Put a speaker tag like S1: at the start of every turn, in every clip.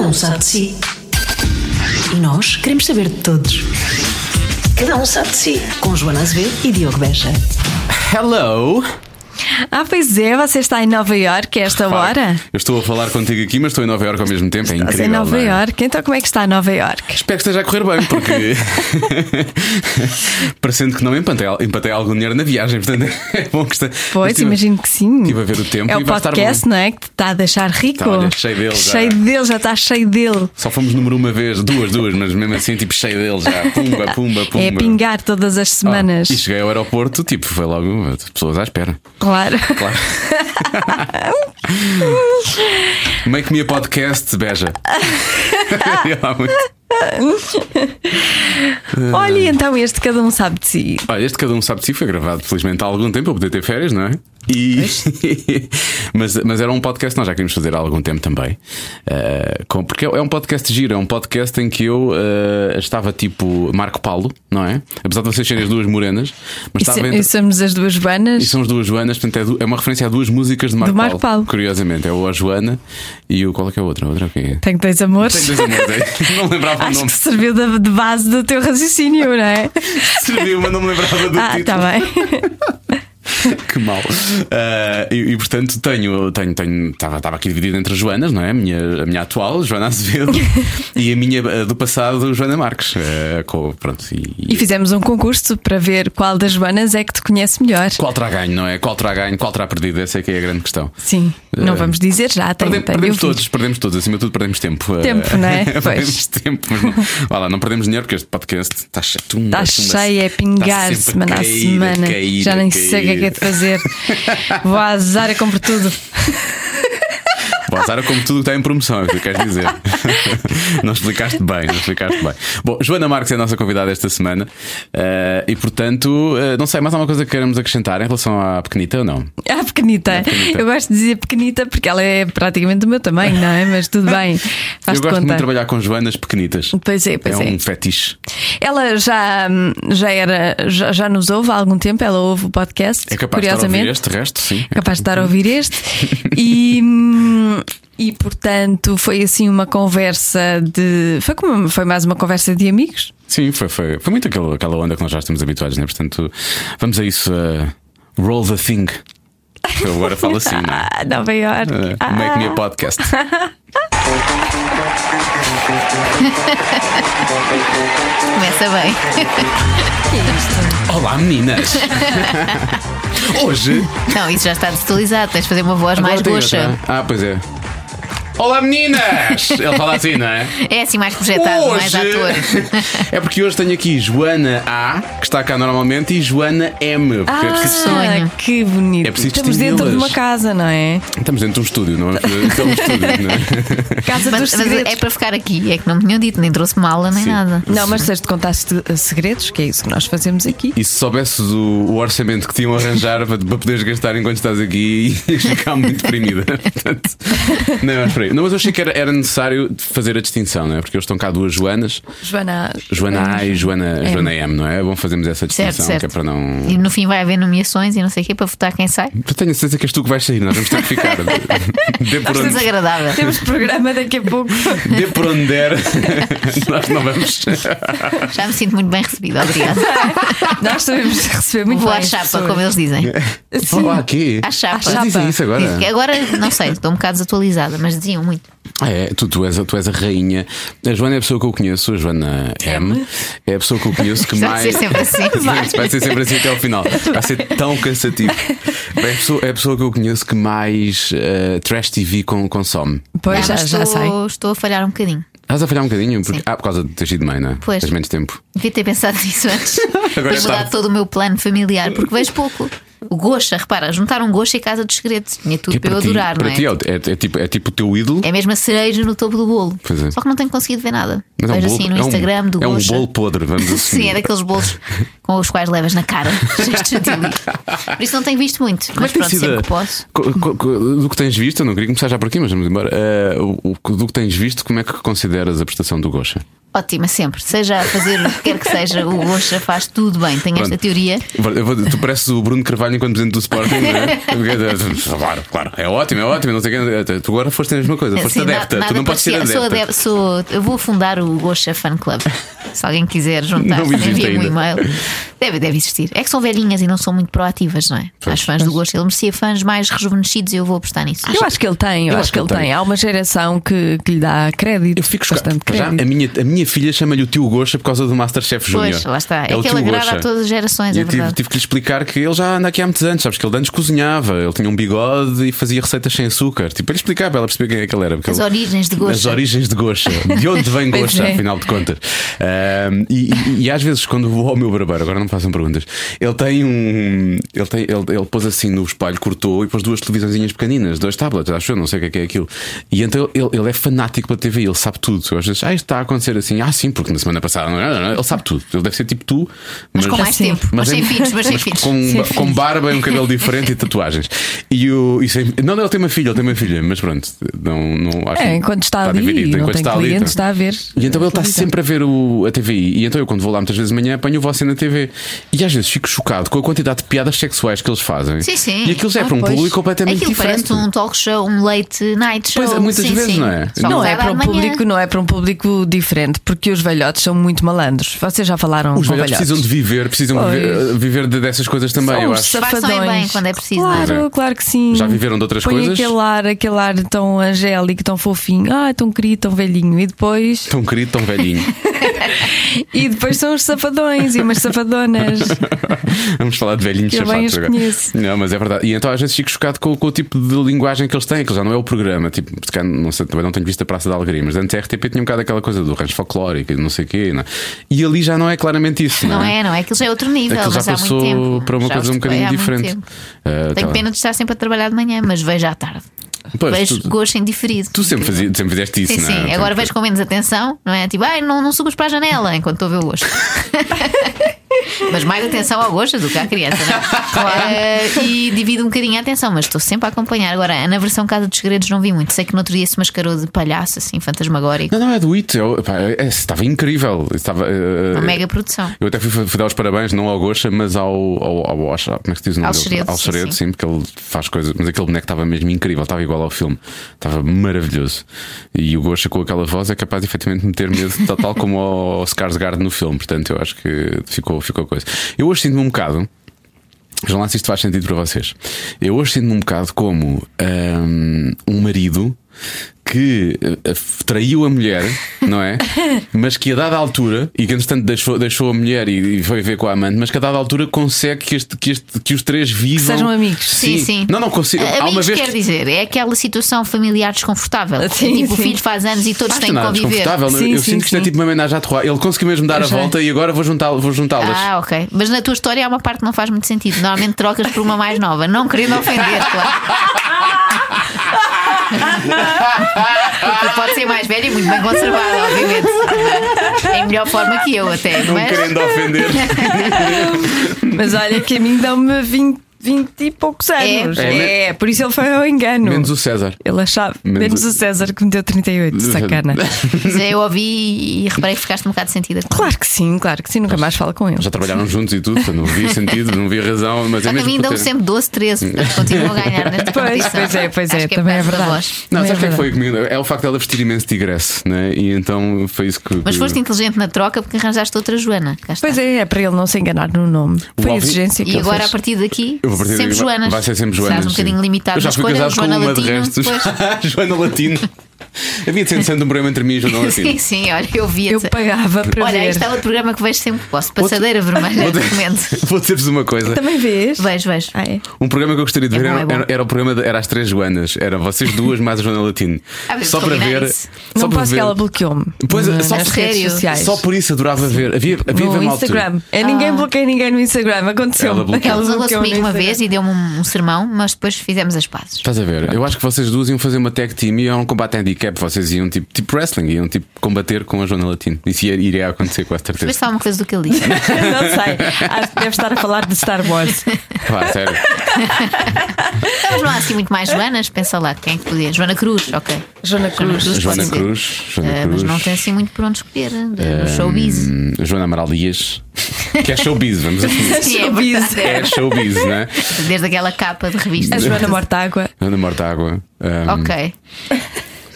S1: um sabe de si. E nós queremos saber de todos. Cada um sabe de si. Com Joana Azevedo e Diogo Beja.
S2: Hello!
S3: Ah, pois é, você está em Nova Iorque a esta hora?
S2: Eu estou a falar contigo aqui, mas estou em Nova Iorque ao mesmo tempo. É
S3: Estás
S2: incrível.
S3: Então em Nova
S2: não é?
S3: Iorque, então como é que está Nova Iorque?
S2: Espero que esteja a correr bem, porque parecendo que não empatei, empatei algum dinheiro na viagem, portanto é bom que está.
S3: Pois,
S2: estive-
S3: imagino que sim.
S2: estive a ver o tempo
S3: é
S2: e
S3: o
S2: vai estar
S3: podcast, não é? Que te está a deixar rico.
S2: Está, olha, cheio dele já.
S3: Cheio dele, já está cheio dele.
S2: Só fomos número uma vez, duas, duas, mas mesmo assim, tipo, cheio dele já. Pumba, pumba, pumba.
S3: É a pingar todas as
S2: Ah,
S3: semanas.
S2: e cheguei ao aeroporto, tipo, foi logo as pessoas à espera.
S3: Claro.
S2: Claro. Make me a podcast, beija.
S3: Olha, e então este cada um sabe de si.
S2: Olha, este Cada Um Sabe de Si foi gravado, felizmente, há algum tempo, eu poder ter férias, não é? E... mas, mas era um podcast que nós já queríamos fazer há algum tempo também. Eh, com- Porque é é um podcast giro, é um podcast em que eu eh, estava tipo Marco Paulo, não é? Apesar de vocês serem as duas morenas, mas
S3: E,
S2: estava
S3: se-
S2: entre.
S3: e somos as duas
S2: E
S3: vanas.
S2: são as duas Joanas, portanto é, du- é uma referência a duas músicas de Marco,
S3: Marco Paulo.
S2: Curiosamente, é o A Joana e o qual é que é a outra? A outra é o quê?
S3: Tenho dois amores.
S2: Tem dois amores aí. Não lembrava o
S3: Acho
S2: nome.
S3: que serviu de, de base do teu raciocínio, não é?
S2: Serviu, mas não me lembrava do
S3: ah,
S2: título.
S3: está bem.
S2: Que mal. Ah, e, e, portanto tenho, tenho, tenho, estava estava aqui dividido entre as Joanas, não é? A minha, a minha atual, Joana Azevedo, e a minha ah, do passado, Joana Marques. Ah, com- pronto, e,
S3: E fizemos um concurso para ver qual das Joanas é que te conhece melhor.
S2: qual terá ganho, não é? Qual terá ganho, qual terá perdido? Essa é que é a grande questão.
S3: Sim, não vamos dizer já, tem,
S2: Perde-
S3: tem, eu
S2: Eh, perdemos
S3: vi.
S2: todos, perdemos todos, acima de tudo perdemos tempo. Eh,
S3: Tempo, não é?
S2: perdemos tempo, mas não, vá lá, não perdemos dinheiro porque este podcast está cheio. tumba,
S3: Está
S2: tumba,
S3: cheio, é
S2: está sempre
S3: pingar
S2: a
S3: semana a
S2: cair, a
S3: semana.
S2: cair,
S3: Já
S2: a
S3: nem
S2: cair.
S3: sei o que é que é de fazer. Vou à Zara, compro tudo.
S2: Bom, Zara, como tudo está em promoção, é o que tu queres dizer. não explicaste bem, não explicaste bem. Bom, Joana Marques é a nossa convidada esta semana eh, e, portanto, eh, não sei, mais alguma coisa que queremos acrescentar em relação à pequenita ou não?
S3: Ah, pequenita.
S2: pequenita.
S3: Eu gosto de dizer pequenita porque ela é praticamente do meu tamanho, não é? Mas tudo bem, faz
S2: Eu gosto
S3: conta.
S2: muito de trabalhar com Joanas pequenitas.
S3: Pois é, pois
S2: é,
S3: é.
S2: um fetiche.
S3: Ela já, hum, já era, já, já nos ouve há algum tempo, ela ouve o podcast,
S2: É capaz de estar a
S3: curiosamente.
S2: ouvir este resto, sim.
S3: É capaz de estar a ouvir este. E, hum, e portanto, foi assim uma conversa de. Foi, como, foi mais uma conversa de amigos.
S2: Sim, foi, foi, foi muito aquela, aquela onda que nós já estamos habituados, né? Portanto, vamos a isso. eh, roll the thing. Eu agora falo assim, não é?
S3: Ah, Nova Ah, York.
S2: Eh, make me a podcast.
S4: Começa bem.
S2: Olá, meninas! Hoje.
S4: Não, isso já está desatualizado. Tens de fazer uma voz mais
S2: Agora tem outra.
S4: gocha.
S2: Ah, pois é. Olá, meninas! Ele fala assim, não é?
S4: É assim mais projetado, mais ator.
S2: é porque hoje tenho aqui Joana A, que está cá normalmente, e Joana M. Porque é preciso-
S3: Ah,
S4: sonho.
S3: que bonito.
S2: É preciso
S3: Estamos dentro de uma
S2: distingui-las.
S3: casa, não é?
S2: Estamos dentro de um estúdio, não é? Estamos num estúdio, não é?
S3: Casa
S4: Mas,
S3: dos
S4: mas
S3: segredos.
S4: é para ficar aqui. É que não me tinham dito, nem trouxe mala, nem
S2: Sim.
S4: nada.
S3: Não, mas se te contaste uh, segredos, que é isso que nós fazemos aqui.
S2: E se soubesses o, o orçamento que tinham a arranjar para, para poderes gastar enquanto estás aqui, ias ficar muito deprimida. Portanto, não, mas por aí. Não, mas eu achei que era, era necessário fazer a distinção, não é? Porque hoje estão cá duas Joanas,
S3: Joana. eh,
S2: Joana A e Joana M, Joana M não é? É bom fazermos essa distinção,
S4: Certo, certo.
S2: que é para não.
S4: E no fim vai haver nomeações e não sei o quê para votar quem sai.
S2: Eu tenho a certeza que és tu que vais sair, nós vamos ter que ficar. Dê por onde,
S4: Desagradável.
S3: Temos programa daqui a pouco.
S2: dê por onde der, nós não vamos.
S4: Já me sinto muito bem recebida. Obrigada.
S3: nós sabemos receber muito
S4: Vou
S3: bem
S4: à
S3: as
S4: chapa,
S3: pessoas. É,
S4: como eles dizem.
S2: Olá, Ah, aqui.
S4: À chapa.
S2: Mas dizem isso agora.
S4: Diz que é- Agora, não sei, estou um bocado desatualizada, mas diziam muito.
S2: Ah, é, tu, tu, és, a- tu és a rainha. A Joana é a pessoa que eu conheço, a Joana M. É a pessoa que eu conheço que
S4: Vai
S2: mais.
S4: ser sempre assim.
S2: Vai. vai ser sempre assim até ao final. Vai ser tão cansativo. É a pessoa, é a pessoa que eu conheço que mais eh, trash TV con- consome.
S3: Pois já,
S4: Ah, mas
S3: já
S4: estou,
S3: sei.
S4: estou a falhar um bocadinho.
S2: Estás a falhar um bocadinho? Porque, ah, por causa de teres sido mãe, não é?
S4: Pois.
S2: Tens menos tempo.
S4: Devia ter pensado nisso antes.
S2: Agora
S4: para
S2: é
S4: mudar
S2: tarde.
S4: todo o meu plano familiar, porque vejo pouco. O Goxa, repara, juntar um Goxa e Casa dos Segredos. Tinha tudo
S2: Que
S4: para
S2: para
S4: eu
S2: ti,
S4: adorar,
S2: para
S4: não é?
S2: ti é, o- é- é tipo, é tipo o teu ídolo.
S4: É mesmo a cereja no topo do bolo.
S2: Pois é.
S4: Só que não tenho conseguido ver nada.
S2: Mas é um
S4: vejo
S2: bolo-
S4: assim no
S2: é um-
S4: Instagram do
S2: É um
S4: Goxa.
S2: bolo podre, vamos assim.
S4: Sim, é daqueles bolos com os quais levas na cara. cheios de chantilly. Por isso não tenho visto muito.
S2: é
S4: mas pronto, sempre que posso.
S2: Do que tens visto, eu não queria começar já por aqui, mas vamos embora. Eh, o- o- do que tens visto, como é que consideras a prestação do Gocha?
S4: Ótima, sempre. Seja a fazer o que quer que seja, o Osha faz tudo bem. Tenho esta
S2: Pronto.
S4: teoria.
S2: Eu vou- tu pareces o Bruno Carvalho enquanto presidente do Sporting, não é? Porque- Claro, claro. É ótimo, é ótimo. Não sei o quê. Tu agora foste a mesma coisa, foste
S4: Sim, na-
S2: adepta.
S4: nada
S2: Tu não podes ser
S4: parecia-
S2: adepta.
S4: Sou adep- sou- eu vou fundar o Gosha Fan Club. Se alguém quiser juntar,
S2: Não existe
S4: envia um
S2: ainda.
S4: e-mail. Deve, deve existir. É que são velhinhas e não são muito proativas, não é? As fãs do Gosha. Ele merecia fãs mais rejuvenescidos e eu vou apostar nisso.
S3: Eu acho que ele tem, eu, acho que ele tem. Há uma geração que, que lhe dá crédito.
S2: Eu fico chocado.
S3: bastante
S2: Para Já, a,
S3: crédito.
S2: minha, a minha filha chama-lhe o tio Gocha por causa do Masterchef Júnior.
S4: Pois, lá está. É
S2: o
S4: que
S2: tio
S4: ele agrada
S2: Gocha.
S4: a todas as gerações,
S2: E
S4: é
S2: eu tive,
S4: verdade.
S2: tive que lhe explicar que ele já anda aqui há muitos anos, sabes? Que ele antes cozinhava, ele tinha um bigode e fazia receitas sem açúcar. Tipo, para lhe explicar, para ela perceber quem é que ele era. porque
S4: As
S2: ele-
S4: origens de
S2: As
S4: Gosha.
S2: origens de Gosha. De onde vem
S3: Pois
S2: Gosha,
S3: é.
S2: afinal de contas. Ahm, e, e- e às vezes, quando vou ao meu barbeiro, agora não me façam perguntas, ele tem um. Ele, tem, ele, ele pôs assim no espelho, cortou e pôs duas televisãozinhas pequeninas, dois tablets, acho eu, não sei o que é, que é aquilo. E então ele, ele é fanático pela TV, ele sabe tudo. Eu às vezes, ah, isto está a acontecer assim, ah, sim, porque na semana passada, não, não, não, ele sabe tudo. Ele deve ser tipo tu,
S4: Mas com mais
S3: Sim.
S4: tempo. Mas,
S2: é-
S4: sem filhos, mas sem filhos.
S2: com,
S3: Sem
S2: ba- com barba e um cabelo diferente e tatuagens. E o. E sem- não, não, ele tem uma filha, ele tem uma filha, mas pronto, não, não acho
S3: É,
S2: que
S3: enquanto está, ali,
S2: dividido,
S3: não
S2: enquanto
S3: tem
S2: está ali,
S3: clientes,
S2: então.
S3: está a ver.
S2: E então ele está
S3: televisão.
S2: sempre a ver o, a TVI. E então eu, quando vou lá muitas vezes de manhã, apanho você na TV. E às vezes fico chocado com a quantidade de piadas sexuais que eles fazem.
S4: Sim, sim.
S2: E aquilo já é
S3: Ah,
S2: para um
S3: pois.
S2: público completamente
S4: Aquilo
S2: diferente.
S4: parece um talk show, um late night show.
S2: Pois é, muitas
S4: sim,
S2: vezes,
S4: sim.
S2: não é?
S4: Só
S3: Não
S4: nos
S3: é,
S4: vai
S3: para
S4: dar
S3: um
S4: de manhã.
S3: público, não é para um público diferente, porque os velhotes são muito malandros. Vocês já falaram
S2: Os
S3: com
S2: velhos precisam de viver, precisam
S3: Pois.
S2: viver, viver de- dessas coisas também,
S3: São
S2: eu
S3: uns
S2: acho.
S4: Disfarçam
S3: safadões.
S4: bem quando é preciso, não é?
S3: Claro,
S2: Pois é.
S3: claro que sim.
S2: Já viveram de outras
S3: Põe
S2: coisas?
S3: Aquele ar, aquele ar tão angélico, tão fofinho, ah, tão querido, tão velhinho. E depois,
S2: Tão querido, tão velhinho.
S3: e depois são os safadões e umas safadonas.
S2: Vamos falar de velhinhos
S3: Eu bem
S2: chapados
S3: os
S2: agora.
S3: conheço.
S2: Não, mas é verdade. E então às vezes fico chocado com, com o tipo de linguagem que eles têm, que já não é o programa. Tipo, se calhar, não sei, também não tenho visto a Praça da Alegria, mas antes a RTP tinha um bocado aquela coisa do rancho folclórico e não sei o quê. não é? E ali já não é claramente isso, não,
S4: Não é, não é? Aquilo já é outro nível,
S2: Aquilo já
S4: mas há muito
S2: passou
S4: tempo.
S2: para uma
S4: Já
S2: coisa
S4: os
S2: um
S4: topei
S2: bocadinho
S4: há muito
S2: diferente.
S4: tempo.
S2: Ah,
S4: Tenho
S2: tá
S4: pena
S2: bem.
S4: de estar sempre a trabalhar de manhã, mas vejo à tarde.
S2: Pois,
S4: vejo
S2: tu-
S4: gosto em diferido.
S2: Tu sempre, fazias, sempre fizeste isso,
S4: Sim,
S2: não é?
S4: sim. Agora
S2: Sempre-
S4: vejo com menos atenção, não é? Tipo, ai, não, não subas para a janela enquanto estou a ver o gosto. mas mais atenção ao gosto do que à criança, não é? Eh, e divido um bocadinho a atenção, mas estou sempre a acompanhar. Agora, na versão Casa dos Segredos não vi muito. Sei que no outro dia se mascarou de palhaço, assim, fantasmagórico.
S2: Não, não, é do It. Eu- pá, é- estava incrível. Estava, eh,
S4: Uma mega produção.
S2: Eu até fui, fui dar os parabéns, não ao Gosha, mas ao, ao, ao Osha, como é que se diz o nome
S4: Ao
S2: dele?
S4: Xeredo,
S2: Ao
S4: sim,
S2: Xeredo,
S4: sim.
S2: sim, porque ele faz coisas. Mas aquele boneco estava mesmo incrível, estava igual ao filme, estava maravilhoso. E o Gosha com aquela voz é capaz de efetivamente meter medo, tal, tal como ao Skarsgård no filme, portanto eu acho que ficou, ficou coisa. Eu hoje sinto-me um bocado. Vejam lá se isto faz sentido para vocês. Eu hoje sinto-me um bocado como hum, um marido que eh, traiu a mulher, não é? Mas que a dada altura, e que entretanto deixou, deixou a mulher e, e foi ver com a amante, mas que a dada altura consegue que, este, que, este, que os três vivam.
S3: sejam amigos.
S4: Sim, sim.
S2: Não, não consigo.
S4: A-
S2: Há uma
S4: Amigos
S2: vez. Ah,
S4: quer dizer, é aquela situação familiar desconfortável. É
S3: Sim,
S4: tipo, o
S3: sim.
S4: filho faz anos e todos
S2: Acho
S4: têm que
S2: nada
S4: conviver.
S2: desconfortável.
S3: Sim,
S2: eu
S3: sim,
S2: sinto que isto é
S3: sim.
S2: tipo uma homenagem à Torroá. Ele conseguiu mesmo dar a
S3: Eu sei.
S2: volta e agora vou juntá-lo- vou juntá-las.
S4: Ah, ok. Mas na tua história há uma parte que não faz muito sentido. Normalmente trocas por uma mais nova, não querendo ofender, claro. Porque pode ser mais velha e muito bem conservada, obviamente. É Em melhor forma que eu, até.
S2: não
S4: mas
S2: querendo ofender.
S3: Mas olha que a mim dão-me 20, 20 e poucos anos.
S2: É,
S3: É, por isso ele foi ao engano.
S2: Menos o César.
S3: Ele achava.
S2: Menos
S3: Menos,
S2: o-
S3: o César que me deu 38, sacana.
S4: mas eu ouvi e reparei que ficaste um bocado sentida.
S3: claro que sim, claro que sim, nunca mais fala com ele.
S2: Já trabalharam juntos e tudo, portanto, não havia sentido, não havia razão, mas é
S4: A
S2: mesmo.
S4: mim
S2: por
S4: dão
S2: ter-
S4: sempre 12, 13, portanto continuam a ganhar nesta
S3: Pois,
S4: competição.
S3: pois é, pois é,
S4: Acho que
S3: também
S4: por
S3: é
S4: causa da
S3: verdade.
S4: voz.
S2: Não,
S3: Não é
S2: sabes o que é que
S3: verdade.
S2: foi comigo? É o facto dela vestir imenso tigresse, né? E então foi isso que.
S4: Mas
S2: que-
S4: foste inteligente na troca porque arranjaste outra Joana. Cá está.
S3: Pois é, é para ele não se enganar no nome.
S2: O
S3: Foi a
S2: Alvin-
S3: exigência que
S4: E
S3: ele
S4: agora
S3: fez.
S4: a partir daqui,
S2: Eu vou partir
S4: sempre
S2: daqui, vai-
S4: Joanas.
S2: Vai ser sempre Joanas.
S4: Serás um
S2: sim.
S4: bocadinho limitado
S2: Eu já
S4: na
S2: fui
S4: escolha,
S2: casado
S4: Joana
S2: com uma de
S4: Latino,
S2: restos.
S4: pois.
S2: Joana Latino. Havia de ser sendo um programa entre mim e Joana Latino.
S4: Sim, sim, olha, eu vi
S3: Eu pagava para
S4: Olha,
S3: ver.
S4: este é outro programa que vejo sempre que posso. Passadeira vermelha,
S2: Vou dizer-
S4: recomendo.
S2: Vou dizer-vos uma
S4: um-
S2: coisa.
S3: Também vês?
S4: Vejo, vejo.
S3: Ah, é?
S2: Um programa que eu gostaria de
S4: É
S2: ver
S4: bom,
S2: era,
S4: é bom.
S2: era- era o programa de, era as três Joanas. Era vocês duas mais a Joana Latino.
S4: Ah, mas
S2: só para
S4: combinar
S2: ver.
S4: isso.
S2: só
S3: Não
S2: para
S3: posso
S2: ver-
S3: que ela bloqueou-me.
S2: Pois,
S3: na-
S2: só-
S3: nas redes
S4: Sério?
S3: sociais.
S2: Só por isso adorava ver. Havia, havia
S3: no
S2: uma altura-
S3: Instagram. É, ninguém bloqueia ninguém no Instagram. Aconteceu.
S2: Ela bloqueou.
S4: Ah. Ela zangou-se
S3: bloqueou-me
S4: comigo
S3: no
S4: uma
S3: Instagram.
S4: vez e deu-me um, um sermão, mas depois fizemos as pazes.
S2: Tá. Estás a ver? Eu acho que vocês duas iam fazer uma tag team e era é um combate handicap. Vocês vocês iam tipo, tipo wrestling, iam tipo combater com a Joana Latino. Isso ia- iria acontecer com a
S4: Vê
S2: certeza.
S4: se há alguma coisa do que ele disse.
S3: Não sei. Acho que deve estar a falar de Star Wars.
S4: é.
S2: Pá, sério.
S4: Mas não há assim muito mais Joanas? Pensa lá, quem é que podia? Joana Cruz, ok.
S3: Joana Cruz.
S4: pode
S2: Joana
S4: ser.
S2: Cruz, Joana
S4: Eh,
S2: Cruz.
S4: mas não tem assim muito por onde escolher. de- No showbiz.
S2: Hum, Joana Amaral Dias. Que é showbiz, vamos assumir.
S4: Sim, é
S3: Showbiz.
S4: verdade.
S2: É showbiz, não é?
S4: Desde aquela capa de revista.
S3: A Joana Mortágua.
S2: Joana Mortágua. Hum,
S4: Ok.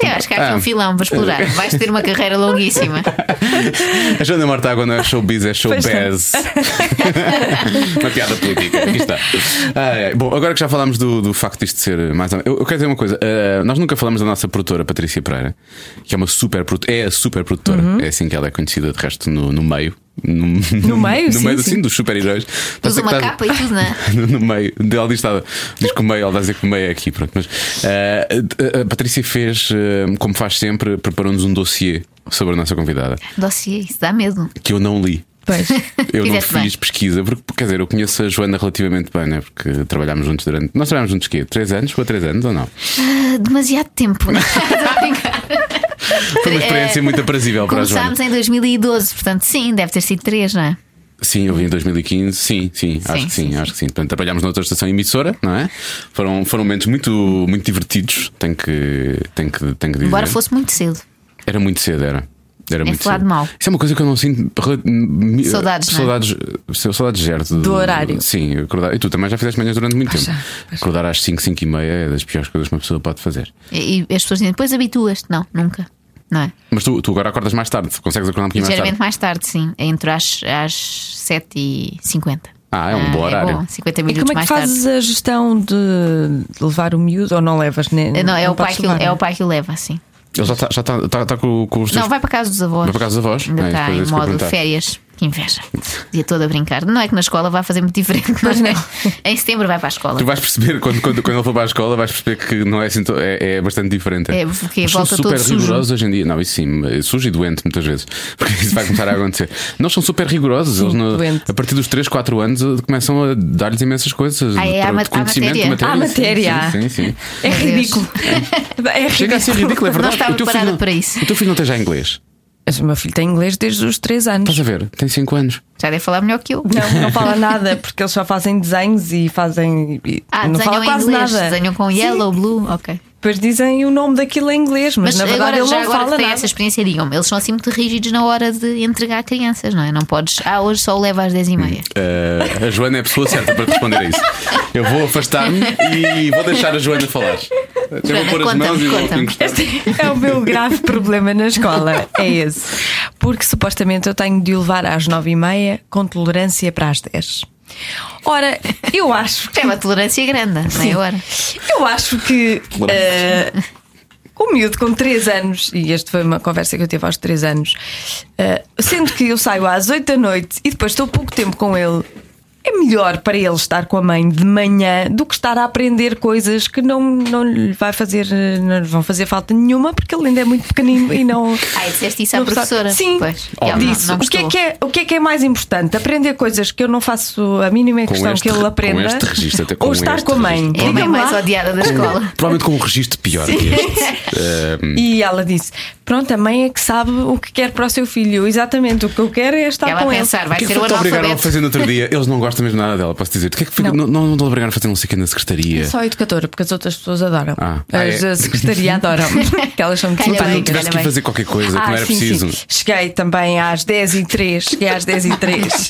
S4: Eu acho que há aqui
S2: Ah.
S4: um filão para explorar. Vais ter uma carreira longuíssima.
S2: A Joana Mortágua não é showbiz, é showbaz. uma piada política. Aqui está. Ai, ai. Bom, agora que já falámos do, do facto disto ser mais. ou menos- Eu, eu quero dizer uma coisa. Ah, nós nunca falamos da nossa produtora, Patrícia Pereira, que é uma super produ- É a super produtora.
S3: Uhum.
S2: É assim que ela é conhecida, de resto, no, no meio. No, no
S3: meio,
S2: No
S3: sim,
S2: meio
S3: sim.
S2: assim, dos super-heróis.
S4: Usa
S2: Parece que
S4: uma
S2: estás-
S4: capa e tudo, né?
S2: no, no meio. Ela diz, tá, diz que o meio, ela vai dizer que o meio é aqui, pronto. Mas eh, a- a Patrícia fez, eh, como faz sempre, preparou-nos um dossiê sobre a nossa convidada,
S4: Dossiê, isso dá medo.
S2: que eu não li.
S3: Pois.
S2: Eu não
S4: Fizeste bem.
S2: fiz pesquisa, porque quer dizer, eu conheço a Joana relativamente bem, né? Porque trabalhámos juntos durante. Nós trabalhámos juntos quê? Três anos? Foi três anos ou não?
S4: Ah, Demasiado tempo.
S2: Foi uma experiência muito aprazível para a Joana.
S4: É, Começámos em 2012, portanto, sim, deve ter sido três, não é?
S2: Uhum. Sim, eu vim em 2015, sim, sim, acho
S4: Sim,
S2: que sim,
S4: sim,
S2: acho que sim. Portanto, trabalhámos noutra estação emissora, não é? Foram, foram momentos muito, muito divertidos, tenho que, tenho que, tenho que dizer.
S4: Embora fosse muito cedo.
S2: Era muito cedo, era. Era muito
S4: falar
S2: cedo.
S4: de mal.
S2: Isso é uma coisa que eu não sinto. rela- mi-
S4: Saudades, não é?
S2: Saudades, se- saudades certo.
S3: Do horário.
S2: Sim, acordar. E tu também já fizeste manhãs durante
S4: Ah,
S2: muito tempo. Acordar às 5, 5 e meia é das piores coisas que uma pessoa pode fazer.
S4: E, e as pessoas dizem, depois habituas-te. Não, nunca. Não é?
S2: Mas tu, tu agora acordas mais tarde, consegues acordar um pouquinho mais
S4: Geralmente
S2: tarde.
S4: mais tarde, sim. É Entre às, às 7h50.
S2: Ah, é um bom horário.
S4: bom, 50
S3: E
S4: minutos
S3: como é que
S4: mais
S3: fazes a gestão de levar o miúdo ou não levas? Né?
S4: tarde. Não, é, o pai
S3: podes
S4: que,
S3: levar,
S4: é
S3: não
S4: o pai que o leva, assim.
S2: Ele já está já tá, tá, tá com, com os teus.
S4: Não, vai para casa dos avós.
S2: Vai para casa dos avós?
S4: Ainda
S2: É,
S4: está
S2: depois
S4: em
S2: isso que eu ia
S4: modo
S2: perguntar.
S4: férias. Que inveja. Dia todo a brincar. Não é que na escola vá fazer muito diferente, mas não. em setembro vai para a escola.
S2: Tu vais perceber, quando, quando, quando ele for para a escola, vais perceber que não é assim, tão- é, é bastante diferente.
S4: É, porque
S2: Mas são
S4: volta
S2: super
S4: todo sujo.
S2: rigorosos hoje em dia. Não, isso sim, é sujo e doente muitas vezes. Porque isso vai começar a acontecer. Nós são super rigorosos. eles no-
S3: doente.
S2: a partir dos 3, 4 anos eh, começam a dar-lhes imensas coisas.
S4: Ah,
S2: de-
S4: é? Há ma-
S2: de conhecimento,
S4: há
S2: de
S3: matéria?
S2: Sim, sim, sim, sim.
S3: É
S4: Meu Deus.
S3: ridículo. É
S2: Chega a ser ridículo, é
S4: Não
S2: verdade.
S4: estava
S2: o, teu filho
S4: preparada
S2: não,
S4: para isso.
S2: o teu filho não tem já inglês.
S3: Mas O meu filho tem inglês desde os 3
S2: Estás
S3: anos.
S2: a ver? Tem 5 anos.
S4: Já deve falar melhor que eu.
S3: Não, não fala nada, porque eles só fazem desenhos e fazem. e
S4: Ah,
S3: não
S4: desenham
S3: fala
S4: em
S3: quase
S4: inglês.
S3: nada.
S4: Desenham com
S3: Sim,
S4: yellow, blue, ok.
S3: Depois dizem o nome daquilo em inglês, mas,
S4: Mas
S3: na verdade
S4: agora,
S3: ele
S4: já
S3: não
S4: agora
S3: fala
S4: que tem
S3: nada.
S4: essa experiência, digam Eles são assim muito rígidos na hora de entregar crianças, não é? Não podes, ah, hoje só o leva às 10h30.
S2: Eh, a Joana é a pessoa certa para te responder a isso. Eu vou afastar-me e vou deixar a Joana falar. Eu vou
S4: Joana,
S2: pôr as
S4: conta-me,
S2: mãos e vou
S4: conta-me.
S2: encostar.
S3: É o meu grave problema na escola, é esse. Porque supostamente eu tenho de o levar às nove e meia com tolerância para as 10. Ora, eu acho que.
S4: É uma tolerância grande, não é hora?
S3: Eu acho que. eh, com o miúdo com 3 anos, e esta foi uma conversa que eu tive aos 3 anos, eh, sendo que eu saio às 8 da noite e depois estou pouco tempo com ele, é melhor para ele estar com a mãe de manhã do que estar a aprender coisas que não, não lhe vai fazer, eh, não lhe vão fazer falta nenhuma, porque ele ainda é muito pequenino e não.
S4: Ah, e disseste isso à
S3: não percebe.
S4: professora?
S3: Sim,
S4: Pois.
S2: Ó,
S4: Ela
S3: disse.
S4: não
S3: o, que é
S4: gostou.
S3: que é, o que é que é mais importante? Aprender coisas que eu não faço a mínima
S2: Com
S3: questão
S2: este
S3: que
S2: re-
S3: ele
S2: com
S3: aprenda.
S2: este registro, até com
S3: ou estar
S2: este
S3: com a mãe.
S2: registro.
S4: É a mãe
S3: Digam-me
S4: mais
S3: lá.
S4: odiada da escola.
S2: Provavelmente com um registro pior que este. Eh,
S3: E ela disse: Pronto, a mãe é que sabe o que quer para o seu filho. Eu, Exatamente, o que eu quero é estar
S4: Ela a
S3: com ele.
S4: pensar,
S2: o
S4: vai
S2: que é que
S4: ser o
S2: foi que te obrigaram a
S4: analfabeto.
S2: fazer no outro dia? Eles não gostam mesmo nada dela, posso dizer. O que é que foi? Não,
S3: Não.
S2: não, não te obrigaram a fazer um sequer na secretaria.
S3: Só a educadora, porque as outras pessoas adoram.
S2: Ah. Ah,
S3: as
S2: é?
S3: da secretaria adoram. que elas são muito
S4: Calha
S2: Pá,
S4: bem,
S2: não
S3: simpáticas.
S2: tiveste
S4: olha
S2: que
S4: bem.
S2: fazer qualquer coisa que não era
S3: Ah, sim,
S2: preciso.
S3: Sim. Cheguei também às 10 e 3 Cheguei às 10 e 3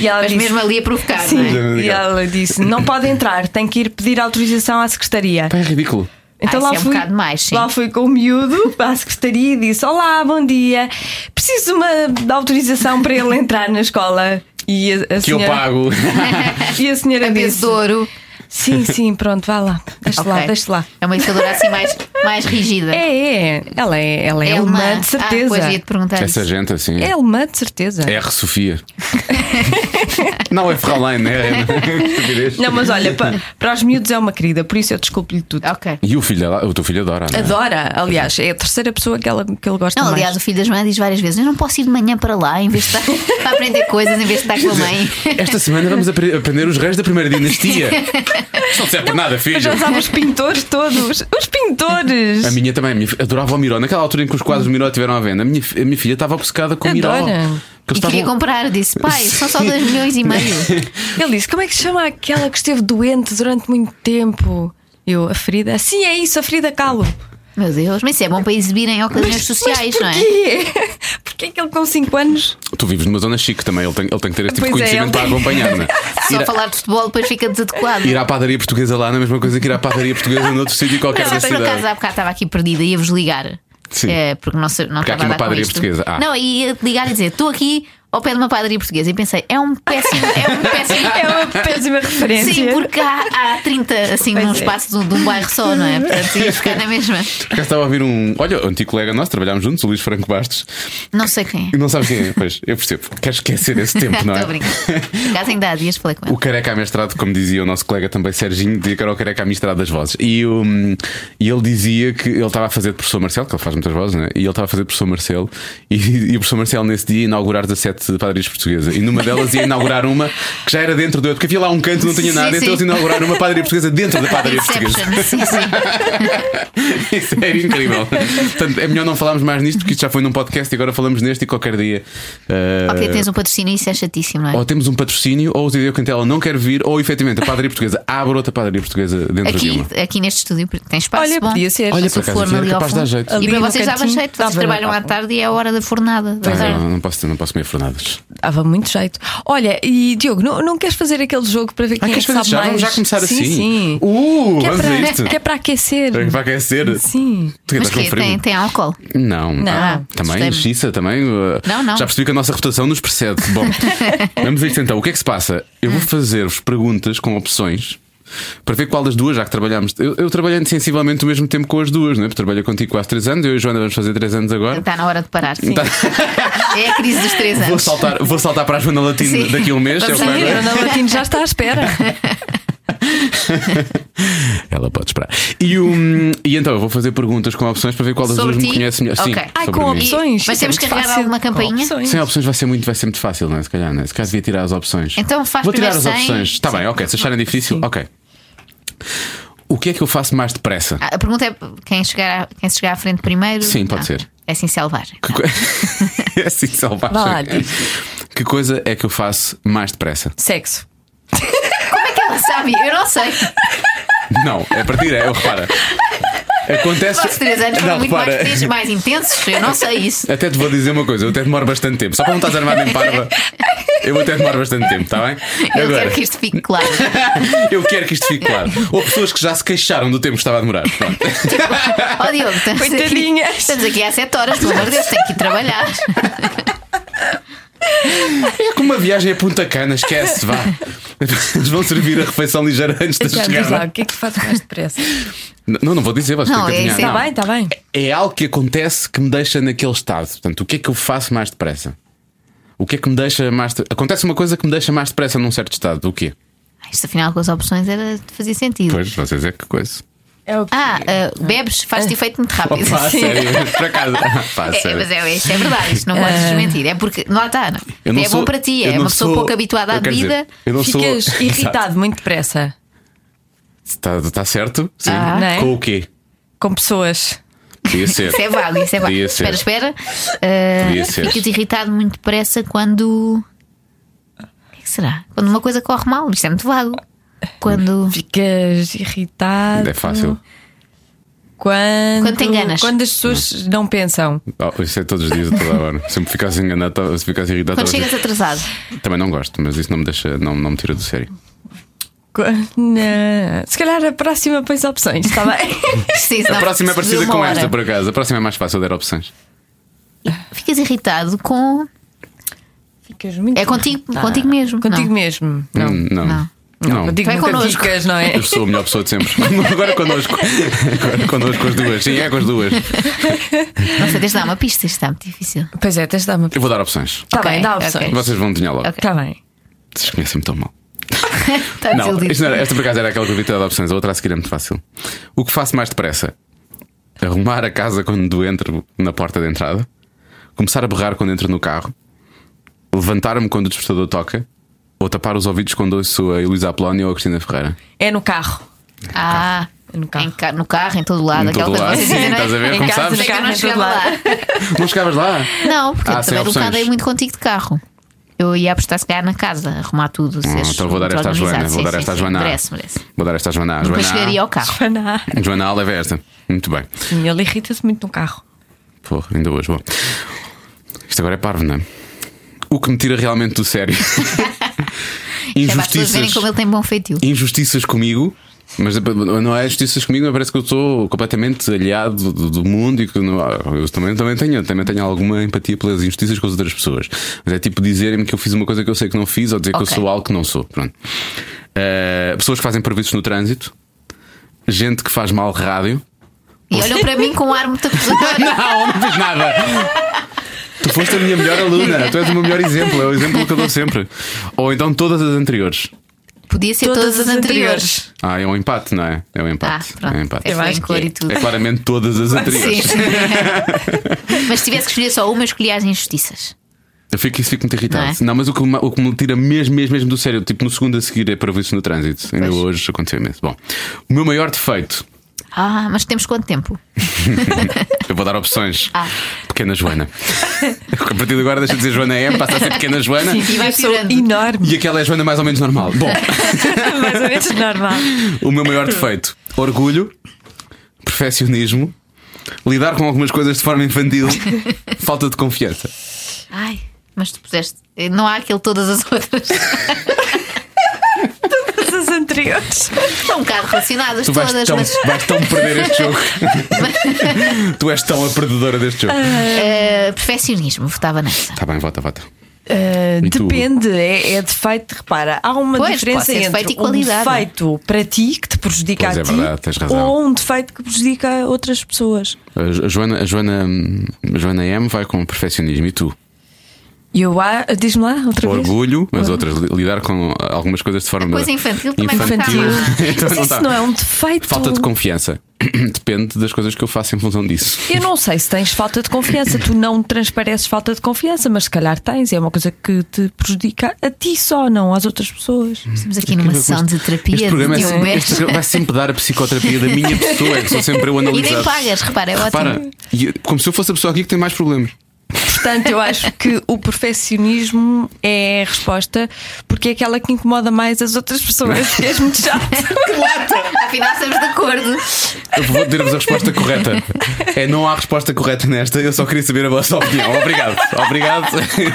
S3: e ela
S4: Mas
S3: disse,
S4: mesmo ali a provocar,
S3: Sim,
S4: não é?
S2: é?
S3: e ela disse: Não pode entrar, tem que ir pedir autorização à secretaria.
S2: Pá, é ridículo.
S3: Então
S4: Ah,
S3: lá
S4: isso é um
S3: fui,
S4: bocado mais, sim.
S3: lá fui com o miúdo para a secretaria e disse: Olá, bom dia. Preciso de uma de autorização para ele entrar na escola. E a, a
S2: Que eu
S3: senhora,
S2: pago.
S3: E a senhora
S4: Cabeça de
S3: disse:
S4: ouro.
S3: Sim, sim, pronto, vá lá. Deixa
S4: Ok.
S3: lá, deixa lá.
S4: É uma educadora assim mais, mais rígida.
S3: É, é, ela é, ela é, alemã, de
S4: Ah, pois
S3: certeza.
S4: ia te perguntar.
S2: Essa
S4: isso.
S2: gente assim.
S3: é alemã, de certeza.
S2: R. Sofia. Não é Fraulein, é.
S3: Não, mas olha, pa- para os miúdos é uma querida, por isso eu desculpo-lhe tudo.
S4: Ok.
S2: E o filho, o teu filho adora. não é?
S3: Adora, aliás, é a terceira pessoa que, ela, que ele gosta
S4: Ah. Não,
S3: mais.
S4: aliás, o filho da Joana diz várias vezes: Eu não posso ir de manhã para lá em vez de estar para aprender coisas, em vez de estar com a mãe.
S2: Esta semana vamos apre- aprender os reis da primeira dinastia. Isto não serve para nada, filho.
S3: Mas já sabe os pintores todos. Os pintores!
S2: A minha também, a minha fi- adorava o Miró. Naquela altura em que os quadros do Miró estiveram à venda, a minha, fi- a minha filha estava obcecada com o Miró.
S3: Adora.
S2: Porque eles
S4: E queria
S2: estavam-
S4: comprar, eu disse: Pai, são só 2 milhões e meio.
S3: Ele disse: Como é que se chama aquela que esteve doente durante muito tempo? Eu, a Frida. Sim, é isso, a Frida Kahlo.
S4: Meu Deus, mas isso é bom para exibirem em ocasiões sociais, não é?
S3: Porquê? Porquê é que ele com 5 anos?
S2: Tu vives numa zona chique também, ele tem, ele tem que ter este tipo
S3: Pois
S2: de
S3: é,
S2: conhecimento
S3: ele
S2: para
S3: tem.
S2: acompanhar, não é?
S4: Só
S2: Ir, a-
S4: falar de futebol depois fica desadequado.
S2: ir à padaria portuguesa lá não é a mesma coisa que ir à padaria portuguesa noutro sítio qualquer
S4: Não,
S2: da
S4: mas por acaso
S2: cidade.
S4: há bocado estava aqui perdida, ia-vos ligar.
S2: Sim.
S4: É, porque não, sei- não
S2: Porque há aqui
S4: estava
S2: uma
S4: a dar com
S2: padaria
S4: isto.
S2: portuguesa. Ah.
S4: Não, ia ligar e dizer: Estou aqui ao pé de uma padaria portuguesa. E pensei: É um péssimo. É um péssimo.
S3: É uma péssima referência.
S4: Sim, porque há, há 30 assim
S3: Pois
S4: num
S3: é.
S4: espaço de um, de um bairro só, não é? Portanto, ia ficar na mesma.
S2: Por acaso estava a ouvir um. Olha, um antigo colega nosso, trabalhámos juntos, o Luís Franco Bastos.
S4: Não sei quem
S2: E
S4: é.
S2: não sabes quem é? Pois, eu percebo. Queres esquecer esse tempo, não
S4: Estou
S2: é?
S4: a brincar. Por acaso ainda há dias falei com
S2: O
S4: ele.
S2: careca amestrado, como dizia o nosso colega também Serginho, dizia que era o careca amestrado das vozes. E, hum, e ele dizia que ele estava a fazer de professor Marcelo, que ele faz muitas vozes, né? e ele estava a fazer de professor Marcelo. E, e o professor Marcelo nesse dia ia inaugurar 17 padarias portuguesas. E numa delas ia inaugurar uma que já era dentro do outro, porque havia lá um canto, não tinha
S4: Sim,
S2: nada,
S4: sim.
S2: então eles inauguraram uma padaria portuguesa dentro da é padaria portuguesa. É.
S4: Inception, sim, sim.
S2: Isso era incrível. Portanto, é melhor não falarmos mais nisto, porque isto já foi num podcast e agora falamos neste e qualquer dia. eh,
S4: Ok, tens um patrocínio, isso é chatíssimo, não é?
S2: Ou temos um patrocínio, ou o Zideu Cantela não quer vir, ou efetivamente a padaria portuguesa abre outra padaria portuguesa dentro de
S4: Aqui,
S2: uma.
S4: aqui neste estúdio tem espaço.
S3: Olha,
S4: bom.
S3: podia ser.
S2: Olha,
S4: Se
S2: por
S4: o
S2: acaso,
S4: forno
S2: era
S4: ali ao
S2: capaz de
S4: fundo.
S2: dar jeito.
S4: E
S3: Ali
S4: para
S3: no
S4: vocês dava
S3: cantinho,
S4: jeito, vocês
S3: dava,
S4: trabalham à
S3: dava.
S4: tarde e é a hora da fornada. é. da
S2: Ah,
S3: é.
S4: tarde.
S2: não, não posso, não posso comer fornadas.
S3: Dava muito jeito. Olha, e Diogo, não, não queres fazer aquele jogo para ver quem é que
S2: Ah, queres fazer
S3: sabe
S2: já?
S3: mais?
S2: Vamos já começar
S3: sim,
S2: assim.
S3: Sim,
S2: Uh,
S3: que, é
S2: vamos
S3: para,
S2: a isto.
S3: que é para aquecer.
S2: Para aquecer.
S3: Sim.
S2: Tu
S4: Mas
S2: estás com
S4: que
S2: frio?
S4: tem, tem álcool.
S2: Não, Ah, também,
S4: assustei-me.
S2: Xissa, também. uh,
S4: Não, não.
S2: Já percebi que a nossa reputação nos precede. Bom, vamos a isto então. O que é que se passa? Eu
S3: Ah.
S2: vou fazer-vos perguntas com opções. Para ver qual das duas, já que trabalhámos. Eu, eu trabalhei sensivelmente o mesmo tempo com as duas, não é? Porque trabalhei contigo quase 3 anos, eu e a Joana vamos fazer 3 anos agora.
S4: Está na hora de parar.
S2: Tá.
S4: É a crise dos três
S2: Vou
S4: anos.
S2: saltar, vou saltar para a Joana Latina
S4: Sim.
S2: daqui a um mês.
S4: Vamos
S2: é o que
S4: sim.
S2: vai
S3: Sim,
S2: dar.
S3: Ana Latino já está à espera.
S2: Ela pode esperar. E, um, e então eu vou fazer perguntas com opções para ver qual das
S4: Sobre
S2: duas me
S4: ti?
S2: conhece melhor. Sim,
S4: Ok.
S3: Ai,
S2: sobre
S3: com
S2: mim.
S3: opções.
S4: Mas
S3: Isso é
S4: temos que
S3: muito
S4: carregar
S3: fácil.
S4: alguma campainha?
S3: Com opções.
S2: Sem opções vai ser muito, vai ser muito fácil, não é? Se calhar, não é? Se calhar devia tirar as opções.
S4: Então faz
S2: Vou tirar as
S4: primeiro sem-
S2: opções. Está bem, ok. Se acharem difícil, ok. O que é que eu faço mais depressa?
S4: Ah, A pergunta é quem, chegar à- quem se chegar à frente primeiro.
S2: Sim, pode
S4: Ah,
S2: ser.
S4: É assim selvagem.
S2: Que co... é assim selvagem.
S3: Vá lá, diz.
S2: que coisa é que eu faço mais depressa?
S3: Sexo.
S4: é Ela sabe, eu não sei.
S2: Não, é partir, é, eu repara. Acontece.
S4: Os três anos
S2: Não,
S4: foram muito mais
S2: repara.
S4: felizes, mais intensos. Eu não sei isso.
S2: Até te vou dizer uma coisa, eu até demoro bastante tempo. Só para não estás armado em parva, eu até demoro bastante tempo, está bem?
S4: Eu quero que isto fique claro.
S2: eu quero que isto fique claro. Ou pessoas que já se queixaram do tempo que estava a demorar. Pronto.
S4: Ó Diogo, estamos aqui,
S3: Coitadinhas.
S4: estamos aqui às 7 horas, pelo amor de Deus, tenho que ir trabalhar.
S2: É como uma viagem a Punta Cana, esquece, vá. Eles vão servir a refeição ligeira antes
S4: Então,
S2: da
S3: Já diz lá, o
S2: chegada.
S3: que é que faz mais depressa?
S2: Não, não vou dizer, vais ter
S4: Não,
S2: que
S4: é
S2: adivinhar.
S4: isso, é
S2: Não.
S3: Está bem, está bem.
S2: É algo que acontece que me deixa naquele estado. Portanto, o que é que eu faço mais depressa? O que é que me deixa mais. de- Acontece uma coisa que me deixa mais depressa num certo estado. O quê?
S4: Ah, Isto afinal com as opções era fazia sentido.
S2: Pois, vocês é que coisa.
S3: É o que
S4: Ah, ah, bebes, faz-te efeito muito rápido.
S2: Opa, a
S4: Sim.
S2: sério, para casa. Opa, a
S4: É,
S2: sério. Ah.
S4: mas é, isto é verdade, isto não podes desmentir. É porque, lá está, não.
S2: Eu não
S4: é
S2: sou-
S4: bom para ti,
S2: eu
S4: é
S2: não
S4: uma pessoa
S2: sou-
S4: pouco habituada
S2: eu
S4: à
S2: quero dizer,
S4: vida.
S2: eu não
S3: Ficas
S2: sou.
S3: irritado muito depressa
S2: Está está certo? Sim.
S4: Ah.
S3: Não é?
S2: Com o quê?
S3: com pessoas.
S2: Podia ser.
S4: Isso é válido, isso é válido.
S2: Podia ser.
S4: Espera, espera. Ah,
S2: Podia ser.
S4: Ficas irritado muito depressa quando. O que é que será? Quando uma coisa corre mal, isto é muito vago. Quando.
S3: Ficas irritado
S2: É fácil.
S3: quando.
S4: Quando te enganas.
S3: Quando as pessoas não pensam.
S2: Oh, isso é todos os dias, a toda hora. Sempre ficasse enganado, tava- se ficasse irritado.
S4: Quando
S2: tava-
S4: chegas atrasado.
S2: Também não gosto, mas isso não me deixa, não, não me tira do sério.
S3: Quando- Não. Se calhar a próxima pões opções, está bem?
S4: Sim,
S2: A
S4: senão
S2: próxima é
S4: se
S2: parecida
S4: deu
S2: com
S4: uma
S2: esta,
S4: hora.
S2: por acaso. A próxima é mais fácil dar opções.
S4: Ficas irritado com.
S3: Ficas muito
S4: É contigo,
S2: Ah,
S3: irritada.
S4: contigo mesmo.
S3: Contigo
S4: não.
S3: mesmo. Não.
S2: Hum, Não.
S4: Não.
S2: Não.
S3: Contigo
S4: Então é
S3: nunca
S4: connosco.
S3: ficas, não é?
S2: Eu sou a melhor pessoa de sempre. Agora connosco. Agora connosco as duas. Sim, é com as duas.
S4: Não sei, tens de dar uma pista, isto está muito difícil.
S3: Pois é, tens de dar uma.
S2: Eu vou dar opções.
S3: Está
S4: Ok,
S3: bem, dá
S4: ok.
S3: opções.
S2: Vocês vão adivinhar logo.
S4: Ok.
S3: Está bem.
S2: Vocês conhecem-me tão mal.
S4: Estás
S2: Não,
S4: iludido.
S2: isto não era- esta por acaso era aquela convite de opções, a outra a seguir é muito fácil. O que faço mais depressa? Arrumar a casa quando entro na porta de entrada, começar a berrar quando entro no carro, levantar-me quando o despertador toca, ou tapar os ouvidos quando ouço a Luísa Apolónia ou a Cristina Ferreira.
S3: É no carro.
S4: Ah,
S3: No carro.
S4: Em ca- no carro, em todo lado.
S2: Em
S4: aquela
S2: todo
S4: coisa
S2: lado,
S4: que vocês
S2: sim,
S4: dizem, não é?
S2: estás a ver,
S4: Em
S2: como
S4: casa,
S2: sabes.
S4: sei que eu
S3: Em
S4: não
S3: casa, em todo
S4: chegava lá.
S2: Não chegavas lá?
S4: Não, porque
S2: Ah,
S4: eu
S2: sem
S4: também nunca
S2: opções.
S4: andei muito contigo de carro. Eu ia apostar se calhar na casa, arrumar tudo.
S2: Hum,
S4: seres
S2: então vou dar
S4: muito
S2: esta à Joana. Vou
S4: organizado. é Sim,
S2: dar
S4: sim,
S2: esta à
S4: sim.
S2: Joana. A.
S4: Merece, merece.
S2: Vou dar esta à Joana. A.
S4: Depois
S2: Joana A.
S4: chegaria ao carro.
S3: Panar.
S2: Joana A leva esta. Muito bem.
S3: Sim, ele irrita-se muito no carro.
S2: Porra, ainda hoje. Bom. Isto agora é parvo, não é? O que me tira realmente do sério.
S4: É para as pessoas verem como ele tem bom feitio.
S2: injustiças comigo. Mas não é injustiças comigo, mas parece que eu estou completamente aliado do, do mundo e que não- eu também, também, tenho, também tenho alguma empatia pelas injustiças com as outras pessoas. Mas é tipo dizerem-me que eu fiz uma coisa que eu sei que não fiz ou dizer que
S4: Ok.
S2: eu sou algo que não sou. Pronto. Eh, pessoas que fazem previstos no trânsito, gente que faz mal rádio.
S4: E olham para mim com um ar muito acusador.
S2: Ah, Não, não fiz nada. Tu foste a minha melhor aluna, tu és o meu melhor exemplo, é o exemplo que eu dou sempre. Ou então todas as anteriores.
S4: Podia ser todas, as anteriores.
S2: Ah, é um empate, não é? É um
S4: Ah,
S2: empate.
S4: pronto.
S2: é um empate.
S4: Eu
S3: acho
S4: acho
S3: que
S4: cor
S3: é.
S4: e tudo.
S2: É claramente todas as anteriores.
S4: Sim. Mas se tivesse que escolher só uma, eu escolhia as injustiças.
S2: Eu fico, isso fico muito irritado.
S4: Não
S2: Não,
S4: é?
S2: mas o que, me- o que me tira mesmo, mesmo, mesmo do sério, tipo no segundo a seguir é previsto no trânsito. Ainda
S4: Pois.
S2: hoje aconteceu imenso. Bom, o meu maior defeito,
S4: Ah, mas temos quanto tempo?
S2: eu vou dar opções.
S4: Ah.
S2: Pequena Joana. a partir de agora deixa de dizer Joana M, passa a ser Pequena Joana.
S4: E vai
S3: Eu sou
S4: piorando.
S3: enorme.
S2: E aquela é a Joana mais ou menos normal. Bom,
S3: Mais ou menos normal.
S2: o meu maior defeito: orgulho, perfeccionismo, lidar com algumas coisas de forma infantil, falta de confiança.
S4: Ai, mas tu puseste. eh, Não há aquele todas as outras.
S3: Todas as anteriores.
S4: Estão um bocado relacionadas
S2: Tu vais
S4: todas,
S2: tão,
S4: mas.
S2: vais tão perder este jogo. tu és tão a perdedora deste jogo.
S4: eh, perfeccionismo, votava nessa.
S2: Está bem, vota, vota.
S3: Uh,
S2: E tu?
S3: depende, é, é defeito. Repara, há uma
S4: Pois, pode
S3: diferença
S4: ser
S3: entre
S4: defeito e
S3: um
S4: qualidade.
S3: defeito para ti que te prejudica
S2: Pois
S3: a
S2: é
S3: ti
S2: verdade, tens razão.
S3: ou um defeito que prejudica outras pessoas.
S2: A Joana, a Joana, a Joana M vai com perfeccionismo e tu?
S3: E eu há, diz-me lá outra vez.
S2: Orgulho, mas outras, li- lidar com algumas coisas de forma.
S4: Coisa infantil também não
S2: infantil.
S4: está mal.
S2: Então não
S3: Mas isso
S2: está.
S3: não é um defeito.
S2: Falta de confiança. Depende das coisas que eu faço em função disso.
S3: Eu não sei se tens falta de confiança, tu não transpareces falta de confiança, mas se calhar tens, é uma coisa que te prejudica a ti só, não às outras pessoas.
S4: Estamos aqui numa sessão de terapia
S2: Este
S4: de
S2: programa, é
S4: Diogo
S2: sempre-
S4: Beja.
S2: este programa vai sempre dar a psicoterapia da minha pessoa, é que sou sempre eu a
S4: E
S2: analisar.
S4: nem pagas, repara, é
S2: Repara,
S4: ótimo.
S2: e- como se eu fosse a pessoa aqui que tem mais problemas.
S3: Portanto, eu acho que o perfeccionismo é a resposta, porque é aquela que incomoda mais as outras pessoas, e és muito chato.
S4: Afinal, estamos de acordo.
S2: Eu vou dizer-vos a resposta correta. É não há resposta correta nesta, eu só queria saber a vossa opinião. Obrigado. Obrigado.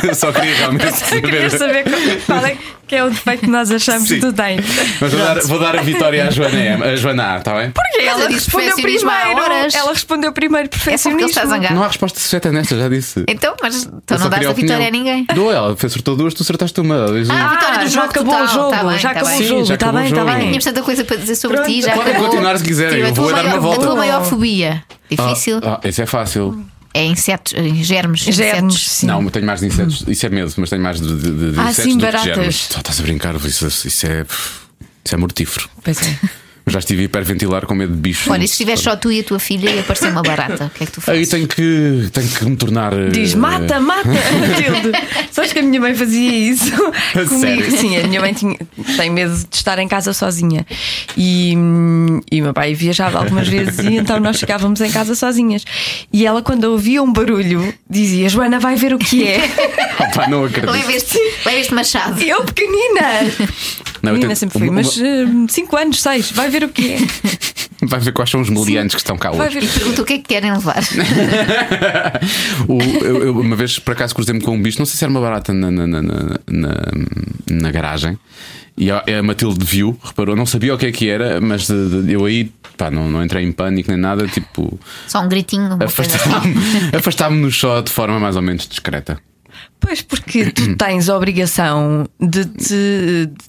S2: Eu só queria realmente
S3: Eu queria
S2: saber.
S3: saber qual- qual é que é o defeito que nós achamos
S2: Sim.
S3: que tu tens.
S2: Mas vou dar, vou dar a vitória à Joana, M- a Joana A, está bem?
S3: Porque
S4: Ela
S3: ela
S4: diz
S3: respondeu
S4: perfeccionismo há
S3: primeiro.
S4: horas.
S3: Ela respondeu primeiro
S4: É só porque ele está
S3: perfeccionismo.
S4: zangado.
S2: Não há resposta certa nesta, já disse.
S4: Então, mas então
S2: Eu só
S4: não dás
S2: queria
S4: a
S2: opinião.
S4: vitória a ninguém.
S3: Ah,
S2: Dou ela, fez acertou duas, tu acertaste uma. Diz um.
S4: Ah, vitória do
S3: já
S4: jogo
S3: acabou
S4: total.
S3: o jogo,
S4: Tá bem,
S3: já
S4: tá
S3: acabou
S4: bem.
S3: o
S2: Sim,
S3: jogo,
S2: já
S3: está
S2: acabou o
S3: bem, está
S2: jogo.
S3: bem.
S4: Tínhamos tanta coisa para dizer sobre ti. Já
S2: Podem
S4: acabou.
S2: continuar se quiserem,
S4: Tira a
S2: eu vou
S4: tua
S2: dar uma
S4: maior-
S2: volta.
S4: A tua maior fobia. Difícil.
S2: Ah, esse é fácil.
S4: É insetos, em germes.
S3: Germes,
S4: insetos.
S3: sim.
S2: Não, tenho mais de insetos. Isso é medo, mas tenho mais de, de, de, de
S3: Ah,
S2: insetos
S3: sim,
S2: do
S3: baratas.
S2: que germes. Estás a brincar, isso, isso é. Isso é mortífero.
S3: Pois é.
S2: Eu já estive a hiperventilar com medo de bicho.
S4: Olha, e se estivesse só tu e a tua filha e aparecer uma barata, o que é que tu
S2: Aí
S4: fazes?
S2: tenho que, tenho que me tornar. eh,
S3: Diz, mata, mata, Matilde. Sabes que a minha mãe fazia isso comigo?
S2: sério?
S3: Sim, a minha mãe tinha- tem medo de estar em casa sozinha. E, hum, e o meu pai viajava algumas vezes e então nós ficávamos em casa sozinhas. E ela, quando ouvia um barulho, dizia: Joana, vai ver o que é.
S2: Opa, Ah, não acredito.
S4: Levas-te levas-te é machado.
S3: E eu, pequenina.
S2: Não, eu
S3: Menina
S2: tenho-
S3: sempre fui,
S2: uma-
S3: mas hum, cinco anos, seis vai ver o que é.
S2: uma- Vai ver quais são os meliantes que estão cá
S3: Vai
S2: hoje.
S3: ver o que é.
S4: Pergunta o que é que querem levar.
S2: O- eu, eu uma vez, por acaso, cruzei-me com um bicho, não sei se era uma barata na, na, na, na, na- na garagem. E a, a Matilde viu, reparou, não sabia o que é que era, mas de- de- eu aí pá, não, não entrei em pânico nem nada, tipo,
S4: Só um gritinho. uma coisa assim.
S2: afastar-me afastar-me-nos só de forma mais ou menos discreta.
S3: Pois, porque tu tens a obrigação de, te,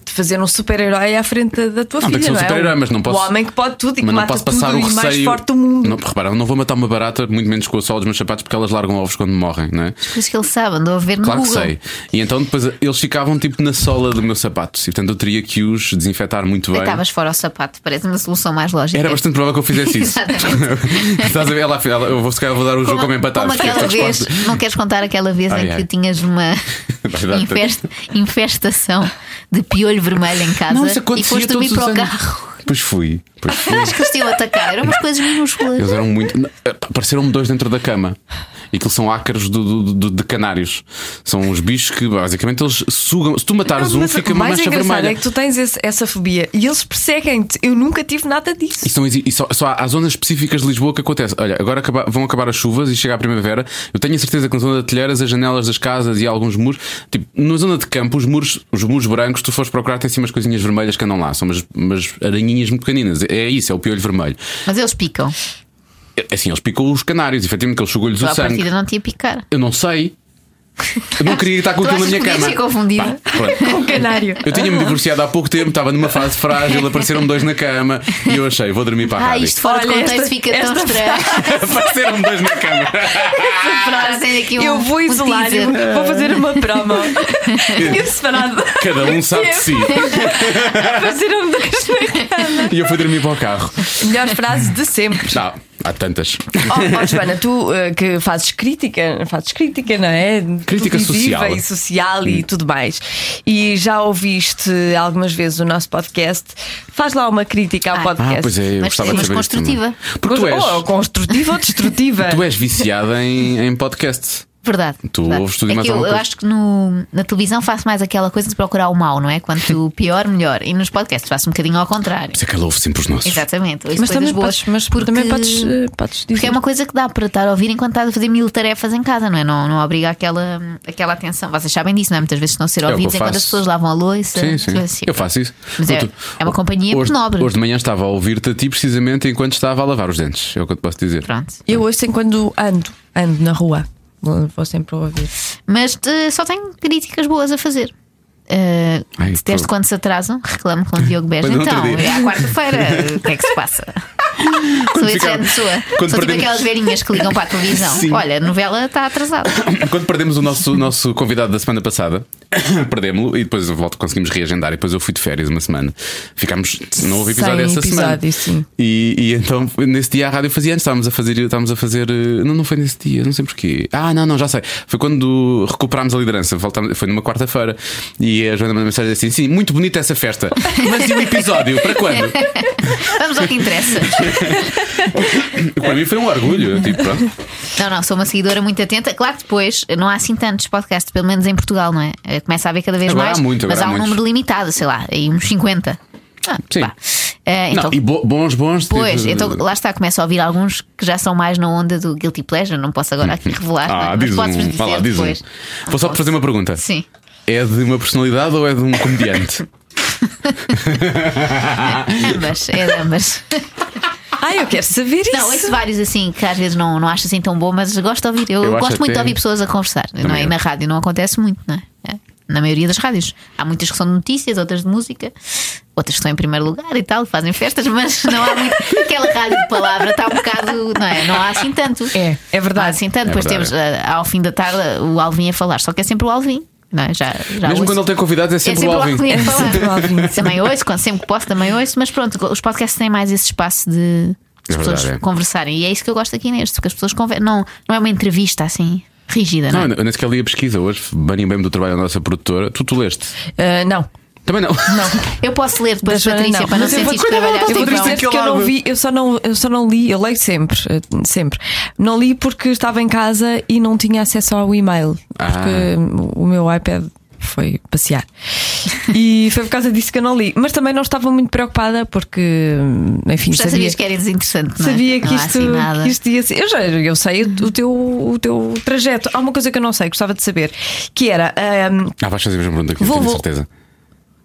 S3: de fazer um super-herói à frente da tua
S2: Não, tem que
S3: filha.
S2: ser um
S3: não é?
S2: super-herói, mas não posso-
S3: O homem que pode tudo e que
S2: Mas não
S3: mata
S2: posso passar
S3: tudo
S2: o
S3: e
S2: receio.
S3: mais forte do mundo.
S2: Não, repara, eu não vou matar uma barata, muito menos com o sol dos meus sapatos, porque elas largam ovos quando morrem, não é?
S4: Coisas que ele sabe, andou a ver no
S2: Claro que
S4: Google.
S2: sei. E então depois eles ficavam tipo na sola do meu sapato. E portanto eu teria que os desinfetar muito bem.
S4: Deitavas fora o sapato, parece uma solução mais lógica.
S2: Era bastante provável que eu fizesse isso.
S4: Exatamente.
S2: Estás a ver? Ela, afinal, eu vou, se calhar, vou dar o jogo como empatado.
S4: Como
S2: porque
S4: aquela
S2: esta
S4: vez,
S2: resposta-
S4: não queres contar aquela vez
S2: Ai,
S4: em
S2: ai.
S4: que tinhas uma
S2: Vai dar
S4: infest- infestação de piolho vermelho em casa
S2: Não, isso
S4: e
S2: acontecia
S4: foste dormir
S2: todos os
S4: para o
S2: anos.
S4: carro.
S2: Pois fui. Pois fui.
S4: Acho que eles tinham a atacar, eram umas coisas minúsculas.
S2: Eles eram muito. Não, eh, pá, Apareceram-me dois dentro da cama. E aquilo são ácaros do, do- do- de canários. São os bichos que basicamente eles sugam. Se tu matares um,
S3: Mas
S2: fica
S3: o
S2: uma
S3: mais
S2: mancha
S3: engraçado
S2: vermelha.
S3: é que tu tens esse- essa fobia e eles perseguem-te. Eu nunca tive nada disso.
S2: E, são, exi- e só, só há zonas específicas de Lisboa que acontece. Olha, agora acaba- vão acabar as chuvas e chega a primavera. Eu tenho a certeza que na zona de telheiras, as janelas das casas e alguns muros, tipo, na zona de campo, os muros, os muros brancos, tu fores procurar, tem sim umas coisinhas vermelhas que andam lá. São umas, umas aranhinhas muito pequeninas. É isso, é o piolho vermelho.
S4: Mas eles picam.
S2: É- Assim, eles picam os canários, efetivamente, que eles sugam-lhes
S4: Tu
S2: o
S4: à
S2: sangue.
S4: partida não tinha picar.
S2: Eu não sei. Eu não queria estar com
S4: Tu
S2: aquilo na minha
S4: achas que podias
S2: cama.
S4: ser confundido?
S2: Pá, pronto.
S3: Um canário.
S2: Eu tinha-me divorciado há pouco tempo, estava numa fase frágil, apareceram-me dois na cama e eu achei, vou dormir para a
S4: Ah,
S2: rádio.
S4: isto fora de
S3: Olha,
S4: contexto
S3: esta-
S4: fica tão
S3: esta-
S4: estranho.
S2: Apareceram-me dois na cama.
S4: Agora tem aqui um-
S3: eu vou
S4: um
S3: isolar-me,
S4: teaser.
S3: vou fazer uma promo. Eu separado.
S2: Cada um sabe de si.
S3: Fazer um dois na cama.
S2: E eu fui dormir para o carro.
S3: Melhor frase de sempre.
S2: Não, há tantas.
S3: Oh, oh, Joana, tu eh, que fazes crítica, fazes crítica, não é?
S2: Crítica
S3: Televisiva
S2: social. Hum.
S3: E social e tudo mais. E já ouviste algumas vezes o nosso podcast. Faz lá uma crítica ao
S4: Ah.
S2: Ah,
S3: podcast.
S2: pois é, eu
S4: Mas
S2: gostava de saber.
S4: sim, mas
S2: isso
S4: construtiva.
S2: também. Porque tu és,
S3: Ou construtiva ou destrutiva?
S2: tu és viciada em, em podcast.
S4: Verdade.
S2: Tu
S4: verdade.
S2: ouves tudo e
S4: É
S2: mais
S4: que eu,
S2: alguma
S4: eu
S2: coisa.
S4: acho que no- na televisão faço mais aquela coisa de procurar o mal, não é? Quanto pior, melhor. E nos podcasts faço um bocadinho ao contrário.
S2: Isso é que ela ouve sempre os nossos.
S4: Exatamente. ouço
S3: Mas
S4: coisas
S3: também
S4: boas,
S3: podes, mas
S4: porque,
S3: também podes, eh, podes dizer.
S4: porque é uma coisa que dá para estar a ouvir enquanto estás a fazer mil tarefas em casa, não é? Não, não obriga aquela, aquela atenção. Vocês sabem disso, não é? Muitas vezes estão a ser
S2: o que
S4: ouvidos
S2: eu
S4: enquanto
S2: faço.
S4: as pessoas lavam a louça.
S2: Sim, sim.
S4: tudo assim.
S2: Eu faço isso.
S4: Mas é-
S2: Outro-
S4: é uma companhia
S2: hoje,
S4: nobre.
S2: Hoje de manhã estava a ouvir-te a ti precisamente enquanto estava a lavar os dentes. É o que eu te posso dizer.
S4: Pronto.
S3: Eu ouço em quando ando, ando na rua. Vou sempre ouvir.
S4: Mas eh, só tenho críticas boas a fazer. Eh,
S2: Ai,
S4: Detesto
S2: pô.
S4: quando se atrasam, reclamo com o Diogo Beja.
S2: Pois, no outro
S4: Então,
S2: dia.
S4: é à quarta-feira, o que é que se passa? Sou esse
S2: fica-
S4: género de pessoa.
S2: quando
S4: Sou tipo
S2: perdemos-
S4: aquelas velhinhas que ligam para a televisão.
S2: Sim.
S4: Olha, a novela está atrasada.
S2: Quando perdemos o nosso, o nosso convidado da semana passada, perdemos-lo e depois eu volto, conseguimos reagendar. E depois eu fui de férias uma semana. Ficámos. Não houve episódio
S3: Sem
S2: essa semana.
S3: episódio, sim.
S2: E, e então nesse dia a rádio fazia antes. Estávamos a fazer. Estávamos a fazer eh, não, não foi nesse dia, não sei porquê. Ah, não, não, já sei. Foi quando recuperámos a liderança. Voltámos, foi numa quarta-feira. E a Joana mandou mensagem assim: sim, muito bonita essa festa. Mas e o episódio? Para quando?
S4: Vamos ao que interessa.
S2: Para mim foi um orgulho. Eu, Tipo, pronto.
S4: Não, não, sou uma seguidora muito atenta. Claro que depois não há assim tantos podcasts, pelo menos em Portugal, não é? Eh, Começa a haver cada vez
S2: Agora
S4: mais.
S2: há muito,
S4: mas
S2: agora
S4: há um
S2: há muitos.
S4: número limitado, sei lá, aí uns 50. Ah,
S2: Sim.
S4: pá. Eh, então,
S2: não, e bo- bons, bons.
S4: Pois,
S2: tipo,
S4: então lá está, começo a ouvir alguns que já são mais na onda do Guilty Pleasure, não posso agora aqui revelar,
S2: Ah,
S4: mas
S2: diz um.
S4: podes dizer
S2: Vá lá, diz um.
S4: depois. Ah,
S2: Vou só te fazer uma pergunta.
S4: Sim.
S2: É de uma personalidade ou é de um comediante?
S4: Ambas, é de ambas.
S3: Ah, eu quero saber isso.
S4: Não, ouço vários assim que às vezes não, não acho assim tão bom, mas gosto de ouvir. Eu,
S2: Eu acho
S4: gosto muito de
S2: até-
S4: ouvir pessoas a conversar, não é?
S2: Também
S4: E
S2: eu.
S4: na rádio não acontece muito, não é? É. Na maioria das rádios. Há muitas que são de notícias, outras de música, outras que estão em primeiro lugar e tal, fazem festas, mas não há muito. Aquela rádio de palavra está um bocado, não é? Não há assim tanto.
S3: É, é verdade.
S4: Não há assim tanto.
S2: É
S4: Depois
S2: verdade.
S4: temos ah, ao fim da tarde o Alvin a falar, só que é sempre o Alvin, não é? Já, já
S2: Mesmo
S4: ouço.
S2: quando ele tem convidados, é
S4: É
S2: sempre,
S4: sempre
S2: o
S4: lá
S2: Alvin.
S4: comigo a falar.
S3: sempre o Alvin, sim.
S4: Também ouço, quando sempre que posso, também ouço, mas pronto, os podcasts têm mais esse espaço de as
S2: É
S4: pessoas
S2: verdade, é.
S4: conversarem. E é isso que eu gosto aqui neste, porque as pessoas conversam. Não, não é uma entrevista assim rígida, não,
S2: Não,
S4: é?
S2: eu nem sequer li a pesquisa hoje. Bani bem do trabalho da nossa produtora. Tu, tu leste?
S3: Ah, não.
S2: Também não.
S4: Eu posso ler depois,
S3: Joana,
S4: Patrícia, para não
S3: Mas eu vou-
S4: sentir tipo que trabalhaste
S3: Eu vou
S4: em vão.
S3: dizer que eu não vi, eu só não, eu só não li, eu leio sempre, eh, sempre. Não li porque estava em casa e não tinha acesso ao e-mail, porque hum, o meu iPad foi passear. E foi por causa disso que eu não li, mas também não estava muito preocupada porque, hum, enfim,
S4: Já
S3: sabia,
S4: sabias que era desinteressante, não é?
S3: sabia que
S4: Não há
S3: isto,
S4: assim nada.
S3: que isto ia ser. Eu já eu sei o teu, o teu trajeto. Há uma coisa que eu não sei, gostava de saber, que era hum,
S2: Ah, vais fazer a mesma pergunta que eu
S3: Vou,
S2: tenho
S3: vou.
S2: certeza.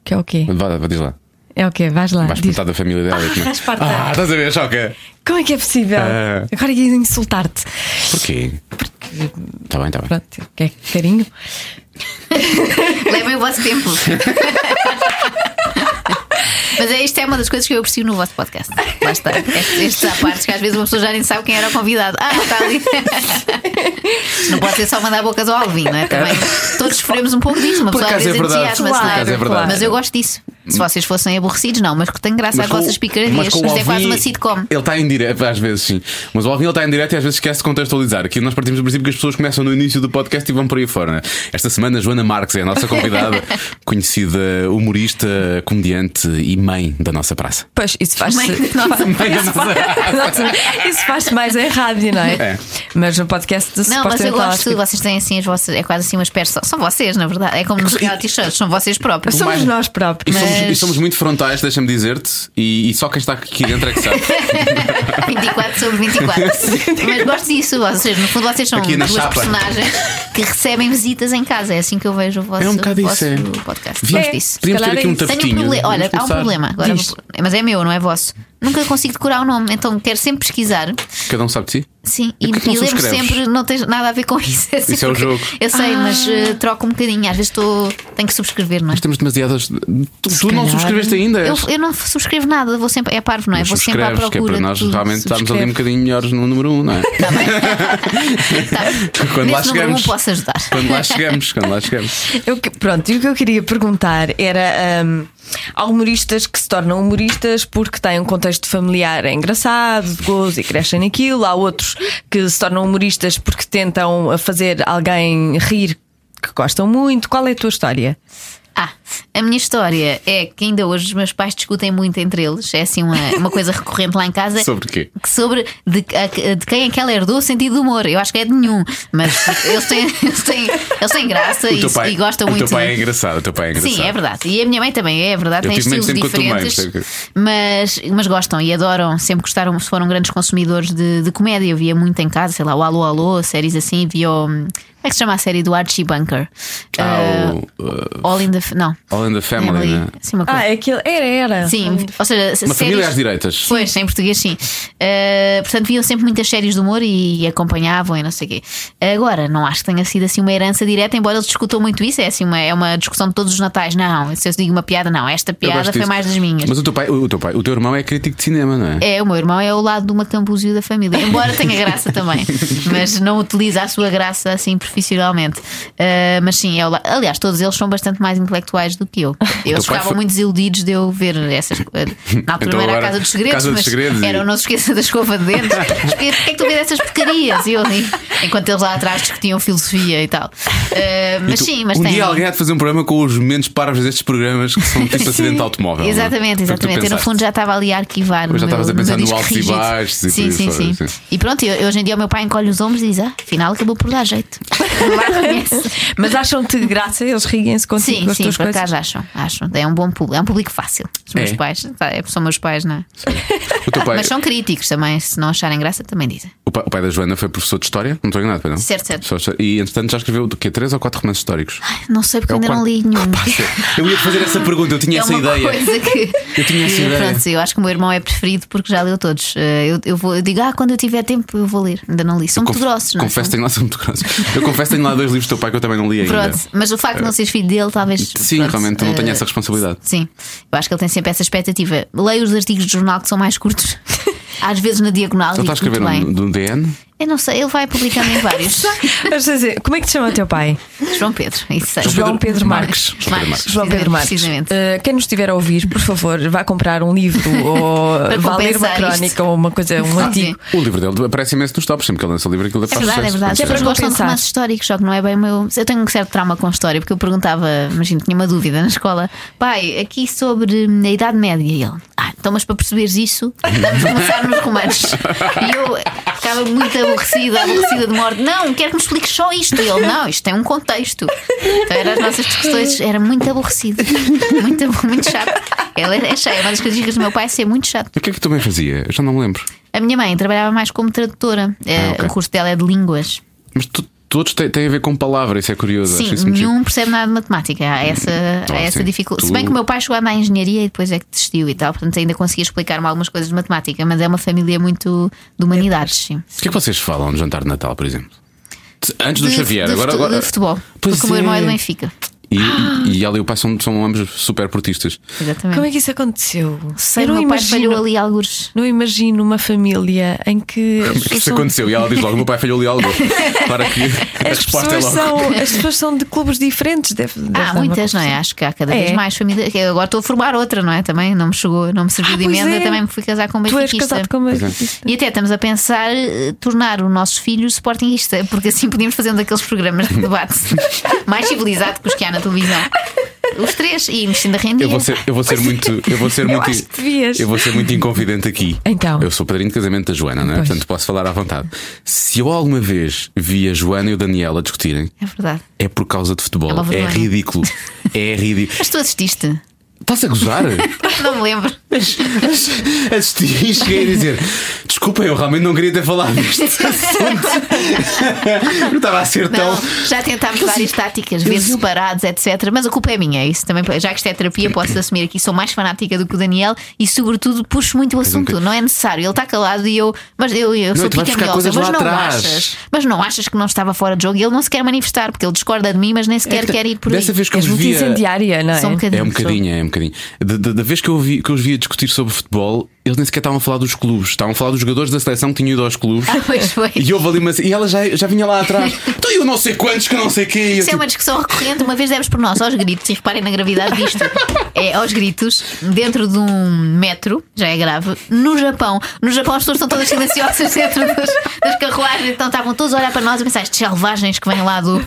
S3: que é o quê?
S2: Vá, vá, diz lá.
S3: É o quê? Vais lá.
S2: Vais
S3: diz.
S2: perguntar da família dela. e como é que-
S3: faz parte.
S2: ah, estás a ver, choca.
S3: Como é que é possível?
S2: Ah.
S3: Agora ia insultar-te.
S2: Porquê?
S3: que.
S2: Está bem, está bem.
S3: Pronto, que é carinho.
S4: Levem o vosso tempo. Mas é, isto é uma das coisas que eu aprecio no vosso podcast. Lá está. Estes, estes à partes que às vezes uma pessoa já nem sabe quem era o convidado. Ah, está ali. Não pode ser só mandar bocas ao Alvin, não é? Também. Todos sofremos um pouco disso. Uma
S2: Por
S4: pessoa às
S2: acaso é
S4: vezes
S2: verdade.
S4: entusiasma-se.
S2: Por
S4: não é?
S2: acaso é verdade.
S4: Mas eu gosto disso. Se vocês fossem aborrecidos, não, mas que tem graça a
S2: com o- mas
S4: vossas picardias.
S2: com o
S4: Isto é quase
S2: Alvin,
S4: uma sitcom.
S2: Ele está em direto, às vezes sim. Mas o Alvin ele está em direto e às vezes esquece de contextualizar. Aqui nós partimos do princípio que as pessoas começam no início do podcast e vão por aí fora. né? Esta semana, Joana Marques é a nossa convidada, conhecida humorista, comediante e mãe da nossa praça.
S3: Pois, isso
S4: Mãe,
S3: faz-se.
S4: nossa.
S2: Mãe da nossa praça.
S3: Isso faz-se mais em rádio, não é?
S2: É.
S3: Mas no podcast de
S4: Não, mas eu gosto, vocês têm assim as vossas. É quase assim umas pessoas. São vocês, na verdade. É como nos reality shows, são vocês próprios.
S3: Somos
S2: mais-
S3: nós
S2: E,
S3: próprios.
S2: somos,
S4: Mas-
S2: e somos muito frontais, deixa-me dizer-te, e, e só quem está aqui dentro é que sabe.
S4: 24 sobre 24. Mas gosto disso, vocês, no fundo, vocês são
S2: Aqui na
S4: duas
S2: chapa.
S4: personagens que recebem visitas em casa. É assim que eu vejo o vosso,
S2: É um bocado isso,
S4: vosso
S2: é.
S4: podcast.
S2: Devíamos,
S4: Gosto disso.
S2: podíamos
S3: calhar
S2: ter
S3: é
S2: aqui um
S3: isso.
S4: Tenho um
S2: tapetinho.
S4: problema. Olha,
S2: Vamos
S4: há um
S2: começar.
S4: problema. Agora,
S3: Diz.
S4: mas é meu, não é vosso. Nunca consigo decorar o nome, então quero sempre pesquisar.
S2: Cada um sabe de si?
S4: Sim,
S2: E
S4: e,
S2: por que não
S4: e lembro
S2: subscreves?
S4: sempre, não tens nada a ver com isso.
S2: Isso é o
S4: sempre-
S2: jogo.
S4: Eu sei, mas eh, troco um bocadinho. Às vezes estou tenho que subscrever, não é?
S2: Nós temos demasiadas. Tu, tu não
S3: calhar.
S2: subscreveste ainda?
S4: Eu, eu não subscrevo nada, vou sempre. É parvo, não é?
S2: Mas
S4: vou sempre à
S2: é subscreves,
S4: procura.
S2: que é para nós
S4: de tudo.
S2: realmente estarmos ali um
S3: Subscreve.
S2: bocadinho melhores no número 1, um, não é?
S4: Tá bem. Tá bem.
S2: Quando lá
S4: Nesse número
S2: chegamos.
S4: um posso ajudar.
S2: Quando lá chegamos, quando lá chegamos.
S3: Eu que- pronto, e o que eu queria perguntar era: hum, há humoristas que se tornam humoristas porque têm um contexto familiar engraçado, de gozo e crescem naquilo, há outros que se tornam humoristas porque tentam fazer alguém rir que gostam muito. Qual é a tua história?
S4: Ah, a minha história é que ainda hoje os meus pais discutem muito entre eles. É assim uma, uma coisa recorrente lá em casa.
S2: Sobre quê?
S4: Que Sobre de, a- de quem é que ela herdou o sentido do humor. Eu acho que é de nenhum, mas eles têm, eles têm, eles têm graça
S2: O
S4: e,
S2: teu pai,
S4: e gostam
S2: o
S4: muito.
S2: teu pai é engraçado, o teu pai é engraçado.
S4: Sim, é verdade. E a minha mãe também, é verdade,
S2: Eu
S4: tem
S2: tive menos
S4: estilos
S2: tempo com a tua mãe,
S4: diferentes.
S2: sei
S4: mas, mas gostam e adoram, sempre gostaram, foram grandes consumidores de, de comédia. Eu via muito em casa, sei lá, o Alô Alô, séries assim, via o. Como é que se chama a série do Archie Bunker?
S2: Ah,
S4: Eh,
S2: o, uh,
S4: All in the. F- Não.
S2: All in the Family, né?
S4: Sim, uma coisa.
S3: Ah, é aquilo. Era, era.
S4: Sim, ou seja,
S2: Uma
S4: séries.
S2: família às direitas.
S4: Pois, em português sim. Uh, portanto, viam sempre muitas séries de humor e acompanhavam e não sei o quê. Agora, não acho que tenha sido assim uma herança direta, embora eles discutam muito isso. É assim uma, é uma discussão de todos os natais. Não, se eu digo uma piada, não. Esta
S2: Eu
S4: piada
S2: gosto
S4: foi
S2: disso.
S4: mais das minhas.
S2: Mas o teu pai, o teu pai, o teu irmão é crítico de cinema, não é?
S4: É, o meu irmão é o lado do macambúzio da família, embora tenha graça também, mas não utiliza a sua graça assim profissionalmente. Ah, mas sim, é o la... aliás, todos eles são bastante mais intelectuais do que eu. Eles
S2: pai
S4: ficavam
S2: Então, foi-
S4: muito desiludidos de eu ver essas coisas. Na altura
S2: Então
S4: não era a
S2: agora,
S4: Casa dos Segredos,
S2: Casa dos
S4: mas
S2: Segredos e-
S4: era o Não Se Esqueça da Escova de Dentes. Porquê é que tu vês essas porcarias? E eu ali, enquanto eles lá atrás discutiam filosofia e tal. Ah, mas
S2: Tu-
S4: sim, mas
S2: um
S4: tem.
S2: dia alguém há de fazer um programa com os menos parvos destes programas que são tipo acidente de automóvel. não é? Foi
S4: Exatamente,
S2: o que tu
S4: exatamente. Eu no
S2: pensaste.
S4: fundo já estava ali a arquivar.
S2: Mas já
S4: o meu-
S2: estavas a
S4: o meu
S2: pensar no
S4: disco
S2: altos e
S4: rígido.
S2: baixos e
S4: Sim,
S2: por aí
S4: sim, sim,
S2: fora, sim.
S4: E pronto, eu- hoje em dia o meu pai encolhe os ombros e diz: Ah, afinal acabou por dar jeito. Lá reconhece.
S3: Mas acham-te de graça, eles riem-se contigo
S4: Sim,
S3: com as
S4: sim,
S3: tuas
S4: por
S3: coisas.
S4: acaso acham, acham. É um bom público, é um público fácil. Os meus
S2: É.
S4: pais, tá, é- são meus pais, não é?
S2: O teu pai,
S4: Mas são críticos também, se não acharem graça, também dizem.
S2: o pai, o pai da Joana foi professor de história, não estou enganado, pois não?
S4: Certo, certo.
S2: Professor de história. E entretanto já escreveu do quê? Três ou quatro romances históricos?
S4: Ai, Não sei porque
S2: É o
S4: ainda não
S2: quarto-
S4: li nenhum.
S2: Eu ia te fazer essa pergunta, eu tinha
S4: é
S2: essa
S4: uma
S2: ideia.
S4: coisa que.
S2: Eu tinha essa
S4: E,
S2: ideia.
S4: Pronto, eu acho que o meu irmão é preferido porque já leu todos. Eh, Eu, eu, vou, eu digo, ah, quando eu tiver tempo eu vou ler. Ainda não li. São muito
S2: Conf-
S4: grossos, não é?
S2: Confesso, tenho lá, são muito grossos. Eu confesso, tenho lá dois livros do teu pai que eu também não li ainda.
S4: Pronto, mas o facto de não seres filho dele, talvez.
S2: É. Sim,
S4: pronto,
S2: realmente, eu não tenho
S4: eh,
S2: essa responsabilidade.
S4: Sim, eu acho que ele tem sempre essa expectativa. Leio os artigos de jornal que são mais curtos, às vezes na diagonal.
S2: Só está a
S4: digo,
S2: escrever
S4: muito bem.
S2: um, de um DN?
S4: Eu não sei, ele vai publicando em vários.
S3: Mas, quer dizer, como é que te chama o teu pai?
S4: João Pedro, isso sei.
S3: João Pedro Marques.
S2: João Pedro Marques.
S3: João Pedro Marques.
S4: Precisamente.
S3: Eh, quem nos estiver a ouvir, por favor, vá comprar um livro ou vá ler uma
S4: compensar
S3: crónica
S4: isto.
S3: ou uma coisa, um
S4: Ah,
S3: artigo.
S2: O livro dele aparece imenso nos tops, sempre que ele lança o livro, aquilo
S4: É
S2: faz
S4: verdade, é
S2: sucesso,
S4: verdade. As
S2: portanto,
S4: pessoas
S3: para
S4: gostam de
S3: compensar.
S4: romances históricos, só que não é bem o meu. Eu tenho um certo trauma com história, porque eu perguntava, imagino, tinha uma dúvida na escola, pai, aqui sobre a Idade Média. E ele, ah, então, mas para perceberes isso, vamos começar nos romanos. E eu ficava muito aborrecida, aborrecida de morte. Não, quero que me expliques só isto. E ele, não, isto tem um contexto. Então, eram as nossas discussões, era muito aborrecido, muito, abo- muito chato. Ele é, é chato, é uma das características do meu pai é ser muito chato.
S2: O que é que tu bem fazia? Eu já não me lembro.
S4: A minha mãe trabalhava mais como tradutora, Eh,
S2: ok.
S4: o curso dela é de línguas.
S2: Mas tu- todos têm, têm a ver com palavra, isso é curioso. acho isso
S4: Sim,
S2: muito giro.
S4: nenhum percebe nada de matemática.
S3: Hum,
S4: Há essa,
S2: Ah,
S4: há essa
S2: sim.
S4: dificuldade.
S2: Tu-
S4: Se bem que o meu pai chegou a andar em engenharia e depois é que desistiu e tal, portanto ainda conseguia explicar-me algumas coisas de matemática, mas é uma família muito de humanidades, sim.
S2: O que é que vocês falam no jantar de Natal, por exemplo? Antes do
S4: de-
S2: Xavier,
S4: de
S2: agora.
S4: fute-
S2: agora...
S4: de futebol.
S2: Pois
S4: porque o meu irmão é do
S2: é.
S4: Benfica.
S2: E,
S3: Ah.
S2: e ela e o pai são, são ambos super portistas.
S4: Exatamente.
S3: Como é que isso aconteceu?
S4: Sei,
S3: Eu
S4: o
S3: não
S4: meu pai falhou
S3: imagino,
S4: ali alguns.
S3: não imagino uma família em que as
S2: Como é que
S3: pessoas
S2: isso
S3: são-
S2: aconteceu? E ela diz logo: o meu pai falhou ali algo. Para que a
S3: as
S2: resposta é
S3: pessoas
S2: logo.
S3: são as pessoas são de clubes diferentes. Deve, deve dar
S4: Há
S3: uma
S4: muitas, não é?
S3: confusão.
S4: Acho que há cada
S3: É.
S4: vez mais famílias. Eu agora estou a formar outra, não é? Também não me chegou, não me serviu
S3: Ah,
S4: de
S3: pois
S4: emenda,
S3: é.
S4: também me fui casar com um
S3: Tu eres
S4: benfiquista.
S3: casado com uma
S2: é.
S4: E até estamos a pensar eh, tornar os nossos filhos sportinguista, porque assim podíamos fazer um daqueles programas de debate mais civilizado que os que há na televisão. Os três, e mexendo a render.
S2: Eu vou ser, eu vou ser muito. Eu vou ser
S3: Eu
S2: muito.
S3: acho que devias.
S2: eu vou ser muito inconfidente aqui.
S3: Então.
S2: Eu sou padrinho de casamento da Joana, não é?
S3: Pois.
S2: Portanto, posso falar à vontade. Se eu alguma vez vi a Joana e o Daniel a discutirem,
S4: É verdade.
S2: é por causa de futebol.
S4: É uma
S2: É,
S4: vergonha.
S2: ridículo. É ridículo.
S4: Mas tu assististe?
S2: Estás a gozar?
S4: Não me lembro.
S2: Assisti e cheguei a dizer: Desculpem, eu realmente não queria ter falado deste assunto. Não estava a ser tão.
S4: Não, já tentámos várias
S2: assim,
S4: táticas, ver separados, etc. Mas a culpa é minha, é isso também. Já que isto é terapia, posso assumir aqui. Sou mais fanática do que o Daniel e, sobretudo, puxo muito o assunto.
S2: bocadinho.
S4: Não é necessário. Ele está calado e eu. Mas eu, eu sou
S2: tu vais
S4: pica
S2: buscar
S4: miosa.
S2: coisas
S4: Mas
S2: lá
S4: não
S2: atrás.
S4: achas. Mas não achas que não estava fora de jogo e ele não se quer manifestar porque ele discorda de mim, mas nem sequer quer ir por
S2: Dessa
S4: aí.
S2: vez que eu
S3: És muito
S2: vi. a-
S3: incendiária, não é?
S4: Sou um
S2: É
S4: bocadinho.
S2: um bocadinho, é um bocadinho. Da, da- da vez que eu, vi, que eu os vi a discutir sobre futebol, eles nem sequer estavam a falar dos clubes, estavam a falar dos jogadores da seleção que tinham ido aos clubes.
S4: sou. Ah, Pois foi.
S2: E houve ali uma. E ela já, já vinha lá atrás. Então eu não sei quantos que não sei quê. E eu tipo
S4: Isso é uma discussão recorrente, uma vez demos por nós aos gritos, e reparem na gravidade disto. É aos gritos, dentro de um metro, já é grave, no Japão. No Japão as pessoas estão todas silenciosas dentro das, das carruagens, então estavam todos a olhar para nós e pensar, estes selvagens que vêm lá do,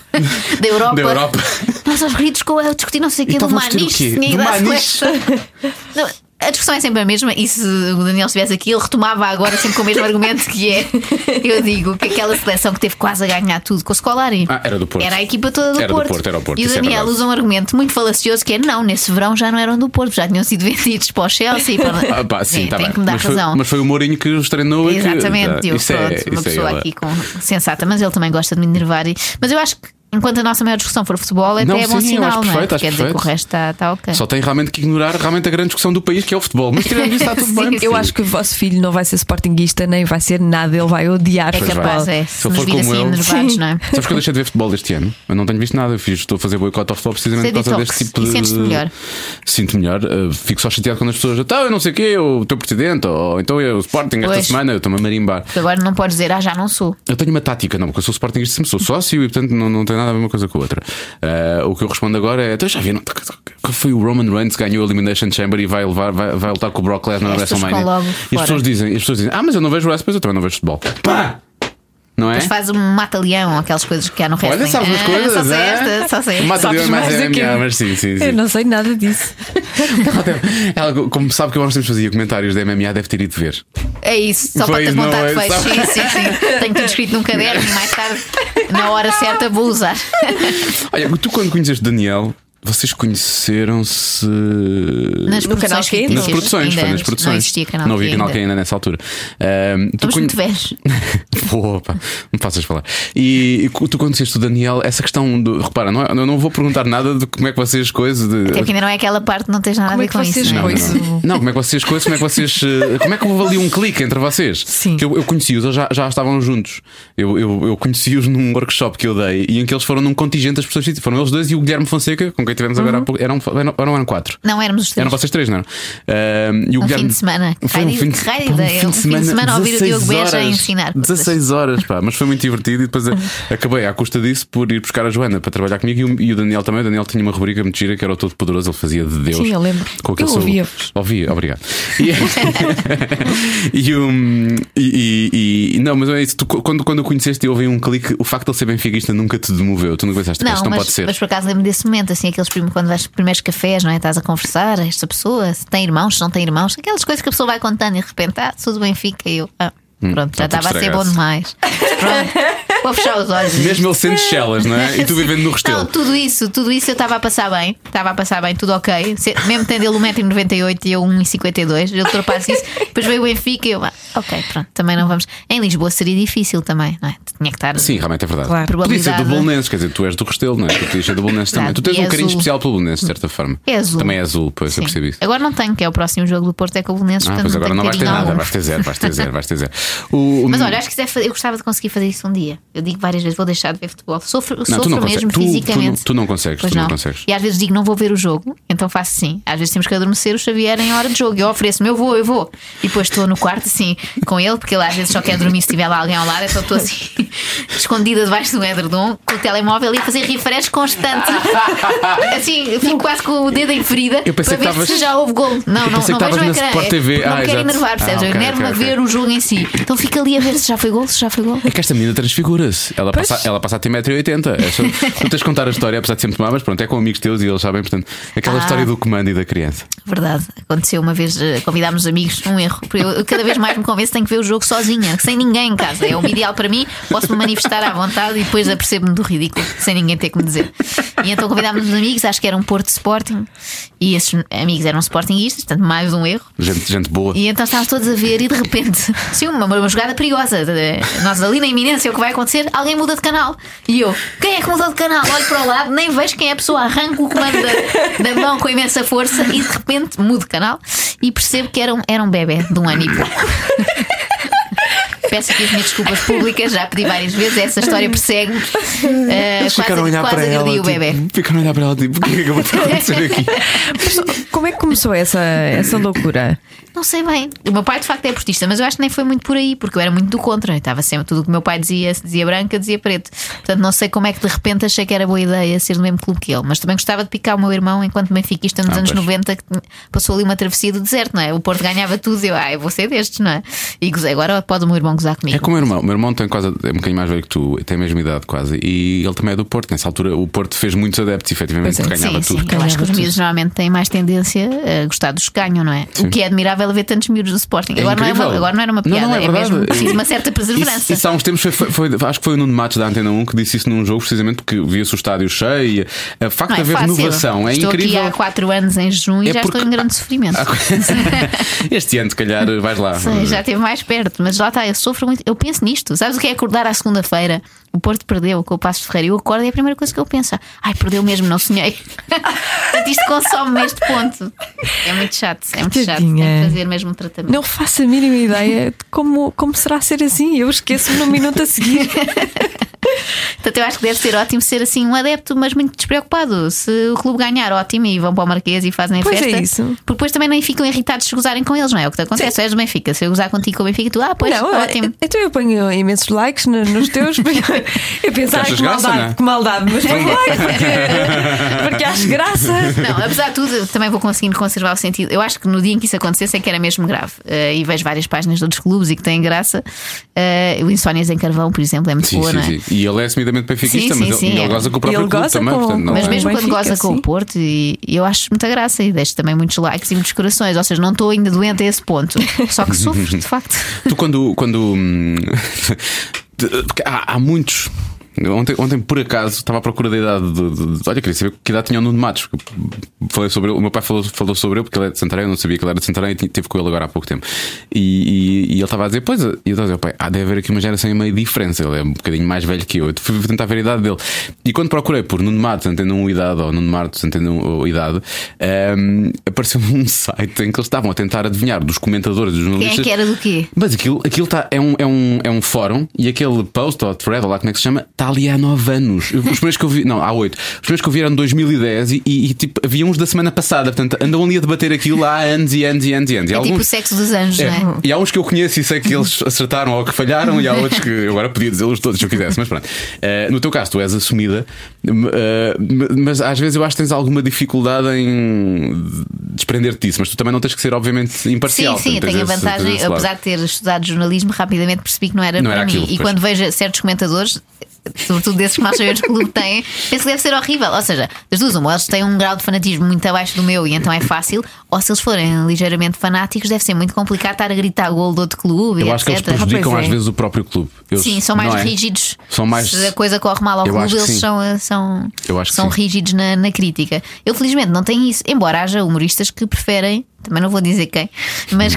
S4: da Europa.
S2: Da Europa.
S4: Nós aos gritos com a discutir não sei o
S2: E
S4: quê do
S2: estavam a discutir o quê?
S4: Maniche, tinha ido
S2: Do
S4: à
S2: Maniche.
S4: seleção. Não, a discussão é sempre a mesma e se o Daniel estivesse aqui, ele retomava agora sempre com o mesmo argumento que é. Eu digo que aquela seleção que teve quase a ganhar tudo com o Scolari.
S2: Ah, era do Porto.
S4: Era a equipa toda do
S2: Era do
S4: Porto.
S2: Porto, era o Porto,
S4: E o
S2: isso é
S4: Daniel
S2: verdade.
S4: usa um argumento muito falacioso que é: não, nesse verão já não eram do Porto, já tinham sido vendidos para o Chelsea. Para...
S2: Ah, pá, sim,
S4: É,
S2: tá
S4: tem
S2: bem.
S4: que me dar
S2: mas,
S4: razão.
S2: Foi, mas foi o Mourinho que os treinou e que-
S4: Exatamente,
S2: tá.
S4: eu
S2: Isso é-
S4: pronto, uma
S2: isso é
S4: pessoa
S2: ela.
S4: aqui com sensata, mas ele também gosta de me enervar. e- Mas eu acho que enquanto a nossa maior discussão for futebol, até
S2: Não,
S4: é
S2: sim,
S4: bom
S2: eu
S4: sinal,
S2: acho
S4: não é?
S2: perfeito, acho
S4: Quer dizer que o
S2: perfeito.
S4: resto está tá ok.
S2: Só tem realmente que ignorar realmente a grande discussão do país que é o futebol. Mas tirando isso, está tudo
S4: Sim,
S2: bem.
S4: sim.
S3: Eu acho que o vosso filho não vai ser sportinguista, nem vai ser nada, ele vai odiar
S4: É
S2: Pois
S3: futebol.
S4: capaz,
S2: vai.
S4: é.
S2: Se
S4: Se,
S2: eu
S4: nos
S2: for
S4: vir
S2: como
S4: assim
S2: ele-
S4: enervados, não é?
S2: Sabes que eu deixei de ver futebol este ano? Eu não tenho visto nada. Eu fiz, estou a fazer boicote ao futebol precisamente
S4: Você
S2: por causa
S4: detox.
S2: deste tipo
S4: E
S2: de.
S4: sentes-te melhor?
S2: Sinto melhor. Uh, fico só chateado quando as pessoas. Tá, eu não sei o quê, o teu presidente, ou então eu, o Sporting esta
S4: Pois.
S2: semana, eu estou-me a marimbar.
S4: Porque Agora não podes dizer, ah, já não sou.
S2: Eu tenho uma tática, não, porque eu sou Sportingista, sempre sou sócio e portanto não, não tem nada a ver uma coisa com a outra. Uh, o que eu respondo agora é: então já viram? que Foi o Roman Reigns que ganhou a Elimination Chamber e vai levar, vai, vai lutar com o Brock Lesnar na
S4: As pessoas
S2: WrestleMania.
S4: ficam logo
S2: E as
S4: fora.
S2: pessoas dizem, e as pessoas dizem: ah, mas eu não vejo wrestling, mas eu também não vejo futebol. Pá! Não é?
S4: Mas faz um mata-leão, aquelas coisas que há no resto.
S2: Olha, sabes umas coisas.
S4: Só sei
S2: é?
S4: esta, só sei esta.
S2: Mata
S3: Sabes
S2: leão, mas
S3: mais
S2: é
S3: do que eu.
S2: melhor, mas sim, sim,
S3: Eu
S2: sim.
S3: não sei nada disso.
S2: Ela, como sabe que eu há uns tempos fazia comentários da MMA, deve ter ido ver.
S4: É isso, só
S2: Pois
S4: para ter
S2: não,
S4: vontade
S2: é
S4: feito.
S2: só-
S4: Sim, sim, sim. Tenho tudo escrito num caderno e mais tarde, na hora certa, vou usar.
S2: Olha, tu quando conheceste Daniel, vocês conheceram-se.
S4: Nas
S3: No Canal é
S4: produções
S3: Q?
S4: fictícias.
S2: Nas produções,
S4: Ainda
S2: foi nas
S4: antes.
S2: produções.
S4: Não existia canal
S2: Não
S4: Q
S2: havia canal que
S4: ainda.
S2: ainda nessa altura. Ahm, tu
S4: Estamos
S2: conhe-
S4: muito velhos.
S2: Opa, não me faças falar. E, e tu conheceste o Daniel, essa questão do. Repara, não, é- eu não vou perguntar nada de como é que vocês coisas. De,
S4: Até que ainda não é aquela parte, não tens nada
S3: Como
S4: a
S3: é
S4: ver
S3: que
S4: com
S3: vocês
S4: isso.
S2: Não,
S4: não é?
S3: Pois
S2: não, não. Não, como é que vocês coisas, como é que vocês. eh, Como é que houve ali um clique entre vocês?
S3: Sim.
S2: Que eu, eu conheci-os, eles já, já estavam juntos. Eu, eu, eu conheci-os num workshop que eu dei e em que eles foram num contingente das pessoas. Foram eles dois e o Guilherme Fonseca, com quem tivemos agora há
S3: Uhum.
S2: pouco. Eram, eram, eram, eram quatro.
S4: Não éramos os três.
S2: Eram vocês três, não eram? Ahm, e o
S4: Um
S2: Guilherme-
S4: fim de semana. Que
S2: Foi um
S4: raio-
S2: fim de,
S4: que raio de
S2: pá, um
S4: ideia.
S2: fim de semana,
S4: a ouvir o
S2: 16
S4: Diogo Beja a
S2: horas.
S4: ensinar coisas.
S2: 16 horas, pá, mas foi muito divertido e depois eh, acabei à custa disso por ir buscar a Joana para trabalhar comigo e o, e o Daniel também. O Daniel tinha uma rubrica muito gira que era o Todo Poderoso, ele fazia de Deus.
S3: Sim, eu lembro.
S2: Com aquele
S3: Eu
S2: seu-
S3: ouvia-vos.
S2: Ouvia, obrigado. E, e, um, e, e- e- não, mas é isso. Tu, quando, quando o conheceste e houve um clique, o facto de ele ser benfiquista nunca te demoveu. Tu nunca pensaste, "Pá,
S4: Não,
S2: isto não
S4: mas,
S2: pode ser.
S4: mas por acaso lembro desse momento, assim, aqueles primeiros, quando vais aos primeiros cafés, não é? Estás a conversar, esta pessoa, se tem irmãos, se não tem irmãos, aquelas coisas que a pessoa vai contando e de repente, ah, sou do Benfica e eu, ah, pronto, já
S2: tá tudo
S4: estava a ser bom
S2: estragado.
S4: demais. Pronto, vou fechar os olhos.
S2: Mesmo ele sendo chelas, não é? E tu vivendo no
S4: Não,
S2: restelo.
S4: tudo isso, tudo isso eu estava a passar bem, estava a passar bem, tudo ok. Se- mesmo tendo ele 1,98m e eu 1,52m, eu ultrapasso isso. Depois veio o Benfica e eu, ah, ok, pronto, também não vamos. Em Lisboa seria difícil também, não é? Tinha que estar.
S2: Sim, realmente é verdade.
S3: Claro.
S2: Podia ser do
S4: Probabilidade.
S2: Bolonenses, quer dizer, tu és do Restelo, não é? Tu podias ser do Bolonenses também.
S4: Verdade.
S2: Tu tens
S4: E
S2: um
S4: é
S2: carinho
S4: azul.
S2: especial pelo Bolonenses, de certa forma.
S4: É azul.
S2: Também é azul, pois, eu
S4: Sim.
S2: percebi isso.
S4: Agora não tenho, que é o próximo jogo do Porto é com o Belenenses,
S2: Ah,
S4: portanto
S2: pois
S4: não
S2: agora
S4: tenho
S2: não vais ter
S4: carinho
S2: nada,
S4: algum.
S2: vais ter zero, vais ter zero, vais ter zero. O, o-
S4: é Mas olha, acho que se deve fazer- eu gostava de conseguir fazer isso um dia. Eu digo várias vezes, vou deixar de ver futebol. Sofro,
S2: Não, tu
S4: sofro
S2: não
S4: mesmo
S2: consegues. Tu-
S4: fisicamente.
S2: tu- tu não consegues,
S4: Pois
S2: tu não consegues.
S4: E às vezes digo, não vou ver o jogo, então faço assim. Às vezes temos que adormecer o Xavier em hora de jogo. Eu ofereço-me, eu vou, eu vou. E depois estou no quarto assim com ele, porque ele às vezes só quer dormir se tiver lá alguém ao lado. Então estou assim, escondida debaixo de um edredom, com o telemóvel e a fazer refresh constante. Assim, fico quase com o dedo em ferida
S2: Eu pensei
S4: para ver
S2: que estavas-
S4: se já houve gol. Não,
S2: Eu
S4: não,
S2: pensei
S4: não
S2: que
S4: vejo o
S2: estavas na
S4: ecrã.
S2: Sport
S4: É
S2: TV.
S4: porque Não
S2: Ah,
S4: quero
S2: exato.
S4: enervar, percebes?
S2: Ah,
S4: Eu
S2: ok,
S4: enervo-me
S2: ok,
S4: a ver
S2: ok.
S4: o jogo em si. Então fica ali a ver se já foi gol, se já foi gol.
S2: É que esta menina transfigura-se. Ela passa, ela passa a ter 1,80m. É só- tu tens de contar a história, apesar de sempre tomar, mas pronto, é com amigos teus e eles sabem, portanto, aquela
S4: Ah.
S2: história do comando e da criança.
S4: Verdade, aconteceu uma vez, eh, convidámos os amigos, um erro. Porque Eu, eu cada vez mais me convenço que tenho que ver o jogo sozinha, sem ninguém em casa. É um ideal para mim, posso me manifestar à vontade e depois apercebo-me do ridículo, sem ninguém ter que me dizer. E então convidámos os amigos, acho que era um Porto Sporting, e esses amigos eram Sportingistas, portanto, mais um erro.
S2: Gente, gente boa.
S4: E então estávamos todos a ver e de repente, sim, uma, uma jogada perigosa. Eh, Nós ali na iminência, o que vai acontecer? Alguém muda de canal. E eu, quem é que mudou de canal? Olho para o lado, nem vejo quem é a pessoa, arranco o comando da, da mão com imensa força e de repente mudo de canal e percebo que era um, era um bebê de um ano e pouco. Peço aqui as minhas desculpas públicas, já pedi várias vezes, essa história persegue-me. Eh,
S2: Eles
S4: quase
S2: ficaram a olhar
S4: quase
S2: para ela.
S4: agredi o bebê.
S2: Tipo, ficaram a olhar para ela, tipo, o que é que acabou de acontecer aqui?
S3: Como é que começou essa, essa loucura?
S4: Não sei bem. O meu pai de facto é portista, mas eu acho que nem foi muito por aí, porque eu era muito do contra. Eu estava sempre tudo o que o meu pai dizia, se dizia branca, dizia preto. Portanto, não sei como é que de repente achei que era boa ideia ser do mesmo clube que ele. Mas também gostava de picar o meu irmão enquanto benfiquista nos
S2: Ah,
S4: anos
S2: pois.
S4: 90, que tinha- passou ali uma travessia do deserto, não é? O Porto ganhava tudo, eu, ah, eu vou ser destes, não é? E gozei, agora pode o meu irmão gozar comigo.
S2: É como o meu irmão. O meu irmão tem quase, é um bocadinho mais velho que tu, tem a mesma idade quase. E ele também é do Porto. Nessa altura, o Porto fez muitos adeptos, efetivamente,
S3: Pois é.
S2: ganhava
S4: sim,
S2: tudo.
S4: Sim, eu acho que os miúdos normalmente têm mais tendência a gostar dos que ganham, não é? O que é admirável é ver tantos miúdos do Sporting.
S2: É
S4: agora, não é uma,
S2: incrível.
S4: agora não era uma
S2: Não,
S4: piada,
S2: não, é
S4: é, mesmo
S2: verdade.
S4: preciso uma certa perseverança.
S2: Isso, isso há uns tempos foi, foi- foi- acho que foi o Nuno Matos da Antena 1 que disse isso num jogo, precisamente porque via-se o estádio cheio. e A facto
S4: Não
S2: de
S4: é
S2: haver
S4: fácil.
S2: renovação é
S4: estou
S2: incrível.
S4: aqui há 4 anos em junho e
S2: É
S4: já
S2: porque- Ah,
S4: estou em grande sofrimento.
S2: este ano, se calhar, vais lá.
S4: Sei, já esteve mais perto, mas lá está, eu sofro muito. Eu penso nisto. Sabes o que é acordar à segunda-feira? O Porto perdeu com o Passo de Ferreira. Eu acordo e é a primeira coisa que eu penso. Ai, perdeu mesmo, não sonhei. Portanto, isto consome-me neste ponto. É muito chato, é muito chato. Tem
S3: Tadinha.
S4: que fazer mesmo um tratamento.
S3: Não faço a mínima ideia de como, como será ser assim. Eu esqueço-me no minuto a seguir.
S4: Portanto, eu acho que deve ser ótimo ser assim um adepto, mas muito despreocupado. Se o clube ganhar, ótimo, e vão para o Marquês e fazem a
S3: Pois é
S4: festa.
S3: isso.
S4: Porque depois também nem ficam irritados se gozarem com eles, não é? O que te acontece? Tu és do Benfica. Se eu gozar contigo com o Benfica, tu, ah, pois,
S3: Não, é-
S4: ótimo.
S3: Então eu ponho imensos likes no- nos teus. porque Eu penso, ai,
S2: achas
S3: que
S2: graça,
S3: maldade,
S2: não é?
S3: que maldade. Mas vou
S4: é.
S3: like porque, porque acho graça.
S4: Não, apesar de tudo, eu também vou conseguindo conservar o sentido. Eu acho que no dia em que isso acontecesse é que era mesmo grave. Eh, e vejo várias páginas de outros clubes e que têm graça. Eh, o Insónias em Carvão, por exemplo, é muito
S2: Sim,
S4: boa,
S2: sim,
S4: não é?
S2: sim. E ele é assumidamente benfiquista,
S4: Sim,
S2: mas
S4: sim,
S2: ele,
S4: sim,
S2: ele
S4: é.
S2: goza com o próprio
S3: Ele
S2: clube
S3: goza
S2: também.
S3: com-
S2: portanto, não
S4: Mas
S2: é-
S4: mesmo quando
S3: Benfica,
S4: goza com
S3: sim.
S4: o Porto, e e eu acho muita graça e deixo também muitos likes e muitos corações. Ou seja, não estou ainda doente a esse ponto. Só que sofro, de facto.
S2: Tu quando. quando hum, porque há, há muitos. Ontem, ontem, por acaso, estava à procura da idade de, de- de- Olha, queria saber que idade tinha o Nuno Matos. porque Falei sobre ele, o meu pai falou, falou sobre ele porque ele é de Santarém, eu não sabia que ele era de Santarém e ti- tive com ele agora há pouco tempo. E, e- e ele estava a dizer: Pois, e eu estava a dizer, pai, há de haver aqui uma geração e meio de diferença. Ele é um bocadinho mais velho que eu. Eu fui tentar ver a idade dele. E quando procurei por Nuno Matos, entendo um idade, ou Nuno Matos, entendo um idade, hum, apareceu-me um site em que eles estavam a tentar adivinhar dos comentadores e dos
S4: Quem é
S2: jornalistas.
S4: que era do quê?
S2: Mas aquilo, aquilo tá, é, um, é, um, é um fórum e aquele post ou thread, ou lá como é que se chama, está ali há 9 anos. Os primeiros que eu vi, não, há 8. Os primeiros que eu vi eram 2010 e, e, e, tipo, havia uns da semana passada. Portanto, andam ali a debater aquilo há anos e anos e anos e anos. E
S4: É tipo o
S2: alguns-
S4: sexo dos anjos,
S2: é.
S4: não é?
S2: E há uns que eu conheço e sei que eles acertaram ou que falharam, e há outros que eu agora podia dizê-los todos se eu quisesse, mas pronto. Eh, no teu caso, tu és assumida, m- eh, m- mas às vezes eu acho que tens alguma dificuldade em desprender-te disso, mas tu também não tens que ser, obviamente, imparcial.
S4: Sim, sim, eu
S2: Portanto,
S4: tenho a
S2: tens esse-
S4: vantagem,
S2: tens esse lado.
S4: apesar de ter estudado jornalismo, rapidamente percebi que não era
S2: Não
S4: para
S2: era
S4: mim.
S2: aquilo,
S4: e
S2: pois.
S4: quando vejo certos comentadores, sobretudo desses que nós sabemos que o clube tem, penso que deve ser horrível. Ou seja, das duas, uma, eles têm um grau de fanatismo muito abaixo do meu e então é fácil, ou se eles forem ligeiramente fanáticos, deve ser muito complicado estar a gritar gol do outro clube,
S2: Eu
S4: e
S2: acho que eles
S4: etc.
S2: prejudicam
S3: Ah, pois
S2: às
S3: é.
S2: vezes o próprio clube. Eu-
S4: Sim, são mais
S2: não é?
S4: rígidos.
S2: São mais-
S4: Se a coisa corre mal ao
S2: Eu acho
S4: clube,
S2: que
S4: eles
S2: sim.
S4: são, eh, são,
S2: Eu acho que
S4: são
S2: sim.
S4: rígidos na, na crítica. Eu, felizmente, não tenho isso. Embora haja humoristas que preferem também não vou dizer quem, mas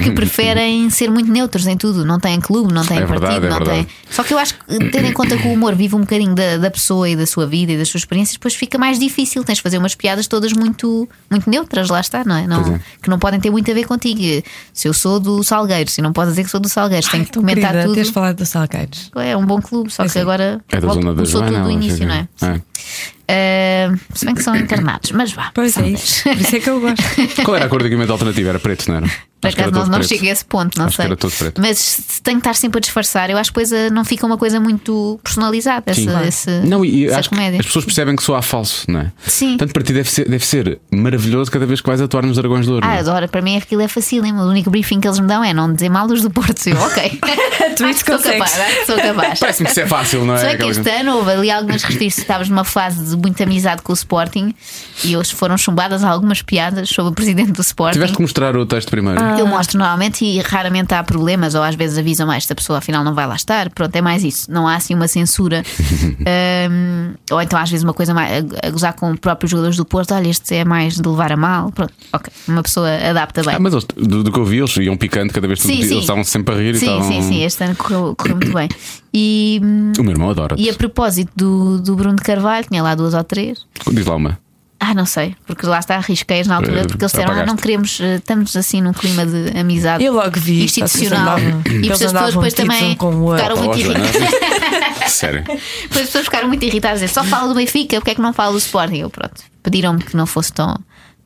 S4: que preferem ser muito neutros em tudo. Não têm clube, não têm
S2: É verdade,
S4: partido,
S2: é
S4: não
S2: verdade.
S4: têm. Só que eu acho que ter em conta que o humor vive um bocadinho da, da pessoa e da sua vida e das suas experiências, depois fica mais difícil. Tens de fazer umas piadas todas muito, muito neutras, lá está, não é? Não,
S2: Pois é.
S4: Que não podem ter muito a ver contigo. Se eu sou do Salgueiros, se não podes dizer que sou do Salgueiros, tenho que
S3: Então,
S4: comentar
S3: querida,
S4: tudo.
S3: Tens falado dos Salgueiros.
S4: É um bom clube, só que
S3: sim.
S4: agora
S2: É da
S4: logo
S2: zona da
S4: começou
S2: Joana.
S4: tudo do
S2: ou
S4: início, não é?
S2: assim.
S4: Eh, se bem que são encarnados, mas vá.
S3: Pois é
S4: são
S3: isso. Por isso é que eu gosto.
S2: É. Qual era a cor do equipamento alternativo? Era preto, não era?
S4: Por
S2: Acho que era
S4: acaso não,
S2: todo
S4: não
S2: preto.
S4: chega a esse ponto, não
S2: Acho que
S4: sei.
S2: era todo preto.
S4: Mas se tenho que estar sempre a disfarçar. Eu acho que depois eh, não fica uma coisa muito personalizada
S2: Sim.
S4: essa, esse,
S2: Não, e e
S4: essa
S2: acho que
S4: comédia.
S2: as pessoas percebem que soa falso, não é?
S4: Sim.
S2: Tanto para ti deve ser, deve ser maravilhoso cada vez que vais atuar nos Dragões de Ouro. não
S4: Ah,
S2: é?
S4: adoro, para mim aquilo é facílimo. O único briefing que eles me dão é não dizer mal os do Porto. Eu, ok.
S3: Tu
S4: Acho
S3: isso
S4: que sou
S3: consegues.
S4: capaz, acho que sou capaz.
S2: Parece-me que isso é fácil, não é?
S4: Só que
S2: Aquela
S4: este
S2: gente-
S4: ano houve ali algumas restrições. Estavas numa fase de muita amizade com o Sporting e hoje foram chumbadas algumas piadas sobre o presidente do Sporting.
S2: Tiveste que mostrar o texto primeiro.
S4: que Eu mostro normalmente e raramente há problemas, ou às vezes avisam mais se a pessoa afinal não vai lá estar. Pronto, é mais isso. Não há assim uma censura. Ahm, ou então às vezes uma coisa mais, a, a gozar com os próprios jogadores do Porto. Olha, este é mais de levar a mal. Pronto, ok. Uma pessoa adapta bem.
S2: Ah, mas eles- do, do que eu vi, eles iam picando cada vez que
S4: Sim,
S2: eles
S4: sim.
S2: estavam sempre a rir e
S4: sim,
S2: estavam.
S4: sim, sim. Este ano correu, correu muito bem. E, hum,
S2: O meu irmão adora.
S4: e a propósito do, do Bruno de Carvalho, tinha lá duas ou três.
S2: Diz lá uma.
S4: Ah, não sei, porque lá está arrisquei na altura,
S2: Eh,
S4: porque eles disseram, ah,
S2: apagaste.
S4: não queremos, eh, estamos assim num clima de amizade
S3: Eu logo vi isto,
S4: institucional.
S3: eles andavam-
S4: e
S3: eles
S4: depois as pessoas
S3: andavam
S4: depois
S3: metidos
S4: também
S3: um com o outro.
S4: ficaram muito
S2: Oh, Joana.
S4: irritadas.
S2: Sério.
S4: Depois as pessoas ficaram muito irritadas, dizendo, só fala do Benfica, porque é que não fala do Sporting? Eu, pronto, pediram-me que não fosse tão.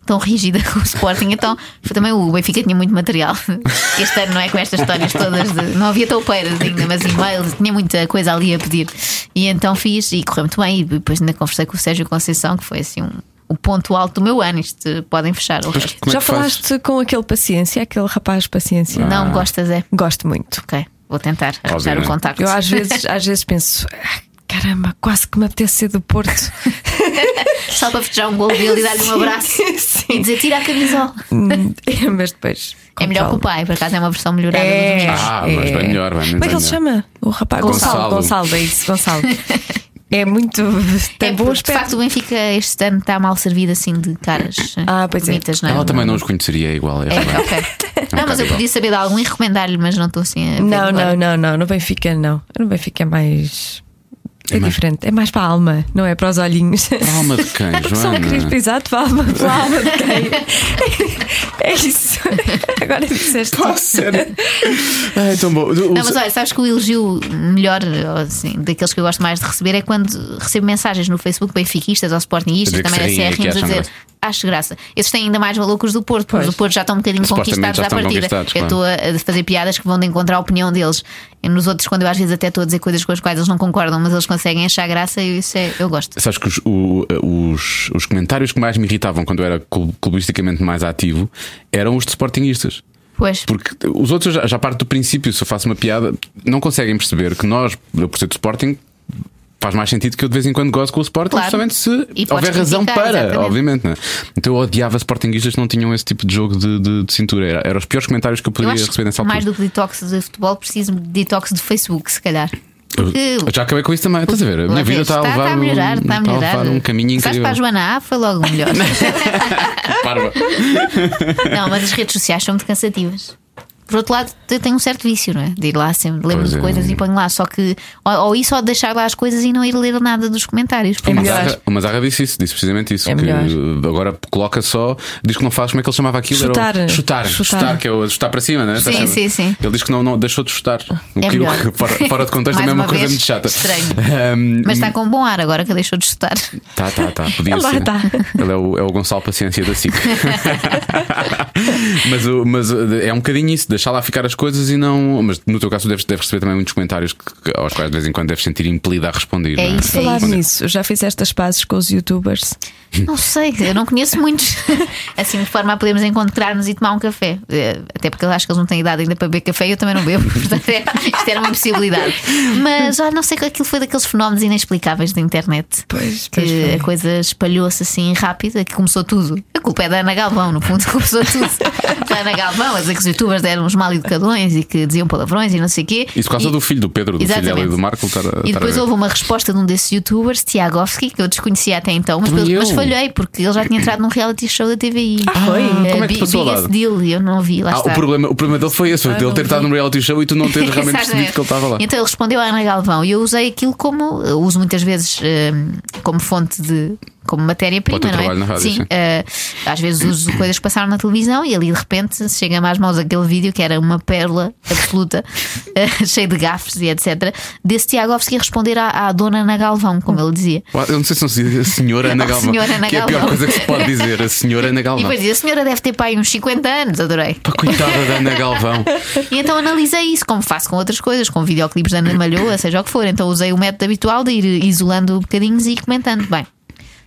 S4: Tão rígida com o Sporting, então foi também o Benfica tinha muito material. Este ano não é com estas histórias todas de. Não havia toupeiras ainda, mas e-mails, tinha muita coisa ali a pedir. E então fiz e correu muito bem. E depois ainda conversei com o Sérgio Conceição, que foi assim um, o ponto alto do meu ano. Isto podem fechar o resto.
S2: Como é
S3: Já
S2: que fazes?
S3: falaste com aquele paciência, aquele rapaz paciência?
S4: Não gostas, é?
S3: Gosto muito.
S4: Ok, vou tentar arranjar o
S2: Obviamente.
S4: contacto.
S3: Eu às vezes, às vezes penso, "Ah, caramba, quase que me apetece ser do Porto.
S4: Só para festejar um gol dele e dar-lhe um abraço e dizer tira a camisola.
S3: Hum, Mas depois.
S4: É melhor que o pai, por acaso é uma versão melhorada dos
S3: É,
S4: meus.
S2: Ah, mas bem melhor, bem
S3: Como é que
S2: melhor.
S3: ele se chama? O rapaz
S2: Gonçalo.
S3: Gonçalo. Gonçalo, é isso, Gonçalo. É muito. Tem
S4: É
S3: bom
S4: porque, de
S3: aspecto.
S4: facto o Benfica este ano está mal servido assim de caras
S3: Ah, pois é.
S4: bonitas, não é?
S2: Ela também não os conheceria igual.
S4: É,
S2: ela. é
S4: ok. não, mas eu
S2: igual.
S4: podia saber de algum e recomendar-lhe, mas não estou assim a ver
S3: Não,
S4: agora.
S3: não, não, não. No Benfica, não. No Benfica é mais. É,
S2: mais-
S3: diferente. É mais para a alma, não é para os olhinhos.
S2: Alma de é, quem,
S3: É, Só um
S2: Joana?
S3: querias pisar para a alma, para a alma de quem? É isso. Agora disseste.
S2: Pá, sério. Ah, é tão bom. O- o-
S4: Não, mas olha, sabes que o elogio melhor, ou assim, daqueles que eu gosto mais de receber, é quando recebo mensagens no Facebook benfiquistas ou
S2: A
S4: sportinguistas,
S2: dizer que
S4: também da
S2: se riem e que
S4: CRMs, a
S2: acham
S4: dizer
S2: graça.
S4: acho graça. Esses têm ainda mais valor que os do Porto, porque os do Porto já estão um bocadinho
S2: Supostamente
S4: conquistados
S2: já
S4: à
S2: estão
S4: partida.
S2: conquistados,
S4: Eu
S2: claro.
S4: estou a a fazer piadas que vão de encontrar a opinião deles. E nos outros, quando eu às vezes até estou a dizer coisas com as quais eles não concordam, mas eles conseguem achar graça, e isso é, eu gosto.
S2: Sabes que os, o- os, os comentários que mais me irritavam quando eu era clu- clubisticamente mais ativo eram os de sportinguistas.
S4: Pois.
S2: Porque os outros já, já parte do princípio, se eu faço uma piada, não conseguem perceber que nós, eu por ser do Sporting, faz mais sentido que eu de vez em quando gosto com o Sporting,
S4: Claro.
S2: justamente se
S4: E podes
S2: houver razão
S4: criticar,
S2: para,
S4: exatamente.
S2: obviamente. não é? Então eu odiava Sportinguistas que não tinham esse tipo de jogo de, de- de cintura. Era, era os piores comentários que eu
S4: Eu
S2: poderia
S4: acho
S2: receber nessa
S4: que
S2: altura.
S4: mais do que detox de futebol, preciso de detox de Facebook, se calhar. Porque
S2: Eu já acabei com isso também, estás a ver? A
S4: Lá
S2: minha vida
S4: vês,
S2: está a levar,
S4: está Tá, a melhorar,
S2: um,
S4: está a
S2: está
S4: melhorar.
S2: levar um caminho
S4: Sabes
S2: incrível.
S4: para a Joana A foi logo melhor.
S2: Parva.
S4: não, mas as redes sociais são muito cansativas. Por outro lado, eu tenho um certo vício, não é? De ir lá sempre, lembro
S2: Pois
S4: de
S2: é.
S4: coisas e ponho lá. Só que, ou, ou isso, ou deixar lá as coisas e não ir ler nada dos comentários.
S2: O
S4: Porque- é
S3: melhor.
S2: Mazarra, o Mazarra disse isso, disse precisamente isso.
S3: É
S2: que
S3: melhor.
S2: agora coloca só, diz que não faz, como é que ele chamava aquilo? Era o-
S3: Chutar.
S2: chutar, chutar,
S3: Chutar.
S2: que é o chutar para cima, né?
S4: Sim,
S2: Estás a ver?
S4: sim, sim. É
S2: Ele diz que não, não deixou de chutar. O que-
S4: melhor.
S2: o que- fora, fora de contexto
S4: Mais
S2: também é uma
S4: uma
S2: coisa
S4: vez,
S2: muito chata.
S4: estranho.
S2: Ahm,
S4: mas tá. está com bom ar agora que deixou de chutar.
S2: Tá, tá, tá. Podia
S3: Ele lá
S2: ser.
S3: tá.
S2: Ele é o, é o Gonçalo Paciência da SIC. mas, o- mas é um bocadinho isso, deixar lá ficar as coisas e não. Mas no teu caso, deves, deves receber também muitos comentários que- que- aos quais de vez em quando deves sentir impelida a responder.
S4: É
S2: não
S4: isso, é
S3: Falar
S4: isso.
S3: nisso, já fiz estas pazes com os youtubers.
S4: Não sei, eu não conheço muitos. Assim, de forma a podermos encontrar-nos e tomar um café. Eh, Até porque eu acho que eles não têm idade ainda para beber café e eu também não bebo. Portanto, é, isto era uma possibilidade. Mas, olha, não sei, aquilo foi daqueles fenómenos inexplicáveis da internet.
S3: Pois, pois
S4: Que
S3: foi.
S4: a coisa espalhou-se assim rápido, é que começou tudo. A culpa é da Ana Galvão, no fundo, começou tudo. Foi a Ana Galvão, a dizer que os youtubers deram uns mal educadões e que diziam palavrões e não sei o quê.
S2: Isso por causa
S4: E-
S2: do filho do Pedro, do filho dela e do Marco. estar a-
S4: e
S2: estar a
S4: depois
S2: ver.
S4: houve uma resposta de um desses youtubers, Tiagovski, que eu desconhecia até então, mas,
S2: Também
S4: pelo- mas
S2: eu.
S4: falhei, porque ele já tinha entrado num reality show da TVI.
S3: Ah, foi?
S4: Eh,
S2: Como é que
S4: Bi-
S2: passou ao
S4: Biggest
S2: lado?
S4: Deal, e eu não vi, lá
S2: Ah,
S4: está. Ah,
S2: o problema, o problema dele foi esse, foi dele
S3: não
S2: ter estado
S3: vi.
S2: no reality show e tu não teres realmente percebido
S4: Exatamente.
S2: que ele estava lá.
S4: Então ele respondeu à Ana Galvão e eu usei aquilo como, eu uso muitas vezes hum, como fonte de. como matéria-prima,
S2: Para o teu
S4: não é?
S2: trabalho na rádio,
S4: sim,
S2: sim.
S4: eh, às vezes uso coisas que passaram na televisão e ali de repente chega mais mãos aquele vídeo que era uma pérola absoluta, eh, cheio de gafes e etc. Desse Tiagovski responder à, à dona Ana Galvão, como
S2: Hum.
S4: ele dizia.
S2: Uau, Eu não sei se não se diz a senhora Ana
S4: A
S2: Galvão.
S4: senhora Ana
S2: que é a pior
S4: Galvão.
S2: coisa que se pode dizer, a senhora Ana
S4: E
S2: Galvão.
S4: depois dizia: a senhora deve ter pai uns 50 anos, adorei.
S2: Pá, coitada da Ana Galvão.
S4: E então analisei isso, como faço com outras coisas, com videoclipes da Ana Malhoa, seja o que for. Então usei o método habitual de ir isolando bocadinhos e ir comentando. Bem,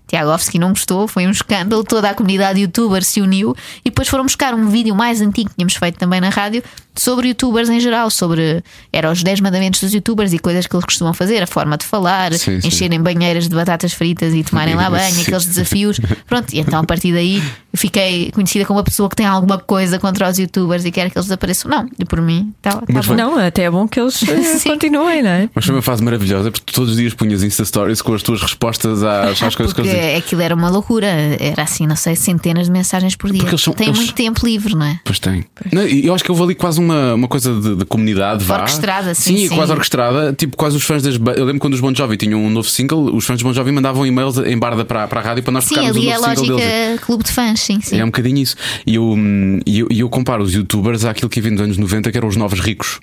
S4: Tiagovski não gostou, foi um escândalo. Toda a comunidade youtuber se uniu e depois foram buscar um vídeo mais antigo que tínhamos feito também na rádio sobre youtubers em geral, sobre eram os 10 mandamentos dos youtubers e coisas que eles costumam fazer, a forma de falar,
S2: Sim, sim.
S4: encherem banheiras de batatas fritas e tomarem lá banho,
S2: Sim.
S4: aqueles desafios. Pronto, e então a partir daí fiquei conhecida como uma pessoa que tem alguma coisa contra os youtubers e quer que eles apareçam. Não, e por mim, tá, tá
S2: Mas
S4: bom.
S2: foi-
S3: Não, até é bom que eles eh,
S4: Sim.
S3: continuem, não é?
S2: Mas foi uma fase maravilhosa porque tu todos os dias punhas Insta Stories com as tuas respostas às, às coisas que
S4: Porque
S2: eles dizem.
S4: aquilo era uma loucura, era assim, não sei, centenas de mensagens por dia.
S2: Porque eles são-
S4: Tem
S2: eles-
S4: muito tempo livre, não é?
S2: Pois tem. Não, e eu acho que houve ali quase uma, uma coisa de, de comunidade, vá.
S4: Orquestrada, sim,
S2: Sim,
S4: sim.
S2: quase orquestrada. Tipo, quase os fãs das. ba- Eu lembro quando os Bon Jovi tinham um novo single, os fãs de Bon Jovi mandavam e-mails em barda para, para a rádio para nós
S4: Sim,
S2: tocarmos o
S4: ali é a
S2: novo single
S4: lógica
S2: deles.
S4: clube de fãs, sim, sim.
S2: É um bocadinho isso. E eu, hum, e eu, e eu comparo os youtubers àquilo que havia nos anos 90, que eram os novos ricos.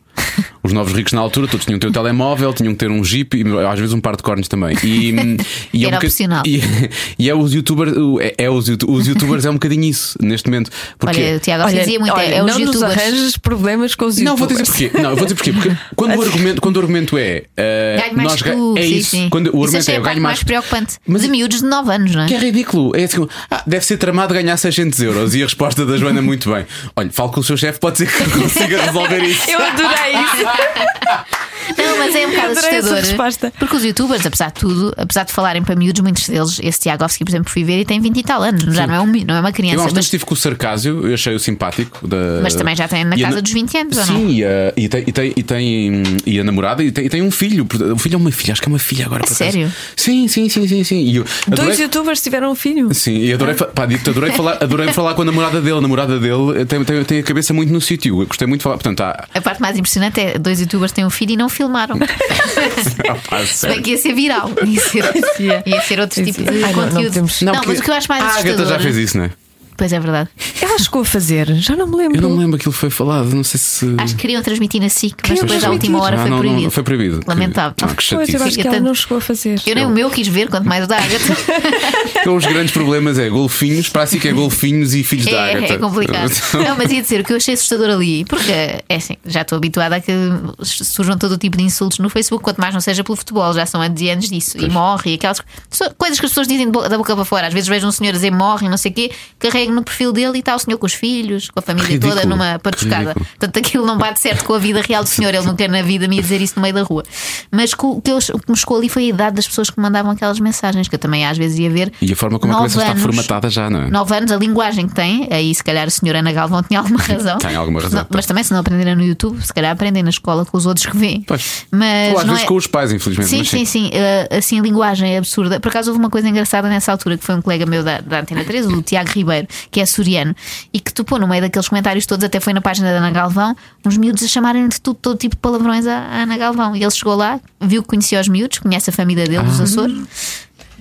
S2: Os novos ricos na altura, todos tinham que ter o telemóvel, tinham que ter um jeep e às vezes um par de cornos também. E, hum, e
S4: Era
S2: boca-
S4: opcional.
S2: E, e é os youtubers, o- é, é os, youtu- os youtubers é um bocadinho isso neste momento. Porque
S4: Olha, o Tiago dizia muito,
S3: olha,
S4: é, é os
S3: não nos
S4: youtubers.
S3: arranjas problemas com os
S2: Não,
S3: youtubers.
S2: vou dizer porquê. Não, eu vou dizer porquê. Tipo, é Porque quando o argumento, quando o argumento é. eh,
S4: Ganho mais
S2: nós
S4: que
S2: ga-
S4: tu,
S2: é
S4: sim,
S2: isso.
S4: sim.
S2: Quando o
S4: isso
S2: argumento
S4: achei
S2: é
S4: a
S2: eu
S4: parte
S2: ganho
S4: mais
S2: mais.
S4: preocupante.
S2: Mas-
S4: de miúdos de 9 anos, não é?
S2: Que é ridículo. É assim, ah, deve ser tramado ganhar 600 euros. E a resposta da Joana, é muito bem. Olha, falo com o seu chefe, pode ser que consiga resolver isso.
S3: Eu adorei isso.
S4: Não, mas é um bocado
S3: Adorei essa
S4: assustador.
S3: resposta.
S4: Porque os youtubers, apesar de tudo, apesar de falarem para miúdos, muitos deles, esse Tiagovski, por exemplo, fui ver e tem 20 e tal anos, já não é, um, mi- não é uma
S2: Eu há
S4: criança.
S2: uns tempos
S4: Mas,
S2: estive com o Sarcásio, eu achei-o simpático. da-
S4: mas também já tem na
S2: E a
S4: casa
S2: na-
S4: dos 20 anos, ou não?
S2: Sim, e, a- e tem, e, tem, e, tem, e a namorada e tem, e tem um filho. portanto, O filho é uma filha, acho que é uma filha agora. por acaso.
S4: sério?
S2: Sim, sim, sim, sim. sim. E eu
S3: Dois
S2: adorei-
S3: youtubers tiveram um filho.
S2: Sim, e adorei, fa- pá, digo-te, adorei, falar, adorei falar com a namorada dele. A namorada dele tem, tem, tem a cabeça muito no sítio. Eu gostei muito de falar. Portanto, há.
S4: A parte mais impressionante é dois youtubers têm um filho e não filmaram.
S2: Rapaz,
S4: Se bem
S2: sério.
S4: que ia ser viral. Ia ser, ia ser outro tipo de
S3: Ai, não, não
S4: conteúdo.
S3: podemos-
S4: Não,
S2: porque
S4: mas o que eu acho mais
S2: a Ah, Agatha
S4: assustador.
S2: já fez isso, não é?
S4: Pois é verdade.
S3: Ela chegou a fazer, já não me lembro.
S2: Eu não me lembro aquilo que foi falado. Não sei se.
S4: Acho que queriam transmitir na SIC, mas
S3: Queriam
S4: depois à
S3: transmitir.
S4: última hora
S2: Ah,
S4: foi
S2: não, não,
S4: proibido.
S2: foi proibido. Que-
S4: Lamentável.
S2: Ah, que
S3: Pois, eu
S2: chatice.
S3: acho que
S4: Fica
S3: ela
S4: tanto-
S3: não chegou a fazer.
S4: Eu nem o meu quis ver, quanto mais o da Agatha.
S2: Então, os grandes problemas é golfinhos, para si que é golfinhos e filhos da
S4: É,
S2: Agatha.
S4: é complicado. Não, mas ia dizer, o que eu achei assustador ali, porque é assim, já estou habituada a que surjam todo o tipo de insultos no Facebook, quanto mais não seja pelo futebol, já são antes e anos disso. E morre, e aquelas co- so- coisas que as pessoas dizem de bo- da boca para fora. Às vezes vejo um senhor a dizer morre, e não sei o quê, carrego no perfil dele e está o senhor com os filhos, com a família
S2: Ridículo.
S4: toda numa patuscada.
S2: Ridículo.
S4: Portanto, aquilo não bate certo com a vida real do senhor, ele nunca na vida me ia dizer isso no meio da rua. Mas co- o que, eu- o que me chocou ali foi a idade das pessoas que mandavam aquelas mensagens, que eu também às vezes ia ver.
S2: E a forma como a
S4: Nove
S2: cabeça está
S4: anos.
S2: formatada já, não é?
S4: 9 anos, a linguagem que tem, aí se calhar a senhora Ana Galvão tinha alguma razão.
S2: Tem alguma razão,
S4: Não,
S2: tem.
S4: mas também se não aprenderam no YouTube, se calhar aprendem na escola com os outros que vêem.
S2: Pois.
S4: Mas
S2: Ou às
S4: não
S2: vezes
S4: é-
S2: com os pais, infelizmente.
S4: Sim,
S2: mas
S4: sim, sim. Uh, assim, a linguagem é absurda. Por acaso houve uma coisa engraçada nessa altura que foi um colega meu da, da Antena 3, o Tiago Ribeiro, que é suriano, e que topou no meio daqueles comentários todos, até foi na página da Ana Galvão, uns miúdos a chamarem de tudo, todo tipo de palavrões à, à Ana Galvão. E ele chegou lá, viu que conhecia os miúdos, conhece a família dele,
S2: Ah.
S4: dos Açores.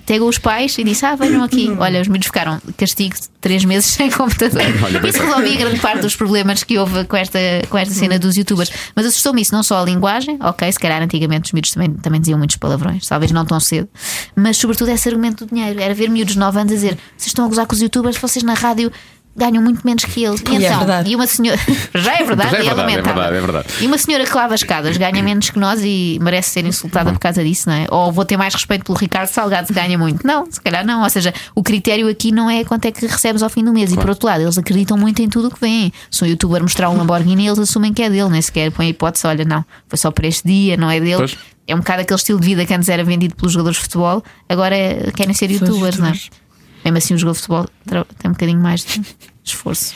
S4: Pegou os pais e disse: Ah, venham
S2: Uhum.
S4: aqui. Olha, os miúdos ficaram castigo de três meses sem computador.
S2: Olha, bem
S4: Isso resolvia grande parte dos problemas que houve com esta, com esta cena dos youtubers. Mas assustou-me isso, não só a linguagem, ok, se calhar antigamente os miúdos também, também diziam muitos palavrões, talvez não tão cedo, mas sobretudo esse argumento do dinheiro. Era ver miúdos de 9 anos a dizer: vocês estão a gozar com os youtubers, vocês na rádio. Ganham muito menos que eles. E,
S3: é
S4: então,
S3: verdade.
S4: e uma senhora. Já é verdade,
S2: Já é
S4: e
S2: verdade, é
S4: lamentável.
S2: verdade, é verdade.
S4: E uma senhora que lava escadas ganha menos que nós e merece ser insultada por causa disso, não é? Ou vou ter mais respeito pelo Ricardo Salgado se ganha muito. Não, se calhar não. Ou seja, o critério aqui não é quanto é que recebes ao fim do mês. E por outro lado, eles acreditam muito em tudo o que vem. Se um youtuber mostrar um Lamborghini, eles assumem que é dele, nem sequer põem a hipótese, olha, não, foi só para este dia, não é dele.
S2: Pois.
S4: É um bocado aquele estilo de vida que antes era vendido pelos jogadores de futebol, agora eh, querem ser youtubers, não é? Mesmo assim, o jogo de futebol tra- tem um bocadinho mais de esforço.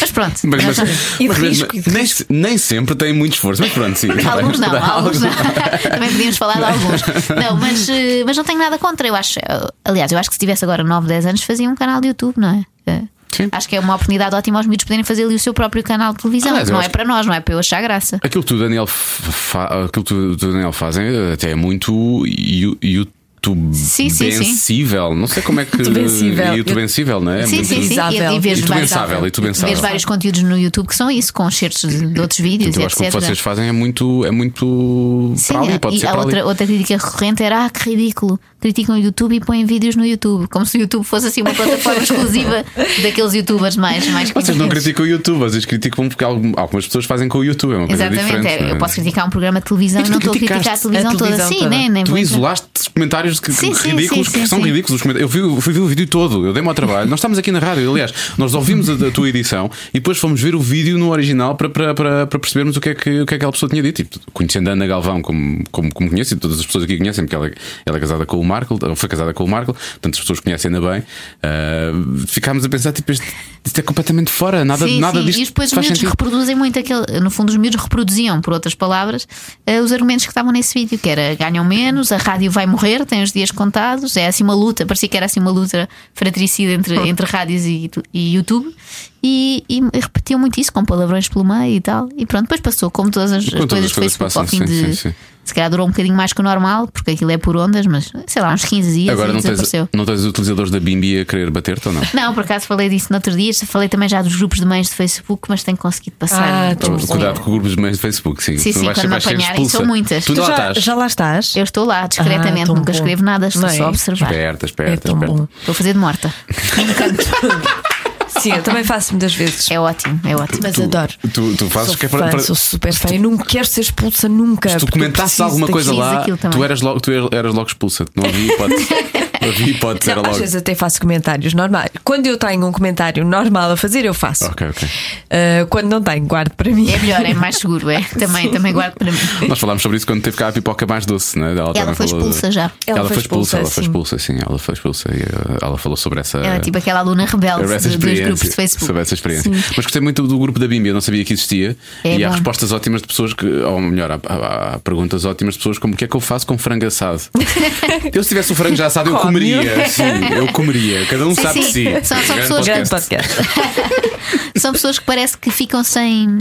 S4: Mas pronto.
S2: Mas, mas,
S3: E de
S2: mas- mas-
S3: risco, e de
S2: nem, nem sempre tem muito esforço, mas pronto, sim. Tá bem.
S4: Alguns não,
S2: Tá,
S4: alguns não. Também podíamos falar de alguns. Não, mas, eh, mas não tenho nada contra, eu acho. eh, Aliás, eu acho que se tivesse agora 9, 10 anos, fazia um canal de YouTube, não é? Eh,
S2: Sim.
S4: Acho que é uma oportunidade ótima aos miúdos poderem fazer ali o seu próprio canal de televisão.
S2: Aliás, eu
S4: não é
S2: acho que-
S4: para nós, não é para eu achar graça.
S2: Aquilo que o Daniel, fa- aquilo que o Daniel fazem até é muito you-
S4: Sim, sim, sim.
S2: YouTubeensível. Não sei como é que.
S3: Youtubensível.
S2: YouTubeensível, não é?
S4: sim,
S2: Muito-
S4: sim, sim. E,
S3: utilizável.
S4: e vês, vários,
S2: Utilizável, utilizável.
S4: vês vários conteúdos no YouTube que são isso, com excertos de, de outros vídeos,
S2: Eu acho que o
S4: etc.
S2: que vocês fazem é muito. É muito
S4: Sim,
S2: para ali, pode
S4: e
S2: ser
S4: a
S2: para ali.
S4: outra, outra crítica recorrente era ah, que ridículo. Criticam o YouTube e põem vídeos no YouTube, como se o YouTube fosse assim uma plataforma exclusiva daqueles youtubers mais, mais
S2: Vocês não
S4: conhecidos.
S2: criticam o YouTube, vocês criticam porque algum- algumas pessoas fazem com o YouTube. É uma coisa
S4: Exatamente,
S2: diferente.
S4: é, eu
S2: não é?
S4: posso criticar um programa de televisão
S2: E
S4: e
S2: tu
S4: não estou a criticar a
S2: criticaste
S4: televisão,
S3: a televisão
S4: toda. Sim,
S3: toda.
S4: nem, nem
S2: Tu
S4: vou-
S2: isolaste os comentários que,
S4: É Sim,
S2: que
S4: sim,
S2: ridículos,
S4: sim, sim,
S2: que são
S4: sim.
S2: ridículos. os comentários. Eu vi, o- fui ver o vídeo todo, eu dei-me ao trabalho. Nós estamos aqui na rádio, aliás, nós ouvimos a, a tua edição e depois fomos ver o vídeo no original para, para, para, para percebermos o que, é que, o que é que aquela pessoa tinha dito. E, portanto, conhecendo a Ana Galvão como, como, como conheço, e todas as pessoas aqui conhecem, porque ela, ela é casada com o Marco, ou foi casada com o Marco, portanto as pessoas conhecem ainda bem. Ah, ficámos a pensar, tipo, isto, isto é completamente fora, nada,
S4: Sim,
S2: nada
S4: sim.
S2: disto
S4: e depois os
S2: faz
S4: miúdos
S2: sentido.
S4: reproduzem muito aquele. No fundo, os miúdos reproduziam, por outras palavras, eh, os argumentos que estavam nesse vídeo, que era ganham menos, a rádio vai morrer, tem os dias contados, é assim uma luta, parecia que era assim uma luta fratricida entre, entre rádios e, tu- e YouTube. E, e repetiam muito isso, com palavrões pelo meio e tal. E pronto, depois passou, como todas as, as
S2: todas
S4: coisas
S2: as
S4: do
S2: coisas
S4: Facebook,
S2: passam,
S4: ao fim
S2: sim,
S4: de.
S2: sim, sim.
S4: Se calhar durou um bocadinho mais que o normal, porque aquilo é por ondas, mas sei lá, uns 15 dias
S2: Agora
S4: e assim
S2: não tens,
S4: desapareceu.
S2: não tens os utilizadores da Bimbi a querer bater-te ou não?
S4: Não, por acaso falei disso no outro dia. Falei também já dos grupos de mães de Facebook, mas tenho conseguido passar.
S3: Ah,
S4: Mas,
S2: Então,
S3: Sim.
S2: cuidado com grupos de mães de Facebook, sim.
S4: Sim,
S2: Tu
S4: sim,
S2: vais-
S4: quando me
S2: vais ser
S4: apanharem,
S2: expulsa.
S4: são muitas.
S2: Tu
S4: Tu
S2: não
S4: já-
S3: já,
S2: estás.
S3: já lá estás?
S4: Eu estou lá,
S3: Ah,
S4: discretamente,
S3: tão
S4: nunca
S3: bom.
S4: escrevo nada, estou
S3: Não é?
S4: só a observar.
S2: Esperta,
S3: É
S2: esperta,
S3: tão
S2: esperta.
S3: bom.
S4: Estou a fazer de morta.
S3: Sim, eu também faço muitas vezes.
S4: É ótimo, é ótimo.
S3: Mas adoro.
S2: Tu, tu fazes
S3: Sou
S2: que é
S3: fã,
S2: para. para-
S3: sou super fã. Eu não quero ser expulsa nunca.
S2: se tu
S3: porque eu
S2: comentasses
S3: preciso
S2: alguma coisa
S3: daquilo.
S2: lá,
S4: Preciso daquilo
S2: tu
S4: também.
S2: eras logo, tu er- eras logo expulsa. Não havia hipótese. não havia hipótese, era
S3: Não, às
S2: logo.
S3: vezes até faço comentários normais. Quando eu tenho um comentário normal a fazer, eu faço.
S2: Ok, ok.
S3: Ah, quando não tenho, guardo para mim.
S4: É melhor, é mais seguro, é. Também, também guardo para mim.
S2: Nós falámos sobre isso quando teve cá a pipoca mais doce, né? Ela, também
S4: foi
S2: falou de-
S4: expulsa já.
S2: Ela, foi expulsa, ela foi expulsa, sim, ela foi expulsa. E eh, ela falou sobre essa.
S4: Ela é tipo aquela aluna rebelde
S2: Sobre essa
S4: de- dos
S2: experiência.
S4: grupos de Facebook.
S2: Sobre essa experiência. Mas gostei muito do grupo da Bimbi, eu não sabia que existia.
S4: É
S2: e há
S4: bom.
S2: respostas ótimas de pessoas que, ou melhor, há, há- há perguntas ótimas de pessoas como o que é que eu faço com frango assado? eu se tivesse um frango já assado, eu
S3: Come.
S2: comeria. Sim, eu comeria. Cada um
S4: Sim,
S2: sabe
S4: sim.
S2: de si.
S4: São- são
S2: Grande
S4: pessoas-
S2: podcast.
S3: Grande podcast.
S4: São pessoas que parece que ficam sem,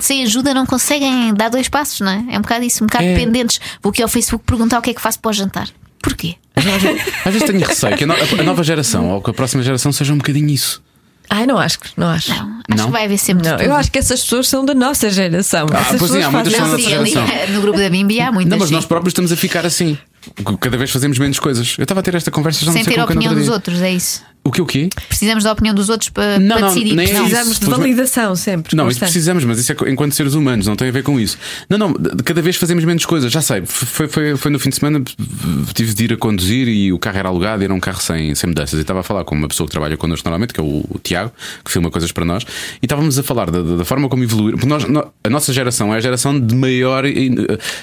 S4: sem ajuda, não conseguem dar dois passos, não é? É um bocado isso, um bocado
S2: É.
S4: dependentes. Vou aqui ao Facebook perguntar o que é que faço para o jantar. Porquê?
S2: Às vezes tenho receio que a, no- a nova geração ou que a próxima geração seja um bocadinho isso.
S3: Ai, não acho, que- não acho. Não.
S4: Não, acho
S2: Não?
S4: que vai haver sempre. de tudo.
S3: eu acho que essas pessoas são da nossa geração.
S2: Ah,
S3: essas assim.
S2: pois é, há muitas que são da
S4: Não,
S2: nossa
S4: sim, ali,
S2: geração.
S4: no grupo da Bimbi há muitas.
S2: não, mas
S4: sim.
S2: nós próprios estamos a ficar assim. Cada vez fazemos menos coisas. Eu estava a ter esta conversa já não
S4: Sem
S2: sei
S4: ter
S2: com
S4: a
S2: quem no
S4: opinião
S2: outro
S4: dos
S2: dia.
S4: outros, é isso.
S2: O que o quê?
S4: Precisamos da opinião dos outros para,
S2: Não,
S4: para
S2: não,
S4: decidir.
S2: nem é
S4: Precisamos-
S3: Precisamos de
S2: Pois bem.
S3: validação sempre.
S2: Não, isso
S3: constante.
S2: precisamos, mas isso é co- enquanto seres humanos, não tem a ver com isso. Não, não, de- cada vez fazemos menos coisas, já sei. f- Foi, foi, foi no fim de semana, p- p- tive de ir a conduzir e o carro era alugado, era um carro sem, sem mudanças. E estava a falar com uma pessoa que trabalha connosco normalmente, que é o, o Tiago, que filma coisas para nós, e estávamos a falar da, da- da forma como evoluir. Porque nós, nó- a nossa geração é a geração de maior eh,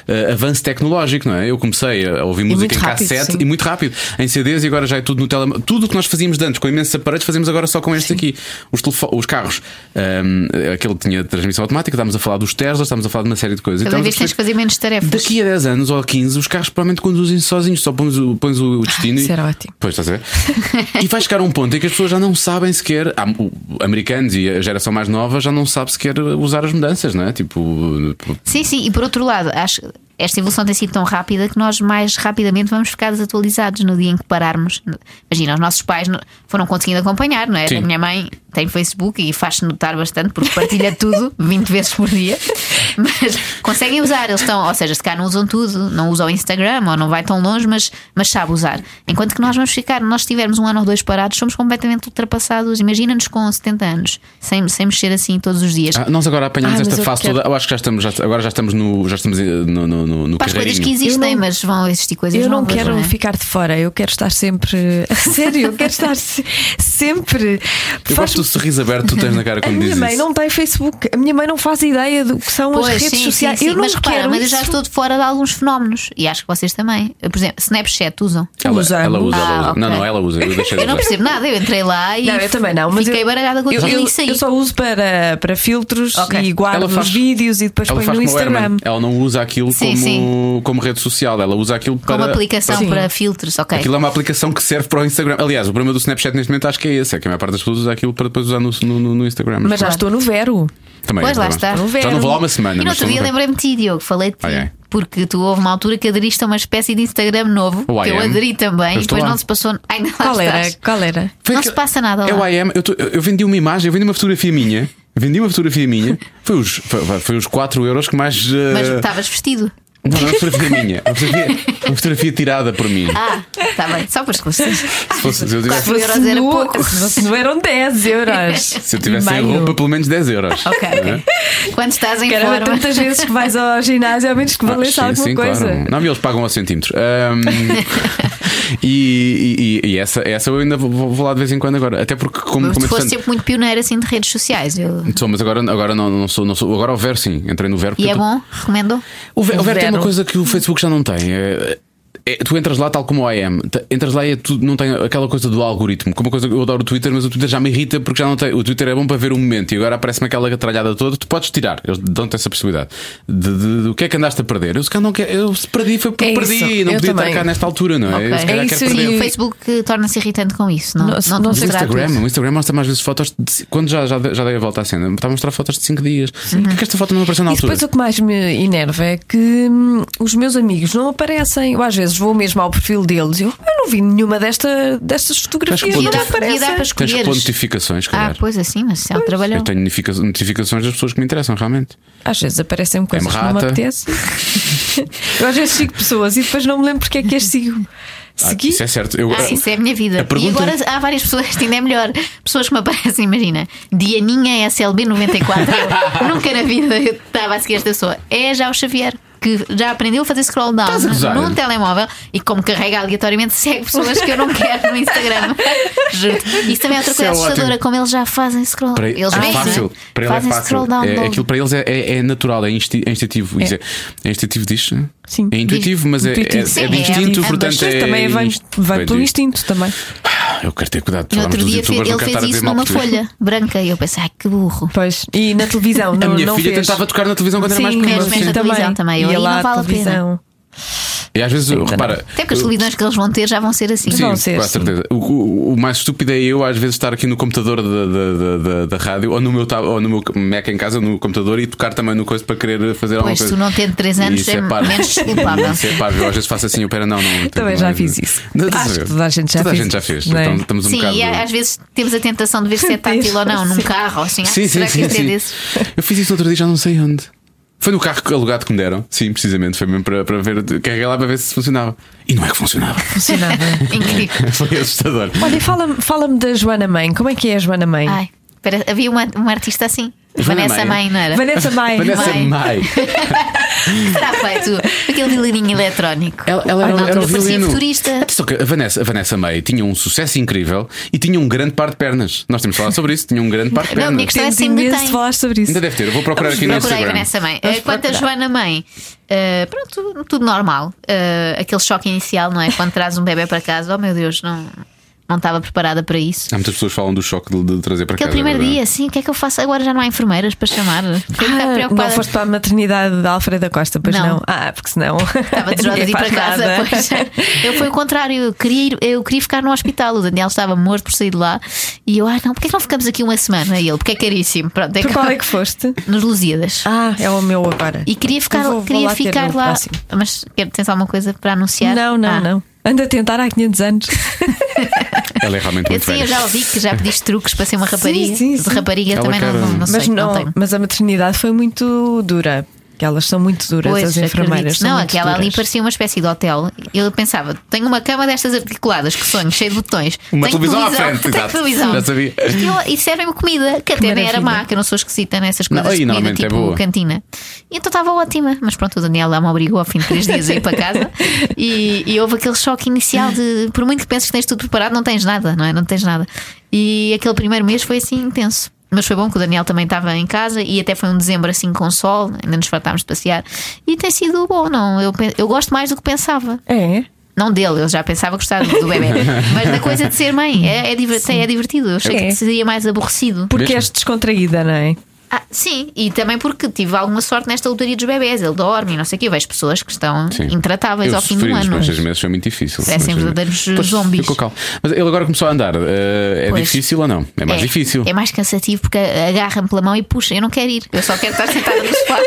S2: eh, avanço tecnológico, não é? Eu comecei a ouvir música
S3: muito
S2: em
S3: rápido,
S2: cassete
S3: sim.
S2: e muito rápido em CDs e agora já é tudo no telemóvel. Tudo o que nós fazíamos de antes com imensos aparelhos, fazemos agora só com este aqui. Os, telefo- os carros, hum, aquele que tinha transmissão automática, estávamos a falar dos Teslas, estávamos a falar de uma série de coisas. E
S4: Cada
S2: estávamos
S4: vez
S2: a
S4: tens que fazer menos tarefas.
S2: Daqui a 10 anos ou 15, os carros provavelmente conduzem sozinhos, só pões o, pões o destino.
S3: Ah, isso
S2: e-
S3: era ótimo.
S2: Pois, estás a ver? e vai chegar a um ponto em que as pessoas já não sabem sequer, há- o- americanos e a geração mais nova já não sabe sequer usar as mudanças, não é? Tipo,
S4: Sim, sim, e por outro lado, acho que esta evolução tem sido tão rápida que nós mais rapidamente vamos ficar desatualizados no dia em que pararmos. Imagina, os nossos pais não- foram conseguindo acompanhar, não é?
S2: Sim.
S4: A minha mãe tem Facebook e faz-se notar bastante porque partilha tudo 20 vezes por dia, mas conseguem usar, eles estão, ou seja, se cá não usam tudo, não usam o Instagram ou não vai tão longe, mas, mas sabe usar. Enquanto que nós vamos ficar, nós se tivermos um ano ou dois parados, somos completamente ultrapassados. Imagina-nos com 70 anos, sem, sem mexer assim todos os dias.
S2: Ah, nós agora apanhamos
S3: Ah, mas
S2: esta
S3: eu
S2: fase
S3: quero-
S2: toda. Eu acho que já estamos, já- agora já estamos no, já estamos eh, no, no, no, no
S4: Para as coisas que
S2: carreirinho.
S4: existem,
S3: Eu não-
S4: mas vão existir coisas
S3: Eu não
S4: novas,
S3: quero um
S4: não é?
S3: ficar de fora, eu quero estar sempre. A sério, eu quero estar se- sempre.
S2: Eu
S3: Faz-me
S2: gosto o sorriso aberto que tu tens na cara
S3: A
S2: quando
S3: minha
S2: dizes
S3: mãe
S2: isso.
S3: não tem Facebook, a minha mãe não faz ideia do que são as redes sociais. eu não
S4: mas
S3: quero
S4: repara, mas eu já
S3: isso.
S4: estou de fora de alguns fenómenos e acho que vocês também. Eu, Por exemplo, Snapchat usam.
S2: Ela,
S3: Usamos.
S2: ela usa,
S4: Ah,
S2: ela usa.
S4: ok.
S2: Não, não, ela usa. Eu deixei de
S4: Eu não
S2: usar.
S4: percebo nada, eu entrei lá e
S3: Não, eu também não, mas
S4: fiquei
S3: eu,
S4: baralhada com
S3: eu,
S4: tudo
S3: eu,
S4: e saí.
S3: eu só uso para, para filtros
S4: Ok.
S3: e
S2: Ela
S3: guardo
S2: faz-
S3: os vídeos e depois
S2: Ela
S3: ponho
S2: faz
S3: no
S2: como o Herman.
S3: Instagram.
S2: Ela não usa aquilo
S4: Sim,
S2: como,
S4: sim.
S2: como rede social. Ela usa aquilo para.
S4: Como aplicação
S3: Sim.
S4: para filtros, ok.
S2: Aquilo é uma aplicação que serve para o Instagram. Aliás, o problema do Snapchat neste momento acho que é esse: é que a maior parte das pessoas usa aquilo para depois usar no, no- no- no Instagram.
S3: Mas já
S4: Claro.
S3: estou no Vero.
S2: também,
S4: Pois lá
S2: também.
S4: está.
S2: Já não vou lá é um uma semana.
S4: E no
S2: mas Ah,
S4: outro
S2: estou
S4: dia
S2: no-
S4: lembrei-me de ti, Diogo, falei de ti.
S2: Ai, ai.
S4: Porque tu houve uma altura que aderiste a uma espécie de Instagram novo,
S2: O
S4: que eu
S2: IM.
S4: aderi também,
S2: Eu
S4: e
S2: estou
S4: depois
S2: lá.
S4: não se passou. Ainda lá
S3: Qual era?
S4: estás.
S3: Qual era?
S2: Foi
S4: não
S2: aquele-
S4: se passa nada lá.
S2: É o IM. Eu, tô- eu- eu vendi uma imagem, eu vendi uma fotografia minha. Vendi uma fotografia minha. Foi os, foi, foi os 4 euros que mais. eh,
S4: Mas estavas vestido.
S2: Não, não é uma fotografia minha. Uma fotografia, uma fotografia tirada por mim.
S4: Ah, está bem, só para esclarecer.
S2: Se, fosse, se eu tivesse,
S3: Se
S4: Quatro euros
S3: fosse
S4: era
S3: nu,
S4: pouco.
S3: se fosse nu eram 10 euros.
S2: se eu tivesse em
S3: Meio.
S2: roupa, pelo menos 10 euros. é?
S4: Ok, ok. Quando estás em
S3: Caramba,
S4: forma.
S3: tantas vezes que vais ao ginásio, ao menos que valesse
S2: Ah,
S3: alguma coisa.
S2: Claro. Não, e eles pagam ao centímetro. Ahm, e e- e essa, essa eu ainda vou, vou lá de vez em quando agora. Até porque, como,
S4: Mas
S2: como
S4: tu foste
S2: entretanto-
S4: sempre muito pioneiro assim de redes sociais. eu-
S2: Sou, mas agora, agora não, não sou, não sou. Agora o Vero sim, entrei no Vero.
S4: E
S2: porque
S4: é
S2: tu-
S4: bom, recomendo.
S2: O Vero, o Vero tem uma
S3: Vero.
S2: coisa que o Facebook já não tem. É- é- tu entras lá tal como o IM. Te- Entras lá e é tu não tem aquela coisa do algoritmo. Como uma coisa que eu adoro o Twitter, mas o Twitter já me irrita porque já não tem. O Twitter é bom para ver o momento e agora aparece-me aquela gatralhada toda. Tu podes tirar. Eles dão-te essa possibilidade. De, de- do que é que andaste a perder? Eu se calhar não quero. Eu se perdi foi porque
S3: É
S2: perdi
S3: isso.
S2: e não
S3: Eu
S2: podia
S3: também.
S2: estar cá nesta altura, não é?
S4: Ok.
S2: Eu se calhar
S3: É
S2: quero
S3: isso e-
S2: perder.
S4: E o Facebook eh, torna-se irritante com isso, não,
S3: Não-
S4: não, te
S3: não sei
S2: O
S4: mostra
S2: Instagram,
S4: tudo.
S2: o Instagram mostra mais vezes fotos de, quando já, já, já dei a volta à cena, está a mostrar fotos de 5 dias. Porquê que esta foto não apareceu na
S3: Uhum. E
S2: altura?
S3: depois o que mais me enerva é que hum, os meus amigos não aparecem. Eu às vezes vou mesmo ao perfil deles e eu, eu não vi nenhuma desta, destas fotografias
S2: Mas que
S3: não
S2: ponto-
S4: E dá para
S3: aparecem.
S2: Tens que
S4: escolheres.
S2: pôr notificações,
S4: Ah,
S2: calhar.
S4: pois assim, mas isso é um trabalhão.
S2: Eu tenho notifica- notificações das pessoas que me interessam, realmente.
S3: Às vezes aparecem coisas que não me
S2: rata.
S3: apetece. eu às vezes sigo pessoas e depois não me lembro porque é que as sigo.
S2: Ah,
S3: Segui? um
S2: Isso é certo. Eu,
S4: Ah, isso é a minha vida.
S2: A pergunta-
S4: E agora há várias pessoas, isto ainda é melhor. Pessoas que me aparecem, imagina, Dianinha é SLB94. Eu nunca na vida eu estava a seguir esta pessoa. É já o Xavier, que já aprendeu a fazer scroll down
S2: Estás a gozar?
S4: num telemóvel e como carrega aleatoriamente, segue pessoas que eu não quero no Instagram. Juro. Isso também é outra
S2: Isso é
S4: coisa
S2: ótimo.
S4: assustadora, como eles já fazem scroll
S2: para-
S4: Eles
S2: é
S4: veem,
S2: fácil.
S4: não é?
S2: Para ele é
S4: fazem
S2: fácil.
S4: scroll down.
S2: É-
S4: logo.
S2: aquilo para eles é, é- é natural, é, insti é instintivo. Isso É. é instintivo, diz? né?
S3: Sim.
S2: É intuitivo, mas é, é,
S3: Intuitivo.
S2: é,
S4: Sim,
S2: de
S4: é
S2: instinto,
S4: ambas.
S2: portanto
S3: Mas
S2: é.
S3: também vai, vai
S2: Bem,
S3: pelo
S2: diz.
S3: instinto também.
S2: Ah, Eu quero ter cuidado.
S4: No
S2: falamos
S4: outro
S2: dos
S4: dia
S2: youtubers,
S4: fez-
S2: não
S4: ele
S2: quero estar
S4: fez
S2: a dizer
S4: isso
S2: mal
S4: numa
S2: português.
S4: folha branca e eu pensei, ai que burro.
S3: Pois. E na televisão
S2: A
S3: não,
S2: minha
S3: não
S2: filha
S3: fez.
S2: tentava tocar na televisão quando era mais
S3: Sim,
S2: pequena.
S4: mas-
S2: sim.
S4: mas- na televisão também. Eu
S3: Ia
S4: aí
S3: lá
S4: não vale
S3: à
S4: a pena.
S3: televisão.
S2: E às vezes, repara.
S4: Então Até que as
S2: eu-
S4: televisões que eles vão ter já vão ser assim.
S2: Sim,
S3: Vão ser,
S2: com
S3: sim.
S2: certeza. O, o- o mais estúpido é eu, às vezes, estar aqui no computador da, da, da, da- da rádio ou no, meu, tab- ou no meu Mac em casa, no computador e tocar também no coisa para querer fazer alguma
S4: Pois,
S2: coisa.
S4: tu não tendo três anos
S2: Isso
S4: é
S2: parvo.
S4: menos desculpável.
S2: Isso é parvo. Eu às vezes faço assim, eu pera, não, não.
S3: Também
S2: não,
S3: já
S2: não,
S3: fiz
S2: não.
S3: isso.
S2: Não,
S3: Acho
S2: estás a ver?
S3: que toda a gente já
S2: Toda a
S3: fez
S2: gente já
S3: isso,
S2: fez.
S3: não é?
S2: Então, estamos um
S4: Sim,
S2: bocado.
S4: e às vezes temos a tentação de ver se é tátil ou não, num carro ou assim. Ah,
S2: Sim, sim,
S4: será
S2: sim,
S4: que é
S2: sim.
S4: desses?
S2: Eu fiz isso outro dia, já não sei onde. Foi no carro alugado que me deram. Sim, precisamente. Foi mesmo para, para ver. Carreguei lá para ver se funcionava. E não é que funcionava.
S3: Funcionava.
S4: Incrível.
S2: Foi assustador.
S3: Olha, e fala-me fala da Joana Mãe. Como é que é a Joana Mãe?
S4: Ai, espera, havia uma, uma artista assim.
S2: Joana
S4: Vanessa
S2: Maia.
S4: Mãe, não era?
S3: Vanessa Mãe.
S2: Vanessa
S4: Mai.
S2: Mai.
S4: Será feito aquele violininho eletrónico.
S2: Ela, ela era,
S4: Na
S2: era
S4: altura
S2: o
S4: Ah, parecia
S2: violino.
S4: futurista.
S2: Atenção que a Vanessa, a Vanessa May tinha um sucesso incrível e tinha um grande par de pernas. Nós temos falado sobre isso, tinha um grande par de
S4: Não,
S2: pernas.
S4: minha questão é
S3: Temos
S4: se ainda
S3: imenso
S4: tem.
S3: de falar sobre isso.
S2: Ainda deve ter, eu vou procurar aqui no
S4: Procurei
S2: Instagram.
S4: Vanessa Mãe.
S3: Vamos
S4: Eh, Quanto a
S3: procurar.
S4: Joana Mãe, eh, pronto, tudo, tudo normal. Eh, aquele choque inicial, não é? Quando traz um bebê para casa, oh meu Deus, não, não estava preparada para isso.
S2: Há muitas pessoas que falam do choque de, de trazer para
S4: Aquele
S2: casa. é
S4: primeiro
S2: verdade.
S4: dia, assim, o que é que eu faço agora? Já não há enfermeiras para chamar? Fiquei um bocado
S3: Ah, não
S4: preocupada.
S3: foste para a maternidade da Alfreda Costa, pois
S4: Não.
S3: não? Ah, porque senão.
S4: Estava desejada de ir para casa. Pois. Eu fui o contrário, eu queria, ir- eu queria ficar no hospital. O Daniel estava morto por sair de lá. E eu, ah, não, porque é que não ficamos aqui uma semana? E ele, porque é caríssimo. Pronto, é
S3: Por qual é que foste?
S4: Nos Lusíadas.
S3: Ah, é o meu agora.
S4: E queria ficar,
S3: Eu vou- vou
S4: queria
S3: lá ter
S4: ficar
S3: no
S4: lá.
S3: próximo.
S4: Mas quer- tens alguma coisa para anunciar?
S3: Não, não,
S4: Ah.
S3: não. Anda a tentar há 500 anos.
S2: Ela é realmente
S4: Eu
S2: muito
S4: sei, eu
S2: velha.
S4: já ouvi que já pediste truques para ser uma rapariga.
S3: sim,
S4: De
S3: sim.
S4: rapariga
S2: Ela
S4: também não,
S2: quer- um-
S4: não, não sei.
S3: mas
S4: não tenho.
S3: mas a maternidade foi muito dura. Que elas são muito duras,
S4: Pois,
S3: as enfermeiras.
S4: acredito.
S3: São
S4: Não,
S3: muito
S4: aquela ali
S3: duras.
S4: parecia uma espécie de hotel. Eu pensava, tenho uma cama destas articuladas, que sonho, cheio de botões.
S2: Uma
S4: tenho
S2: televisão à frente,
S4: tenho
S2: exato.
S4: televisão.
S2: Já sabia.
S4: E eu- E servem-me comida, que até
S3: Que
S4: nem era má,
S3: maravilha.
S4: que eu não sou esquisita nessas
S2: Não,
S4: coisas.
S2: aí
S4: de comida,
S2: normalmente é
S4: tipo
S2: boa.
S4: cantina. E então estava ótima, mas pronto, o Daniel lá me obrigou ao fim de três dias a ir para casa e, e houve aquele choque inicial de por muito que penses que tens tudo preparado, não tens nada, não é? Não tens nada. E aquele primeiro mês foi assim intenso. Mas foi bom que o Daniel também estava em casa e até foi um dezembro assim com sol, ainda nos fartámos de passear. E tem sido bom, não? Eu, pe- eu gosto mais do que pensava.
S3: É.
S4: Não dele, eu já pensava gostar do bebê. Mas da coisa de ser mãe, é, é, divertido, é divertido. Eu achei
S3: É.
S4: que seria mais aborrecido.
S3: Porque
S2: Mesmo?
S3: és descontraída, não é?
S4: Ah, sim, e também porque tive alguma sorte nesta lotaria dos bebés. Ele dorme e não sei o quê. Eu vejo pessoas que estão
S2: Sim.
S4: intratáveis
S2: Eu
S4: ao fim
S2: sofri
S4: do
S2: nos
S4: ano. é?
S2: primeiros seis meses, foi muito difícil.
S4: Parecem
S2: Mas- eh,
S4: verdadeiros
S2: Pois,
S4: zombies.
S2: Ficou calmo. Mas ele agora começou a andar. eh, é
S4: Pois.
S2: difícil ou não? É mais difícil.
S4: É mais cansativo porque agarra-me pela mão e puxa. Eu não quero ir. Eu só quero estar sentada no sofá.